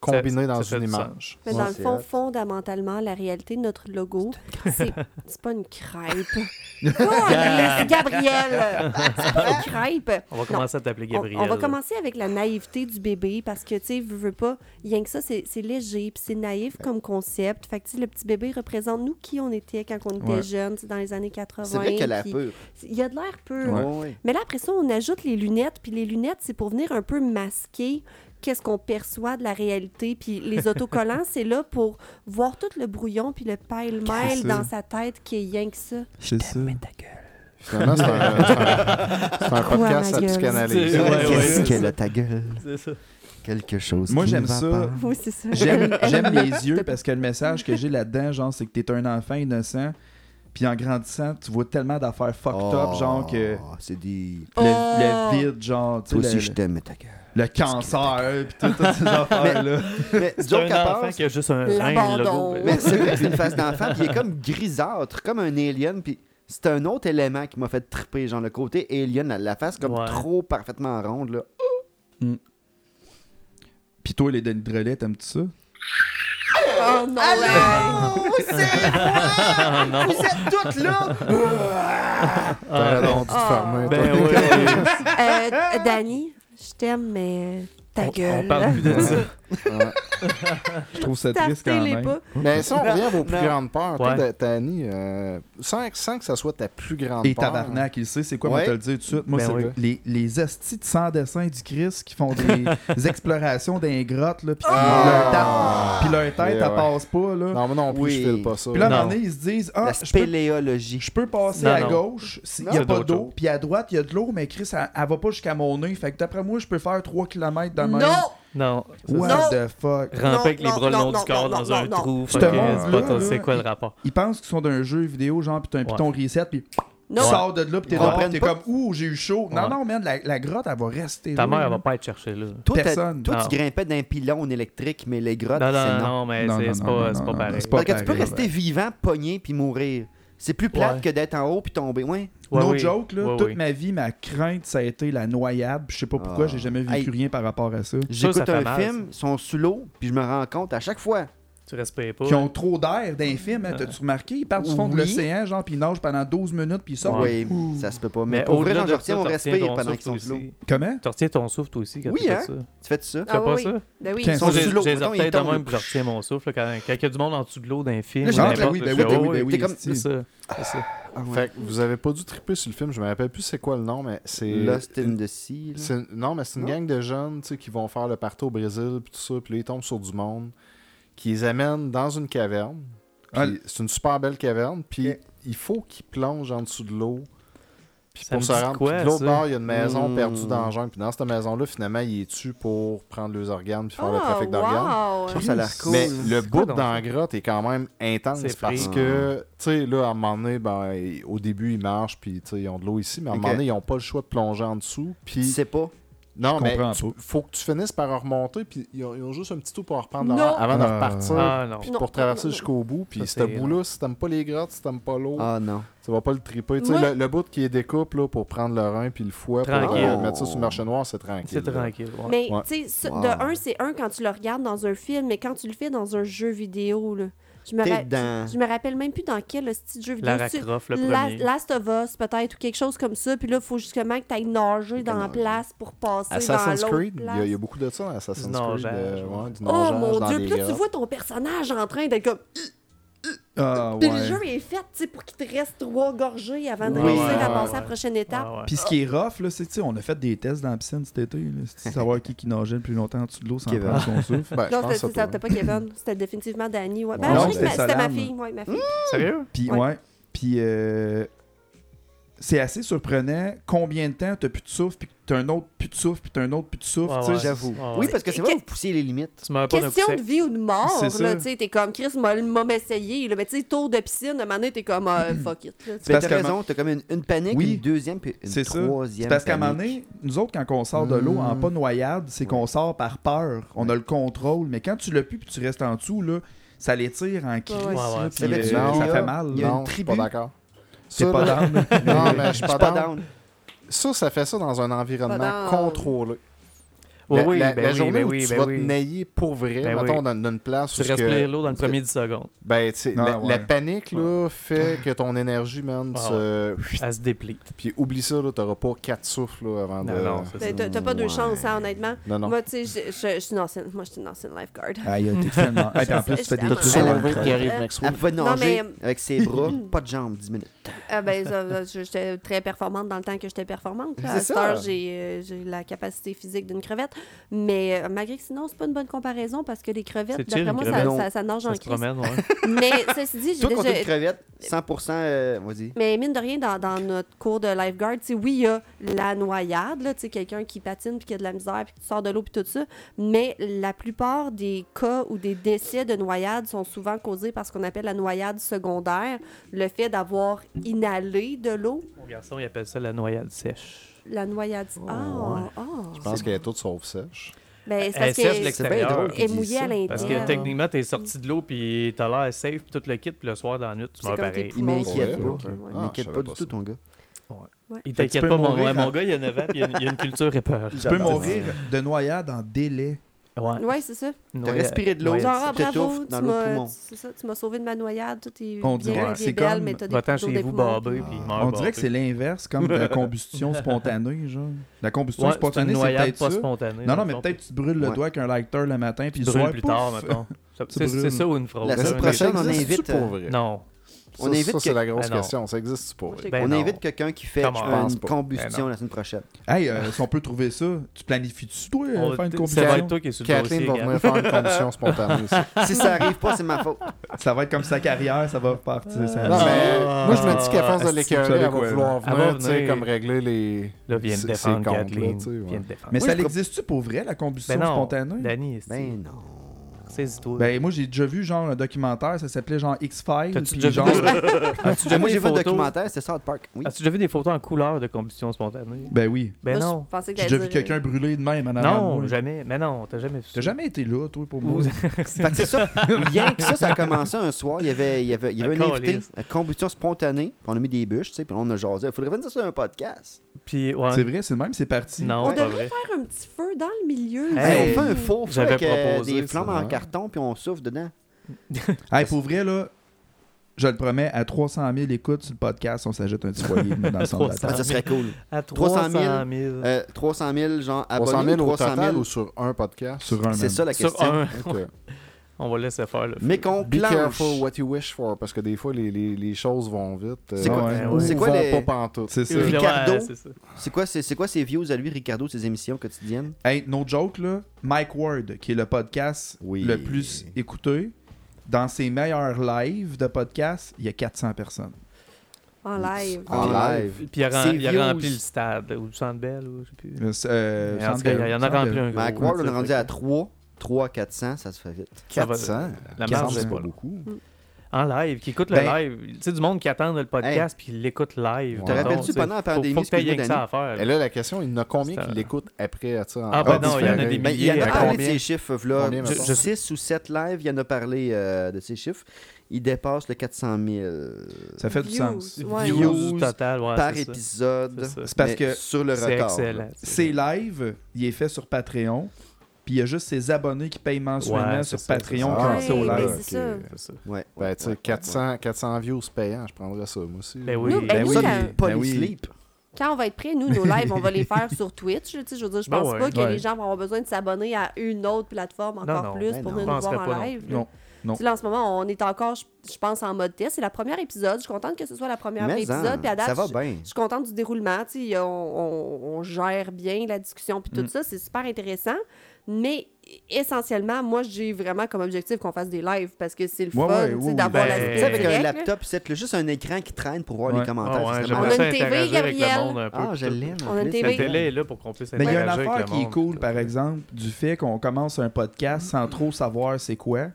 combinées ça dans fait une du image. Mais dans le c'est fond, hot. fondamentalement, la réalité de notre logo, c'est c'est pas une crêpe. <laughs> Calisse, Gabriel! C'est pas une crêpe! On va Non, commencer à t'appeler on- Gabriel. On, va là. commencer avec la naïveté du bébé parce que, tu sais, veux, veux pas, rien que ça, c'est c'est léger puis c'est naïf comme concept. Fait que, tu sais, le petit bébé représente nous qui on était quand on était Ouais. jeunes, tu sais, dans les années 80. C'est vrai qu'elle a puis- peur. Il y a de l'air peu. Ouais, ouais. Mais là, après ça, on ajoute les lunettes. Puis les lunettes, c'est pour venir un peu masquer qu'est-ce qu'on perçoit de la réalité. Puis <laughs> les autocollants, c'est là pour voir tout le brouillon puis le pêle-mêle C'est ça. dans sa tête qui est rien que ça. <laughs> C'est ta ça. gueule. Finalement, <laughs> c'est un, c'est un- c'est un Quoi, podcast ma à gueule? psychanalyse. C'est- ouais, ouais. Qu'est-ce qu'elle a ta gueule? C'est ça. Quelque chose. Moi, qui j'aime ne va ça. pas. Oui, c'est ça. <laughs> Euh, J'aime j'aime les yeux parce que le message que j'ai là-dedans, genre, c'est que t'es un enfant innocent, puis en grandissant, tu vois tellement d'affaires fucked up, genre, que le, Oh, C'est des. Oh. le vide, genre, tu Toi sais, aussi, le, je t'aime, mais ta gueule. le cancer, puis tout- toutes <laughs> ces affaires-là. Mais C'est joke à un part, enfant qui a juste un rein, le L'abandon. logo. Mais c'est vrai que c'est une face d'enfant, <laughs> puis il est comme grisâtre, comme un alien, puis c'est un autre élément qui m'a fait triper, genre le côté alien, la, la face comme Ouais. trop parfaitement ronde, là. Puis toi, les Denis Drolet, t'aimes-tu ça? Oh non! là. Oh, c'est <laughs> moi! Vous êtes toutes là! Ah, T'aurais donc dû te Ah. fermer, toi. Ben oui. Euh, Dani, je t'aime, mais ta gueule. On parle plus de ça. Je trouve <laughs> ça T'as triste quand fait les même. pas. Mais si on revient à vos plus non. grandes peurs, toi, Ouais. Tani, euh, sans, sans que ça soit ta plus grande Et peur. tabarnak, il sait, c'est quoi, moi, Ouais. te le dire tout de suite. Moi, Ben c'est oui. les, les hosties de sans dessin du Christ qui font des explorations d'un grottes, là, puis Ah! leur, ta- puis leur tête, Ouais, elle ouais. passe pas, là. Non, moi non plus, Oui. je file pas ça. Puis là, à un Non. moment donné, ils se disent Ah, La je peux, spéléologie. je peux passer Non, à non. gauche, s'il Non. n'y Il a y a pas d'autres d'eau, choses. puis à droite, il y a de l'eau, mais Chris, elle, elle va pas jusqu'à mon nez. Fait que d'après moi, je peux faire 3 km dans ma Non! Non. What the fuck Ramper avec les non, bras le non, long non, du corps non, dans non, un non. trou. Je fait te que montre, c'est pas là, ton- là. C'est quoi le rapport? Ils pensent qu'ils sont d'un jeu vidéo, genre, puis t'as un Ouais. piton reset, puis tu Non! sors de là, puis t'es Ils dehors, comprennent t'es pas. comme Ouh, j'ai eu chaud. Non, Ouais. non, man, la, la grotte, elle va rester. Ta là, mère, là. elle va pas être chercher là. Toi, t'as- Personne. toi Non. tu grimpais d'un pylône électrique, mais les grottes, Non, c'est non, non. non, mais Non, non, c'est c'est non, pas non, c'est non, pas non, pareil. c'est pas- Parce que tu peux pareil, rester vivant, pogné, puis mourir. C'est plus plate Ouais. que d'être en haut puis tomber. Ouais. Ouais, no oui. joke, là, Ouais, toute oui. ma vie, ma crainte, ça a été la noyade. puis Je sais pas pourquoi, Ah. j'ai jamais vécu Hey. rien par rapport à ça. J'écoute ça fait un mal, film, ils sont sous l'eau, puis je me rends compte à chaque fois. Tu respectes pas. Qui ont trop d'air d'infime, hein, t'as-tu remarqué? Ils partent du fond de Oui. l'océan, genre, puis ils nagent pendant 12 minutes, puis ils sortent. Oui, ça se peut pas. Mais, Mais pour vrai, au-delà j'en de ça, retiens mon t'en respect retiens ton pendant souffle qu'ils sont sous l'eau. aussi. Tu Comment? Tu retiens ton souffle toi aussi quand Oui, tu fais hein? ça. fais ça? fais pas oui, ça? oui. Ben oui. Quinze- Ils sont J'ai sous l'eau. j'ai les mettons, ils orteils de tombent. même, puis je retiens mon souffle. là, Quand quand il y a du monde en dessous de l'eau d'un film, Là, ou j'ai- n'importe, oui, je ben fais, oui, oh, ben oui, oui, ben oui, t'es comme- C'est ça. C'est ça. Ah ouais. Fait que vous avez pas dû triper sur le film, je me rappelle plus c'est quoi le nom, mais c'est. Lost in the Sea. là. c'est- Non, mais c'est une Non? gang de jeunes tu sais, qui vont faire le partout au Brésil, puis tout ça, puis là, ils tombent sur du monde, qui les amène dans une caverne. Puis Ah, c'est une super belle caverne, puis Ok. il faut qu'ils plongent en dessous de l'eau. Puis Ça pour me se dit rendre. quoi, puis de l'autre ça? bord, il y a une maison Hmm. perdue dans la jungle, puis dans cette maison-là, finalement, il est tu pour prendre leurs organes, puis faire le Ah, trafic d'organes. Je wow. trouve ça a l'air cool. Mais le quoi bout donc dans ça? la grotte est quand même intense C'est parce frais. que, tu sais, là, à un moment donné, ben, ils- au début, ils marchent, puis tu sais, ils ont de l'eau ici, mais à un Ok. moment donné, ils n'ont pas le choix de plonger en dessous. tu Puis, sais pas. non, Je mais comprends tu- pas. faut que tu finisses par en remonter, puis ils ont, ils ont juste un petit tour pour en reprendre Non. leur- avant de Ah. repartir, Ah non. puis Non, pour non, traverser non, jusqu'au bout. Puis, Ça, ce c'est- bout-là, si t'aimes pas les grottes, si t'aimes pas l'eau, Ah non. tu vas pas le triper. Tu sais, Moi- le, le bout qui découpe là, pour prendre le rein, puis le foie, pour Tranquille. euh, mettre ça sur le marché noir, c'est tranquille. C'est là. tranquille. ouais. Mais, Ouais. tu sais, ça- Wow. de un, c'est un quand tu le regardes dans un film, mais quand tu le fais dans un jeu vidéo, là, je me, T'es ra- dedans. je me rappelle même plus dans quel style jeu vidéo. Lara c'est- Croft, le La- premier. Last of Us, peut-être, ou quelque chose comme ça. Puis là, il faut justement que tu ailles nager dans la nager. place pour passer Assassin's dans l'autre Creed, il y, a- il y a place. beaucoup de ça dans Assassin's Du Creed. nongeage, euh, ouais. ouais, du Oh nongeage mon dans euh, Dieu! des Puis là, tu grottes. vois ton personnage en train d'être comme... Ah, Puis le ouais. jeu est fait, tu sais, pour qu'il te reste trois gorgées avant de Oui. réussir à Ouais, passer à ouais. la prochaine étape. Ah, ouais. Puis ce qui est rough, là, c'est tu sais, on a fait des tests dans la piscine cet été, là, c'est de savoir qui, qui nageait le plus longtemps en dessous de l'eau sans Kevin. prendre son souffle. Ben, je Non, c'était- pense à c'était toi. c'était pas Kevin. C'était définitivement Danny. Ouais. Ben, Non, Angélique, c'était ma- c'était ma Salam. fille. Ouais, ma fille. Sérieux? Puis Ouais. ouais. Puis euh, c'est assez surprenant combien de temps t'as plus de souffle, puis t'as un autre plus de souffle, puis t'as un autre plus de souffle. Ouais, tu sais, ouais. J'avoue. Ah ouais. Oui, parce que c'est vrai, vous poussiez les limites. Tu meurs Ah, pas d'un coup Question de sec. vie ou de mort, C'est là, ça. tu sais, t'es comme, Chris m'a m'a m'essayer, là, mais tu sais, tour de piscine, à un moment donné, t'es comme, Ah, fuck it, là, tu sais. Mais parce t'as qu'à raison, t'as comme une, une panique, Oui. une deuxième, puis une C'est ça. troisième. C'est parce qu'à un moment panique. donné, nous autres, quand on sort de l'eau en pas noyade, c'est qu'on sort par peur. On a le contrôle. Mais quand tu l'as plus puis tu restes en dessous, là, ça l'étire en crise. Ouais, ouais. là, Ouais, puis, ouais. euh, C'est ça vrai. fait mal. Il y là. a non, une je suis tribu. pas d'accord. T'es Ça, pas là- <laughs> down. là. Non, mais je suis Je suis pas pas down. down. Ça, ça fait ça dans un environnement down. contrôlé. Oui, La- oui, la, ben la oui, journée ben où oui, tu ben vas oui. te nailler pour vrai, Ben mettons, oui. dans dans une place Tu où ce que- respires l'eau dans le premier 10 secondes. ben, tu sais, Non, la, ouais. la panique là, fait que ton énergie, man, Ah se- Elle se déplie. Puis oublie ça, là, t'auras pas quatre souffles là, avant Non, de. non, c'est ça. T'as- T'as t'as pas deux Ouais. chances, hein, honnêtement. Non, non. Moi, tu sais, je- je je suis une ancienne, moi, je suis une ancienne lifeguard. Ah, Aïe, t'es tellement. Ah, Hey, puis en plus, tu fais des T'as-tu trucs ça, sur la le crâne. Elle pouvait Non, nager mais- avec ses bras, pas de jambes, 10 minutes. Ah, ben, ça, ça, j'étais très performante dans le temps que j'étais performante. là. À C'est cette ça. heure, j'ai euh, j'ai la capacité physique d'une crevette. Mais euh, malgré que sinon, c'est pas une bonne comparaison parce que les C'est crevettes, chill, d'après moi, une ça, crevette. ça- ça nage en Ça se crise. promène, ouais. Mais ceci dit, j'ai Toi, contre déjà- une crevette, 100%, euh, vas-y. Mais mine de rien, dans, dans notre cours de lifeguard, tu sais, oui, il y a la noyade, là, tu sais, quelqu'un qui patine puis qui a de la misère puis qui sort de l'eau puis tout ça. Mais la plupart des cas ou des décès de noyade sont souvent causés par ce qu'on appelle la noyade secondaire, le fait d'avoir inhalé de l'eau. Mon garçon, il appelle ça la noyade sèche. La noyade. Ah, ah. Je pense qu'elle est toute sauf sèche. Ben, c'est Elle parce sèche de que l'extérieur. drôle. est mouillée à Parce l'intérieur. que techniquement, t'es sorti de l'eau, puis t'as l'air safe, puis tout le kit, puis le soir, dans la nuit, tu C'est meurs comme pareil. tes Il Mon m'inquiète Dieu. pas. Ok, ouais. Il Ah, je m'inquiète savais pas pas du ça. tout, ton gars. Il Fait que tu t'inquiète peux pas, mon, mourir ouais, en- mon gars, il y a 9 ans, puis il y a une- il y a une culture et peur. Tu peux mourir de noyade en délai. Ouais. Ouais, c'est ça. T'as respiré de l'eau. Ouais, Genre, ah, Ben, Tu t'étouffes bravo, tu dans l'eau de poumon. m'as- c'est ça, tu m'as sauvé de ma noyade, tout est On bien, dirait bien que c'est belle, comme- mais t'as des Va-t'en toujours chez des vous, poumons. babé, puis il meurt. On dirait que c'est l'inverse, comme de la <laughs> combustion spontanée, genre. La combustion Ouais, c'est une spontanée, c'est noyade peut-être pas ça. spontanée. Non, dans non, le mais fond, peut-être tu te brûles le Ouais. doigt avec un lighter le matin, puis puis le tu brûles soir, plus tard, pouf! mettons. Ça- Tu C'est brûles. c'est ça ou une phrase? La ça? semaine prochaine, on existe-tu invite, pour euh, vrai? Non. On Ça, invite ça, c'est que- la grosse Ben non. question. Ça existe pour vrai? Ben On non. invite quelqu'un qui fait Come on. Je une pense pas. Ben combustion non. la semaine prochaine. Hey, euh, si on peut trouver ça, tu planifies-tu, toi, euh, On- faire une Ça va combustion? être toi qui est sur le Kathleen dossier, va Gab. venir faire une combustion spontanée <laughs> ici. Si ça arrive pas, c'est ma faute. Ça va être comme sa carrière, ça va partir. ça- Non, mais Ah. moi, je me dis qu'à force de Ah, l'écœurer, c'est- vous savez elle quoi, va vouloir elle va venir, tu sais, venir. comme régler les. Là, vient de C'est- défendre c'est con, là, Kathleen. tu sais, ouais. Vient de défendre. Mais Moi, ça je propo- existe-tu pour vrai, la combustion Ben non, spontanée? Danny, est-ce que- Ben non. saisis-toi. Ben, moi, j'ai déjà vu, genre, un documentaire, ça s'appelait, genre, X-Files, T'as-tu puis déjà genre... vu As-tu déjà Moi, vu j'ai des vu le photos? documentaire, c'est South Park. Oui. As-tu déjà vu des photos en couleur de combustion spontanée? Ben oui. Ben Moi, non. Je pensais que J'ai t'allais déjà vu dire- quelqu'un brûler de même en arrière de Non, moi. jamais. Mais non, t'as jamais vu ça. T'as jamais été là, toi, pour moi. <laughs> Vous- Fait que c'est ça. Rien que ça, ça a commencé un soir. Il y avait, il y avait, il y avait Ah, un invité, câlisse. à combustion spontanée. puis On a mis des bûches, tu sais, puis on a jasé. Il faudrait venir ça sur un podcast. Puis, ouais. C'est vrai, c'est le même, c'est parti. Non, On pas devrait vrai. faire un petit feu dans le milieu. Hey, Hey, on fait un faux feu j'avais avec euh, proposé des ça, flammes en ouais. carton, puis on souffle dedans. Hey, pour vrai, là, je le promets, à 300 000 écoutes sur le podcast, on s'ajoute un petit foyer nous, dans le centre de la table. <laughs> Ah, ça serait cool. À 300 300 000, 000. Euh, 300 000, genre, 300 abonnés 000 ou au 300 total 000. ou sur un podcast? Sur un C'est même. ça la Sur question. un, <laughs> Ok. on va laisser faire. Là. Mais qu'on Be clenche. careful what you wish for, parce que des fois, les, les, les choses vont vite. C'est euh, quoi- ou ouais. c'est quoi vont les- pas pantoute. C'est ça. Ouais, Ricardo. c'est ça. C'est quoi, c'est, c'est quoi ses views à lui, Ricardo, ses émissions quotidiennes? Hey, no joke, là, Mike Ward, qui est le podcast Oui. le plus écouté, dans ses meilleurs lives de podcast, il y a 400 personnes. En live. En Ah. live. Puis il a, Ses rem- il views. a rempli le stade, ou le centre belle, ou je sais plus. Euh, euh, Mais en tout Centre cas, Bell, il y en a Centre rempli Bell. un gros. Mac Ward, on est rendu Ben, à Ça 3, 3, 400, ça se fait vite. va- 400? La Quatre marge cents, est c'est pas pas là. beaucoup. En live, qui écoute Ben- le live. Tu sais, du monde qui attend le podcast puis il l'écoute live. Te mettons, rappelles-tu tu sais, pendant la faut- pandémie, Faut que t'aies excuse-moi, rien que ça à faire. Et là, la question, il y en a combien C'est un- qui l'écoutent après? tu sais, en- Ah, ben en non, il y en a différé? des Ben, il y milliers. hein. en a à parlé de combien? ces chiffres, là. Combien, mettons? 6 ou 7 lives, il y en a parlé euh, de ces chiffres. Il dépasse le 400 000 Ça fait du Views. sens. Ouais, Views ouais. total, ouais, par c'est ça. épisode. C'est ça. C'est parce mais que sur le record. C'est là. excellent. tu sais. Ses lives, il est fait sur Patreon. Puis il y a juste ses abonnés qui payent mensuellement Ouais, c'est sur ça, Ah, Patreon c'est quand ça. c'est au Ouais, live. mais c'est ça. Ah, ok. C'est ça. Ouais. Ben, tu sais, 400, 400 views payants, je prendrais ça, moi aussi. Ben oui. Nous, ben, Ben nous, oui, ça- pas Ben les oui. sleep. quand on va être prêts, nous, nos lives, on va les faire sur Twitch. là, tu sais, Je veux dire, je Ben pense ouais. pas que Ouais. les gens vont avoir besoin de s'abonner à une autre plateforme encore non, plus ben pour non. venir Je nous voir penserais en pas non. live. là. Non. non. Tu sais, là, en ce moment, on est encore, je, je pense, en mode test. C'est la première épisode. Je suis contente que ce soit la première Mais épisode. en, puis à date, ça va je- bien. Je suis contente du déroulement. tu sais, On, on- on gère bien la discussion puis tout Mm. ça. C'est super intéressant. Mais essentiellement, moi, j'ai vraiment comme objectif qu'on fasse des lives parce que c'est le Ouais, fun ouais, tu sais, oui, oui. d'avoir la Ben, Tu discussion sais, avec un directe, là. laptop, c'est juste un écran qui traîne pour voir les Ouais. Ah commentaires. ouais, c'est vraiment- j'aimerais On a ça une TV, interagir avec le Gabriel. monde un peu. Ah, je tout. l'aime. On a une plus, TV. ça me La fait- télé est là pour qu'on puisse Mais il y a interagir une avec affaire le qui est monde, cool, tout. par exemple, du fait qu'on commence un podcast sans trop savoir c'est quoi,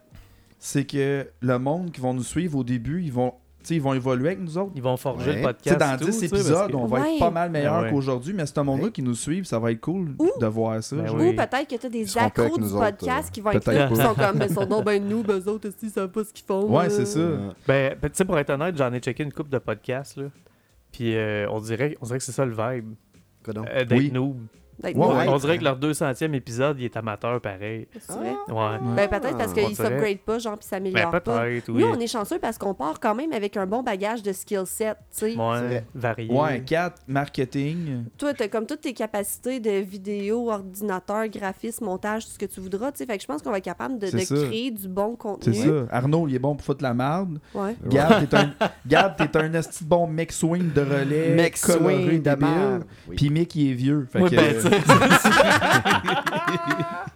c'est que le monde qui vont nous suivre au début, ils vont, tu sais, ils vont évoluer avec nous autres. Ils vont forger Ouais. le Tu sais, podcast. dans et 10 tout, tu sais, parce épisodes, que- on va Ouais. être pas mal meilleur Ben ouais. qu'aujourd'hui, mais c'est un monde-là qui nous suit, ça va être cool Ouh. de voir ça. Ben genre. Ou oui. peut-être que tu as des seront pas avec accros du nous autres, podcast euh, qui vont être peut-être là, pas. qui sont comme, ben, ils sont donc ben nous, ben eux autres aussi, ils savent pas ce qu'ils font. Ouais, là. c'est ça. Euh, Ben, ben, tu sais, pour être honnête, j'en ai checké une couple de podcasts, là. Puis euh, on, dirait, on dirait que c'est ça le vibe, Quoi donc? euh, d'être Oui. noob. D'être Ouais, nous. ouais. On dirait que leur 200e épisode, il est amateur pareil. C'est vrai. Ouais. Ben, peut-être parce On qu'ils dirait- s'upgrade pas, genre, puis Ben, s'améliorent pas. peut-être, oui. Nous, on est chanceux parce qu'on part quand même avec un bon bagage de skill set, tu sais. Ouais, varié. Ouais, 4, marketing. Toi, t'as comme toutes tes capacités de vidéo, ordinateur, graphisme, montage, tout ce que tu voudras, tu sais. Fait que je pense qu'on va être capable de, C'est de ça. créer du bon C'est contenu. ça. Arnaud, il est bon pour foutre la marde. <laughs> Ouais. Gab, t'es un, Gab, t'es un esti de bon mec swing de relais. Mec coloré, swing de débile. merde. Oui. Puis Mick, il est vieux. Fait Ouais, que- euh, ben, tu sais,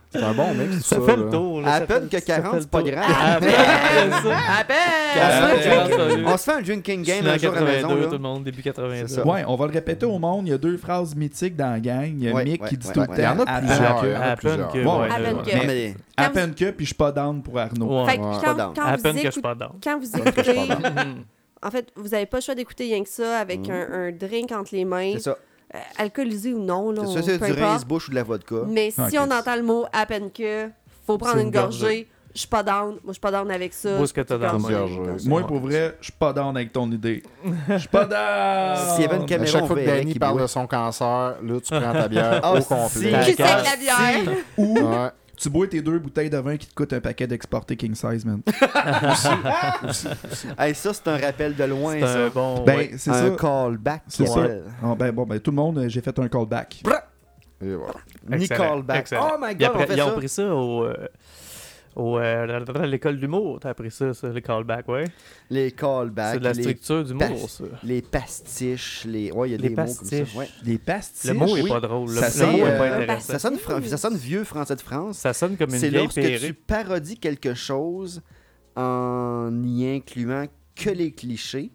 C'est un bon <laughs> mec, tout ça. ça fait le là. tour. là, À ça peine fait- que ça fait 40, le c'est pas tour. grave. À peine que ça. À Hein, À peine! peine 40, On se fait un drinking Je suis game né en un jour à la maison. 82, tout là. le monde, début 82. C'est ça. Ouais, on va le répéter au monde. Il y a deux phrases mythiques dans la gang. Il y a Ouais, Mick ouais, qui dit ouais, tout ouais. le temps. Il y en a à peine plusieurs. que- Il y en a À peine plusieurs. que. Ouais, ouais. À peine ouais. que. Non, mais- À peine que, puis je suis pas down pour Arnaud. Ouais. Fait que Ouais. Pas quand, down. quand À vous peine que écoutez- je suis pas down. quand vous que je suis écoutez, pas down. <laughs> en fait, vous avez pas le choix d'écouter rien que ça avec un, un drink entre les mains, C'est ça. euh, alcoolisé ou non, là, C'est on- ça, c'est peu du importe. rince-bouche ou de la vodka. Mais si Ah, ok. on entend le mot à peine que, faut prendre C'est une une gorgée. Je suis pas down. Moi, je suis pas down avec ça. Bois ce que t'as dans la Gorgée, main. gorgée. Moi, pour vrai, je suis pas down avec ton idée. Je suis pas down. S'il y avait une À caméra, chaque on fois que verrait Danny qu'il parle boit. de son cancer, là, tu prends <laughs> ta bière Ah, au si. Tu complet. sais de la bière. Ou Ouais. tu bois tes deux bouteilles de vin qui te coûtent un paquet d'exporté king size, man. Hey, ça, c'est un rappel de loin, C'est un ça. bon. Ben, ouais. c'est ça. Un callback. C'est qu'on ça. appelle. Ah, ben, bon, ben, tout le monde, euh, j'ai fait un callback. Et voilà. Ni Excellent, callback. excellent. Oh my Puis god, on après, fait ils ont ça. pris ça au. euh, au, euh, à l'école d'humour, t'as appris ça, ça, le callback, ouais. Les C'est callbacks, de la les, structure d'humour, pas- ça. les pastiches, les. Ouais, il y a Les des mots comme pastiches. ça. Ouais. Des pastilles. Le mot est oui. pas drôle, le, Ça le sonne, mot est euh, pas parce- intéressant. Ça, sonne fran- ça sonne vieux français de France. Ça sonne comme une C'est vieille lorsque tu perruque. parodies quelque chose en y incluant que les clichés.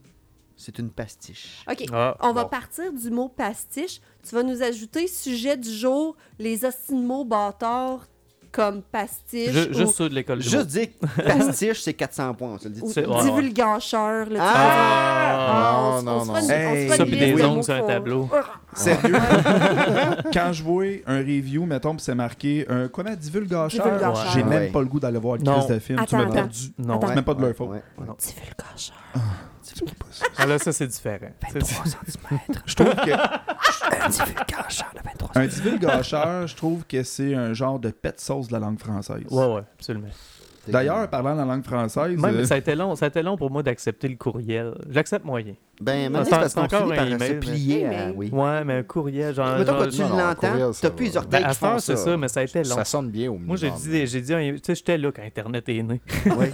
C'est une pastiche. OK. Ah, On va bon. partir du mot pastiche. Tu vas nous ajouter sujet du jour, les hostiles mots bâtards comme pastiche Ju- ou, Juste ceux de l'école d'humour. Juste dire pastiche, c'est 400 points. On se le dit tout ou de c'est- suite. ouais, ouais. divulgacheur. là, tu Ah! vois. Non, on se- on non, se non. fait une- on se fait Hey! une Ah, Ça, puis liste des de ongles mots sur un qu'on- tableau. Sérieux? Quand je vois un review, mettons, puis c'est marqué un comment divulgacheur, Divulgacheur. j'ai Ouais. même pas le goût d'aller voir le Non. Christ de film. tu Attends, m'as attends. perdu. Non, Attends. C'est même pas de leur faute. Ouais, ouais. Divulgacheur. Ah, là, ça, c'est différent. C'est- Je trouve que Un divulgacheur de 23 un divulgacheur, je trouve que c'est un genre de pet sauce de la langue française. Ouais, ouais, absolument. D'ailleurs, parlant la langue française, Même, euh, ça, a été long, ça a été long pour moi d'accepter le courriel. J'accepte moyen. Ben, Ah, maintenant, c'est- c'est parce c'est qu'on encore finit par un se email, mais- plier à. Email. Oui. Ouais, mais un courriel, genre. Mettons genre- que tu non, non, courriel, l'entends, ça t'as va. plus les orteils Ben, à qui cette heure, font c'est ça. ça, mais ça a été long. Ça sonne bien au minimum. Moi, j'ai dit, j'ai dit, un- tu sais, j'étais là quand Internet est né. Ouais.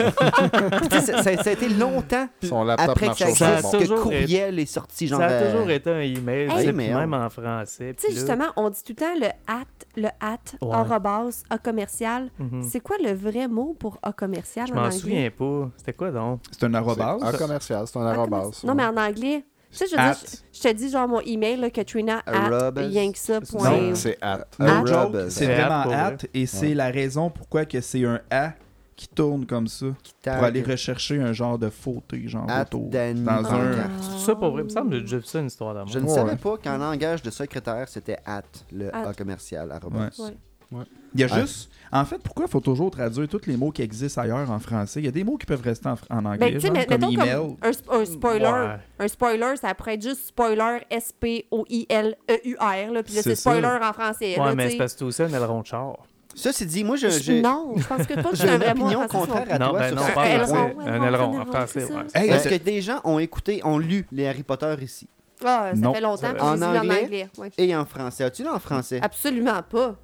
<laughs> Tu sais, ça, ça- ça a été longtemps Son laptop après que marche ça au ça a existe charbon. que toujours été- courriel est sorti. Genre, ça a euh, toujours été un Hey, email, tu sais, mais puis on- même en français. Tu sais, puis là- justement, on dit tout le temps le at, le at, Ouais. arrobas, a commercial. Mhm. C'est quoi le vrai mot pour a commercial Je en m'en anglais? souviens pas. C'était quoi donc? c'est un arrobase. En commercial, c'est un Ah, comment- arrobas. Non, mais en anglais. Tu sais, je veux At. dire, je, je te dis genre mon email, là, Katrina, at, Arrobas. rien que ça, point. Non, Non, c'est at. No At. joke, c'est C'est vraiment at pour at, vrai. et c'est la raison pourquoi que c'est un A qui tourne comme ça pour aller rechercher un genre de fauteuil, genre Ah, At photo. Danny Dans Ah. un. hein. Ça, pour vrai, il me semble que j'ai déjà vu ça, une histoire d'amour. Je ne Ouais. savais pas qu'en langage de secrétaire, c'était at, le At. A commercial, arrobas. Ouais. Ouais. Il y a Ah. juste. En fait, pourquoi il faut toujours traduire tous les mots qui existent ailleurs en français Il y a des mots qui peuvent rester en, fr- en anglais, Ben, tu sais, genre mais- comme mettons email. comme un, sp- un spoiler. Ouais. Un spoiler, ça pourrait être juste spoiler, S-P-O-I-L-E-U-R. E là, Puis là, C'est c'est ça. spoiler en français. là, Ouais, mais tu c'est sais. parce que c'est aussi un aileron de char. Ça, c'est dit, moi, je- Je- j'ai. Non, je pense que toi, j'ai c'est un une vrai mot opinion en français. contraire à Non, toi ben sur non, ce on parle point. aileron, français. ouais, Un non, aileron, c'est en un français, aileron, ouais. c'est ça. Hey, Est-ce Euh, c'est- que des gens ont écouté, ont lu les Harry Potter ici Ah, ça Non. fait longtemps que En je l'ai lu anglais? en anglais. ouais. et en français? As-tu lu en français? Ah, Absolument pas.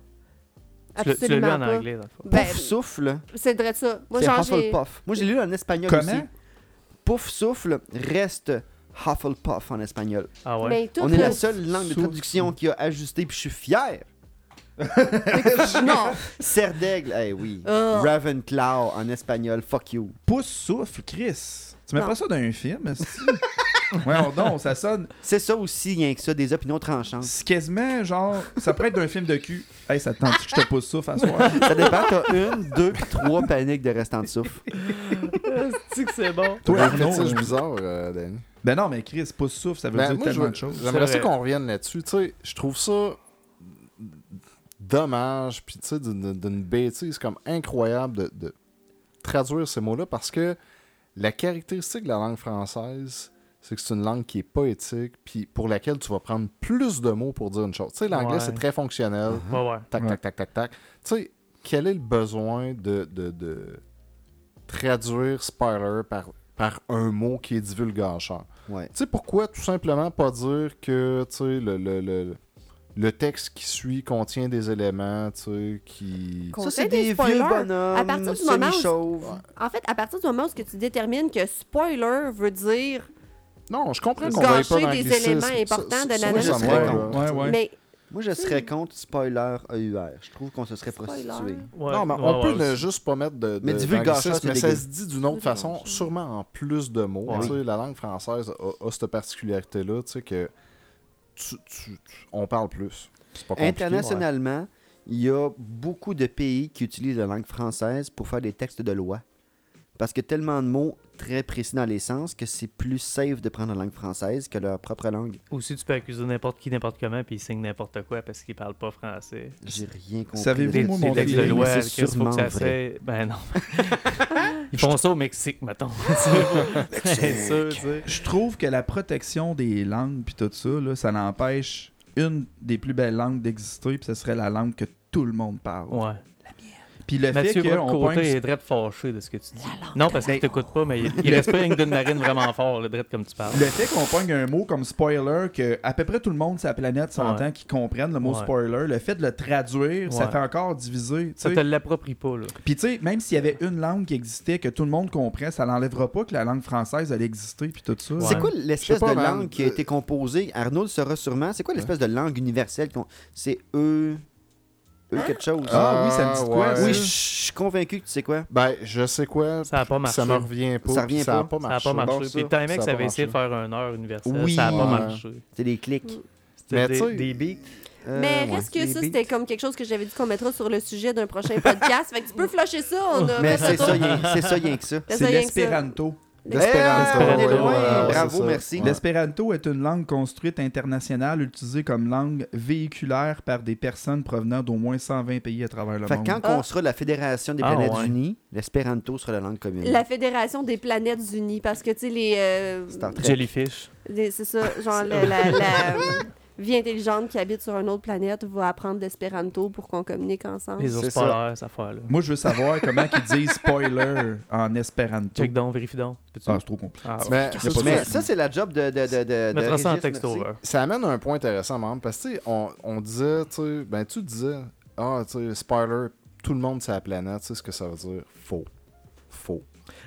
Tu l'as- Absolument tu l'as lu en pas. anglais, dans le fond. Ben, Pouf souffle. c'est vrai ça. Moi, C'est genre, Hufflepuff. j'ai... Moi, j'ai lu en espagnol Comment? aussi. Pouf souffle reste Hufflepuff en espagnol. Ah ouais? Mais ben, tout On est la le- seule langue de Souffle. traduction qui a ajusté, puis je suis fier. <laughs> non. Serre d'aigle, eh oui. Ah. Ravenclaw en espagnol, fuck you. Pouce souffle, Chris. Tu mets Non. pas ça dans un film, <laughs> Ouais, non, ça sonne. C'est ça aussi, rien que ça, des opinions tranchantes. C'est quasiment genre. Ça pourrait être d'un film de cul. Hey, ça te tente que je te pousse souffle à soir. Ça dépend, t'as une, deux, puis trois paniques de restant de souffle. Tu que c'est bon? Toi, T'as un Arnaud, fétiche euh, bizarre, euh, Danny. Ben non, mais Chris, pouce souffle, ça veut Ben, dire moi, je tellement veux- de choses. J'aimerais C'est ça vrai. qu'on revienne là-dessus. Tu sais, je trouve ça dommage, puis tu sais, d'une d'une bêtise comme incroyable de, de traduire ces mots-là parce que la caractéristique de la langue française, c'est que c'est une langue qui est poétique, puis pour laquelle tu vas prendre plus de mots pour dire une chose. Tu sais, l'anglais, Ouais. c'est très fonctionnel. <laughs> Ouais, ouais. Tac, Uh-huh. Ouais. tac, tac, tac, tac. Tu sais, quel est le besoin de, de, de traduire spoiler par, par un mot qui est divulgateur? Ouais. Tu sais, pourquoi tout simplement pas dire que tu sais, le, le, le, le texte qui suit contient des éléments tu sais, qui. Qu'on Ça, fait c'est des, spoilers. vieux bonhommes. À partir du moment où- semi-chauves. En fait, à partir du moment où ce que tu détermines que spoiler veut dire... Non, je comprends qu'on Gâcher va pas dans des l'anglicisme. éléments Ça- ça- importants de ça, la moi, ça me narration. va, là. Ouais, ouais. Mais Moi, je serais contre spoiler EUR. Je trouve qu'on se serait Spoiler. prostitué. Ouais, Non, mais ouais, on ouais, peut ouais. ne juste pas mettre de. Mais de- du vulgarisme, d'anglicisme, c'est mais ça dégueu. se dit d'une autre façon, sûrement en plus de mots. Ouais. Tu sais, La langue française a, a cette particularité-là, tu sais, que tu- tu- tu- on parle plus. C'est pas compliqué. Internationalement, il y a beaucoup de pays qui utilisent la langue française pour faire des textes de loi. Parce que tellement de mots très précis dans les sens que c'est plus safe de prendre la langue française que leur propre langue. Aussi, tu peux accuser n'importe qui, n'importe comment, puis ils signent n'importe quoi parce qu'ils parlent pas français. J'ai rien compris. Savez-vous, de Des, moi, ça. des mon textes de feeling, loi, Mais qu'est-ce qu'il c'est faut que sûrement ça s'aille? vrai. Ben non. Ils font ça au Mexique, mettons. C'est sûr, tu sais. Je trouve que la protection des langues puis tout ça, là, ça n'empêche une des plus belles langues d'exister, puis ce serait la langue que tout le monde parle. Ouais. Puis le Mathieu fait qu'on Bocoté pointe- est drette fâché de ce que tu dis. Non, parce qu'il t'écoute pas, mais il, il respire une marine vraiment fort, le drette comme tu parles. Le fait qu'on pogne un mot comme spoiler, que à peu près tout le monde sur la planète s'entend Ouais. qui comprennent le mot Ouais. spoiler, le fait de le traduire, ça Ouais. fait encore diviser. tu Ça sais. te l'approprie pas, là. Puis tu sais, même s'il y avait une langue qui existait, que tout le monde comprend, ça n'enlèvera pas que la langue française allait exister, puis tout ça. Ouais. C'est quoi Je sais l'espèce pas, de man. langue qui a été composée Arnaud le saura sûrement. C'est quoi l'espèce de langue universelle qu'on- C'est eux. Eux quelque chose. Ah oui, ça me dit de quoi, ouais. ça? Oui, je suis convaincu que tu sais quoi. Ben, je sais quoi. Ça a pas marché. Ça me revient pas. Ça puis revient a pas. pas Ça n'a marché. pas marché. Bon, ça. Puis Timex Ça a pas avait essayé de faire un heure universelle. ça n'a pas ouais. marché. C'est des clics. C'était Mais tu des, sais- des beats. Euh, Mais ouais. reste que Des ça, beats. c'était comme quelque chose que j'avais dit qu'on mettra sur le sujet d'un prochain podcast. fait que tu peux flusher ça. On a Mais c'est ça, rien- c'est ça, rien que ça. Fais C'est ça rien que ça. Ben, l'espéranto. L'espéranto, Eh, on est ouais, loin. ouais, ouais, c'est Bravo, ça. merci. Ouais. L'espéranto est une langue construite internationale utilisée comme langue véhiculaire par des personnes provenant d'au moins 120 pays à travers le Fait que monde. quand Ah. on sera la Fédération des Ah, Planètes ouais. Unies, l'espéranto sera la langue commune. La Fédération des planètes unies, parce que, tu sais, les... euh, C'est en train- Jellyfish. les- c'est ça, genre la... la, la- vie intelligente qui habite sur une autre planète va apprendre l'espéranto pour qu'on communique ensemble. Les ours C'est ça. polaires, cette affaire-là. Moi, je veux savoir comment ils disent spoiler en espéranto. Check donc, vérifie donc. Peux-tu- Ah, c'est trop compliqué. Ah, ouais. Mais, Y a pas de Mais souci. ça, c'est la job de. de, de, de- de Mettra ça en Régis, texte merci. over. ça amène un point intéressant, même, parce que tu sais, on, on disait, tu sais, ben tu disais, ah, tu sais, spoiler, tout le monde sur la planète, tu sais ce que ça veut dire. Faux. Faux.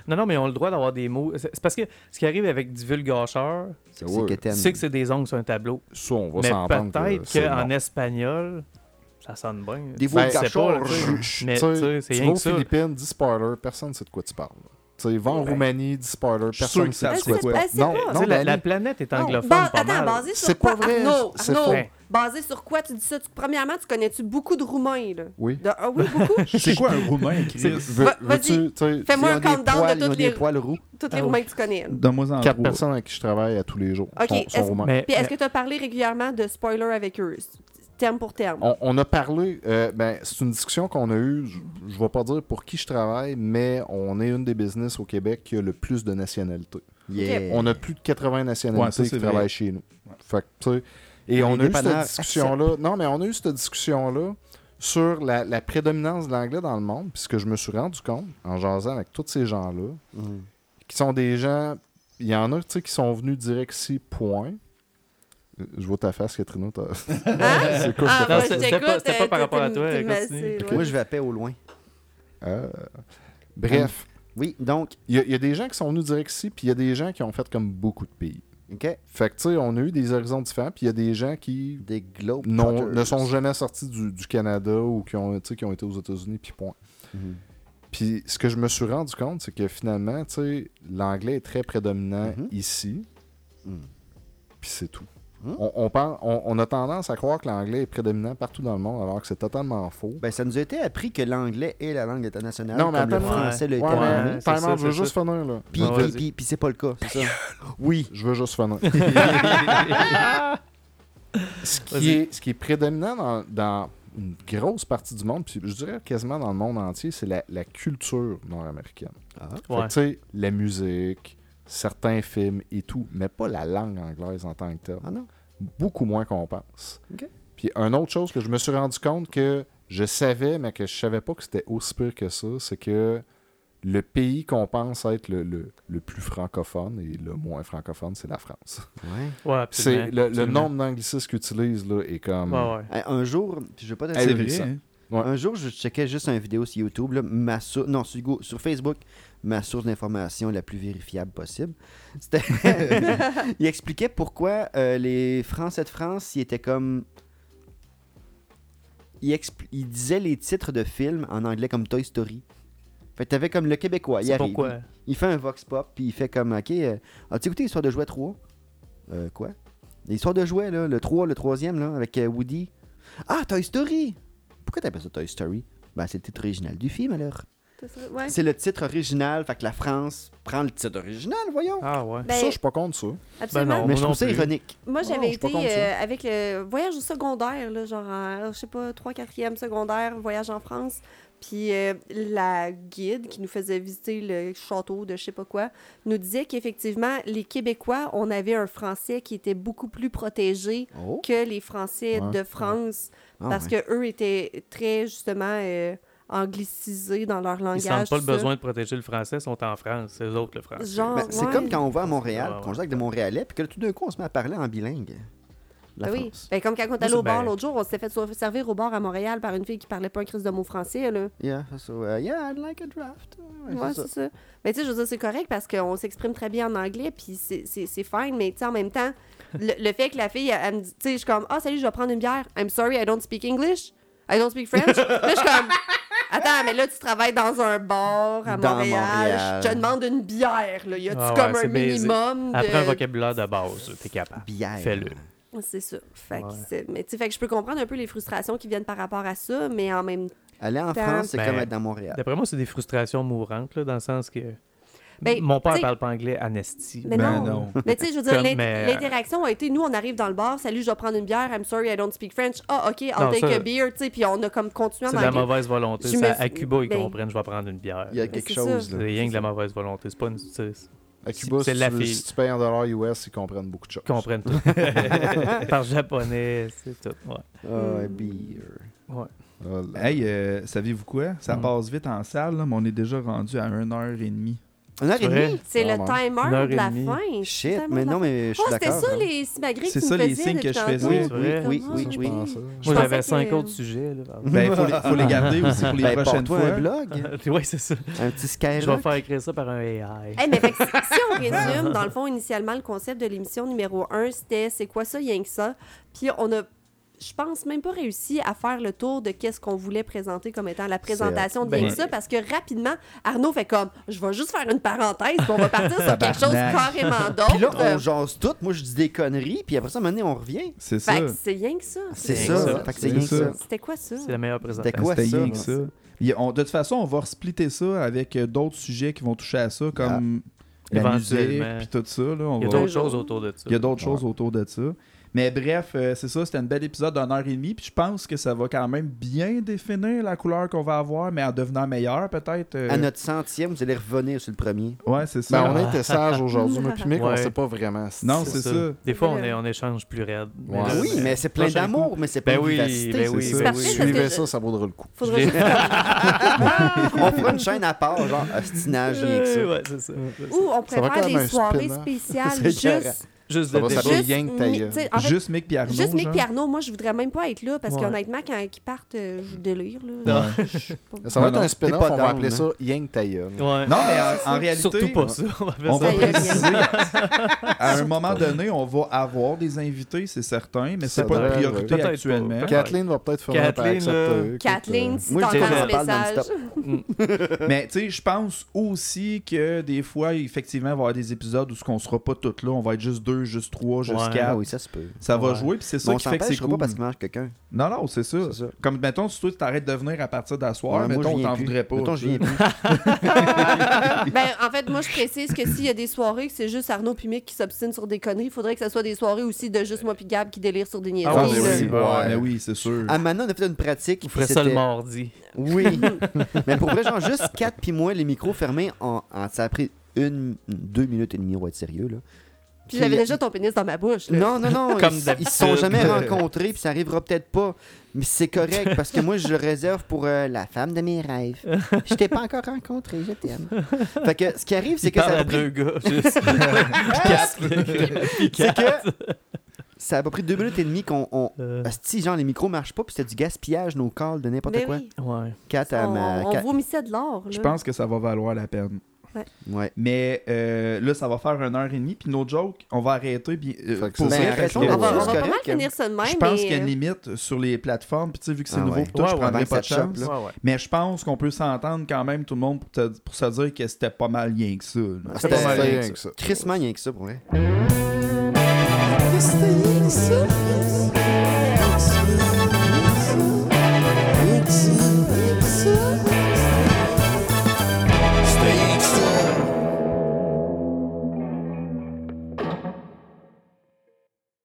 Non, non, mais on a le droit d'avoir des mots. C'est c'est parce que ce qui arrive avec du vulgacheur, C'est Ouais. que tu t'aimes. sais que c'est des ongles sur un tableau. Ça, on va mais s'en rendre peut-être c'est qu'en non. espagnol, ça sonne bien. Des Ben, vulgacheurs, je sais pas, là, tu Je- sais. je- Mais tu tu sais, sais, c'est tu rien vas aux que ça. Philippines, dis spoiler, personne ne sait de quoi tu parles. Tu sais, va en Ben, Roumanie, dis spoiler, je suis sûr personne ne que sait ça de se quoi tu fait. Ben, parles. c'est Non, pas- Tu non, sais, la, Dani, la planète est anglophone Ba- pas ben, attends, mal. basé sur C'est quoi? pas vrai, Arnaud, c'est Arnaud, faux. basé sur quoi tu dis ça? Tu- premièrement, tu connais-tu beaucoup de Roumains, là? Oui. De- ah oui, beaucoup? C'est quoi un <laughs> roumain, Chris Veux- Va- vas-y. Veux-tu, tu sais, Ils Fais-moi ont un des countdown poils- de ils ont toutes des les, poils roux. toutes Ah les oui. Roumains que tu connais. là. Donne-moi en quatre trois. personnes avec qui je travaille à tous les jours Ok, sont- sont, est-ce- roumains. Mais, Puis est-ce mais- que tu as parlé régulièrement de spoilers avec eux, s- terme pour terme? On, on a parlé, euh, ben, c'est une discussion qu'on a eue, je- je ne vais pas dire pour qui je travaille, mais on est une des business au Québec qui a le plus de nationalités. Yeah. On a plus de 80 nationalités Ouais, ça, c'est qui vrai. travaillent chez nous. Ouais. Fait que, tu sais, et Les on a eu cette dépanneurs discussion-là. Non, mais on a eu cette discussion-là sur la, la prédominance de l'anglais dans le monde. Puis ce que je me suis rendu compte en jasant avec tous ces gens-là, Mm. qui sont des gens. Il y en a tu sais, qui sont venus direct ici, point. Euh, Je vois ta face, Catherine. t'as- <laughs> Hein? C'est quoi Ah, Non, moi, c'est- je c'était pas- t'écoute, c'était pas euh, par rapport à t'es- toi, t'es- continue. t'es- Moi, je vais à paix au loin. Euh, Bref, Oui, donc, il y, a- il y a des gens qui sont venus direct ici, puis il y a des gens qui ont fait comme beaucoup de pays. OK. Fait que, tu sais, on a eu des horizons différents, puis il y a des gens qui Des globes. non, ne sont jamais sortis du, du Canada ou qui ont, tu sais, qui ont été aux États-Unis, puis point. Mhm. Puis ce que je me suis rendu compte, c'est que finalement, tu sais, l'anglais est très prédominant Mhm. ici, Mhm. puis c'est tout. Mhm. On, on, parle- on- on a tendance à croire que l'anglais est prédominant partout dans le monde, alors que c'est totalement faux. Ben, ça nous a été appris que l'anglais est la langue internationale. Non, mais comme le attends, français ouais. le Ouais, terminé. mais Ouais, c'est time ça, out, je veux c'est juste finir, là. Puis, Ouais, puis, vas-y. puis, puis c'est pas le cas, c'est ça. Oui. Je veux juste finir. ce, Vas-y. qui est, ce qui est prédominant dans, dans une grosse partie du monde, puis je dirais quasiment dans le monde entier, c'est la, la culture nord-américaine. Fait que, Ouais. Tu sais, la musique, certains films et tout, mais pas la langue anglaise en tant que telle. Ah non. Beaucoup moins qu'on pense. Ok. Puis une autre chose que je me suis rendu compte que je savais, mais que je savais pas que c'était aussi pire que ça, c'est que le pays qu'on pense être le, le- le plus francophone et le moins francophone, c'est la France. Ouais. Ouais, absolument, C'est le, le absolument. nombre d'anglicismes qu'ils utilisent là, est comme. Ouais, ouais. Hey, Un jour, puis je vais pas C'est t'assurer vrai. ça. hein? Un jour, je checkais juste une vidéo sur YouTube, là, ma sou- non, sur, Go- sur Facebook, ma source d'information la plus vérifiable possible. C'était- <laughs> Il expliquait pourquoi euh, les Français de France, ils étaient comme. Ils, expl- ils disaient les titres de films en anglais comme Toy Story. Fait que t'avais comme le Québécois, il C'est arrive. pourquoi. Il fait un vox pop, puis il fait comme, OK, euh, as-tu écouté Histoire de jouets 3 Euh, quoi L'histoire de jouets, là, le 3, le troisième, là, avec euh, Woody. Ah, Toy Story Pourquoi t'appelles ça Toy Story Ben, c'est le titre original du film, alors. T'as ça- ouais. C'est le titre original, fait que la France prend le titre original, voyons. Ah ouais. Ben, Ça, je suis pas contre ça. absolument. non, Mais moi je trouve ça plus. ironique. Moi, Non, j'avais Oh, je suis pas été contre ça. euh, avec le voyage au secondaire, là, genre, en, je sais pas, 3 4e secondaire, voyage en France. Puis euh, la guide qui nous faisait visiter le château de je sais pas quoi nous disait qu'effectivement, les Québécois, on avait un français qui était beaucoup plus protégé Oh. que les Français Ouais, de France Ah, parce ouais. que eux étaient très, justement, euh, anglicisés dans leur Ils langage. sentent pas le tout ça. besoin de protéger le français, ils sont en France, c'est eux autres le français. Genre, Ben, c'est ouais. comme quand on va à Ouais, Montréal, puis Ah, ouais. qu'on joue avec des Montréalais, puis que là, tout d'un coup, on se met à parler en bilingue. La Ben oui. France. Ben, comme quand on est allé au c'est- bar ben- l'autre jour, on s'était fait so- servir au bar à Montréal par une fille qui parlait pas un crise de mots français. Là. Yeah, so, uh, yeah, I'd like a draft. Ouais, Ouais, c'est c'est ça. ça. Mais tu sais, je veux dire, c'est correct parce qu'on s'exprime très bien en anglais, puis c'est- c'est c'est fine, mais tu sais, en même <laughs> temps, le, le fait que la fille, elle, elle me dit, tu sais, je suis comme, ah, salut, je vais prendre une bière. I'm sorry, I don't speak English. I don't speak French. là, je suis comme, attends, mais là, tu travailles dans un bar à Dans Montréal. Montréal. Je te demande une bière, là. Y a-tu Ah ouais, comme c'est un basic. minimum de. Ben, Après un vocabulaire de base, là, t'es capable. Bière. Fais-le. C'est ça. Fait que Ouais. c'est- mais tu sais, fait que je peux comprendre un peu les frustrations qui viennent par rapport à ça, mais en même Aller en Ben- France, c'est Ben- comme être dans Montréal. D'après moi, c'est des frustrations mourantes, là, dans le sens que. Ben, Mon père t'sais- parle pas anglais, Anesti. Mais Ben non. non. Mais tu sais, je veux dire, Comme, l'in- mais, euh, l'interaction a été, nous, on arrive dans le bar, salut, je dois prendre une bière, I'm sorry, I don't speak French. Ah, OK, I'll Non, take ça- a beer, tu sais, puis on a comme continué en C'est de la anglais. mauvaise volonté. Je ça, me- À Cuba, ils ben- comprennent, je vais prendre une bière. Il y a Mais quelque Ben, c'est chose, ça. C'est là. rien que de la mauvaise volonté. C'est pas une. c'est- À C'est- Cuba, c'est si, la tu, fille. si tu payes en dollars US, ils comprennent beaucoup de choses. Ils comprennent tout. <laughs> Par japonais, c'est tout. Ouais. Hmm. Ah, beer. Ouais. Ah, là. Hey, euh, savez-vous quoi? Ça Mm. passe vite en salle, là, mais on est déjà rendu à 1h30. <laughs> Une heure et C'est vrai? demie? C'est Ah, le bon. timer Une heure de la et demie. fin. Shit, Timer mais de la non, mais je suis Oh, c'était d'accord. hein. ça les simagrées C'est que tu ça, me les faisais signes que depuis je faisais. tantôt. Oui, c'est vrai. Oui, comment? oui, Ça, je oui. pense, hein. Moi, pensais j'avais que- cinq autres sujets. Là, pardon. Ben, faut, les, faut les garder aussi pour les Ben, prochaines porte-toi fois. hein. un blog, <laughs> ouais, c'est ça. un petit Je vais Skyrock. faire écrire ça par un AI. Eh, mais fait que si si on résume, dans le fond, initialement, le concept de l'émission numéro 1, c'était c'est quoi ça, rien que ça. Puis on a, je pense, même pas réussi à faire le tour de qu'est-ce qu'on voulait présenter comme étant la présentation de Ben, rien que ça, parce que rapidement, Arnaud fait comme je vais juste faire une parenthèse, puis on va partir sur quelque chose Tabarnak. carrément Puis là, d'autre. on jase tout. Moi, je dis des conneries. Puis après ça, maintenant, on revient. C'est ça. Fait que c'est rien que ça. C'est C'est ça. ça. Fait que c'est C'est rien que ça. ça. C'était quoi ça? C'est la meilleure présentation. C'était quoi C'était ça? rien que ça. Il y a- on- de toute façon, on va resplitter ça avec euh, d'autres sujets qui vont toucher à ça, comme la musique, Éventuellement. puis tout ça. là, on Il y a va- d'autres choses autour de ça. Il y a d'autres choses autour de ça. Mais bref, euh, c'est ça, c'était un bel épisode d'une heure et demie. Puis je pense que ça va quand même bien définir la couleur qu'on va avoir, mais en devenant meilleur peut-être. euh, À notre centième, vous allez revenir sur le premier. Ouais, c'est ça. Ben, on était sages aujourd'hui, mais puis Mick, on Ouais. sait pas vraiment. si- Non, c'est ça. Des fois, on, est- on échange plus raide. Ouais. là, Ah oui, mais c'est plein Ah prochain d'amour, mais c'est plein Ben oui, de ben oui, C'est ben ça. oui. Parfait, Si suivez Parce que- ça, ça vaudra le coup. Faudrait Je juste faire- On fera une chaîne à part, genre ostinage, rien que ça. Ouais, c'est ça. c'est ça. Ou on Ça va préfère quand même des un soirées spin-off. spéciales C'est juste. Juste Ça de va débat. s'appeler juste Yang mi- Taïa. tu sais, en fait, Juste Mick Pierre. Juste Mick et Arnaud, moi, je voudrais même pas être là parce Ouais. qu'honnêtement, quand ils partent, euh, je délire. Là. Je suis <laughs> pas- Ça va Non, être non, un t'es spin-off, pas on va down, appeler hein. ça Yang Taïa. Ouais. Non, mais en, en réalité, Surtout pas ça. On va faire on va Ça y est. préciser. à un moment donné, on va avoir des invités, c'est certain, mais Ça c'est pas une devrait, priorité ouais. Peut-être actuellement. pas. Kathleen va peut-être faire un Kathleen, euh, accepter. Kathleen, si Moi, je t'entends dirais, ce on en message. parle non-stop. Mais tu sais, je pense aussi que des fois, effectivement, il va y avoir des épisodes où ce qu'on sera pas tous là, on va être juste deux, juste trois, juste Ouais. Ah quatre. oui, ça se peut. Ça va Ouais. jouer, puis c'est ça Mais on qui fait que c'est s'empêchera cool. pas parce qu'il mange quelqu'un. Non, non, c'est ça. C'est ça. Comme, mettons, si toi, tu t'arrêtes de venir à partir d'asseoir, Ouais, moi, je mettons, on viens t'en plus. voudrait pas. Mettons, je viens plus. <laughs> Ben, en fait, moi, je précise que s'il y a des soirées que c'est juste Arnaud puis Mick qui s'obstinent sur des conneries, il faudrait que ce soit des soirées aussi de juste moi puis Gab qui délire sur des niaiseries. Ah, Ah mais oui, oui, là. c'est ouais, vrai. mais oui, c'est sûr. Amanda, on a fait une pratique. Vous puis ferez ça le c'était- mardi. Oui. <laughs> Mais pour vrai, genre, juste 4 puis moi, les micros fermés, en, en- ça a pris une, deux minutes et demie, on va être sérieux, là. Puis j'avais déjà ton pénis dans ma bouche. là. Non, non, non. <laughs> Comme ils, d'habitude. ils se sont jamais rencontrés, puis ça arrivera peut-être pas. Mais c'est correct, parce que moi, je le réserve pour euh, la femme de mes rêves. Je t'ai pas encore rencontré, je t'aime. Fait que ce qui arrive, c'est Il que parle ça a à pris deux gars. Juste. C'est que ça a pas pris deux minutes et demie qu'on. On... Euh, Asti, genre, les micros marchent pas, puis c'était du gaspillage, nos calls de n'importe Mais quoi. Ben oui. Ouais. Quatre à On, ma. on quatre- vomissait de l'or. là. Je pense que ça va valoir la peine. Ouais. Mais euh, là, ça va faire une heure et demie, puis nos jokes, on va arrêter. Puis, euh, Fait que pour c'est- vrai, Ben, parce arrêtons On que- va, on va C'est pas correct, hein. mal finir ça de même. je pense mais, qu'il y a euh, une limite sur les plateformes. Puis tu sais, vu que c'est Ah nouveau ouais. pour toi, Ouais, je ouais, prendrais ben, pas de ça te chope, chance. là. Ouais, ouais. Mais je pense qu'on peut s'entendre quand même, tout le monde, pour, te- pour se dire que c'était pas mal rien que ça. là. Ah, C'était pas c'était- mal rien rien que que ça. Crissement, rien que ça, pour vrai. Qu'est-ce que c'est, ça?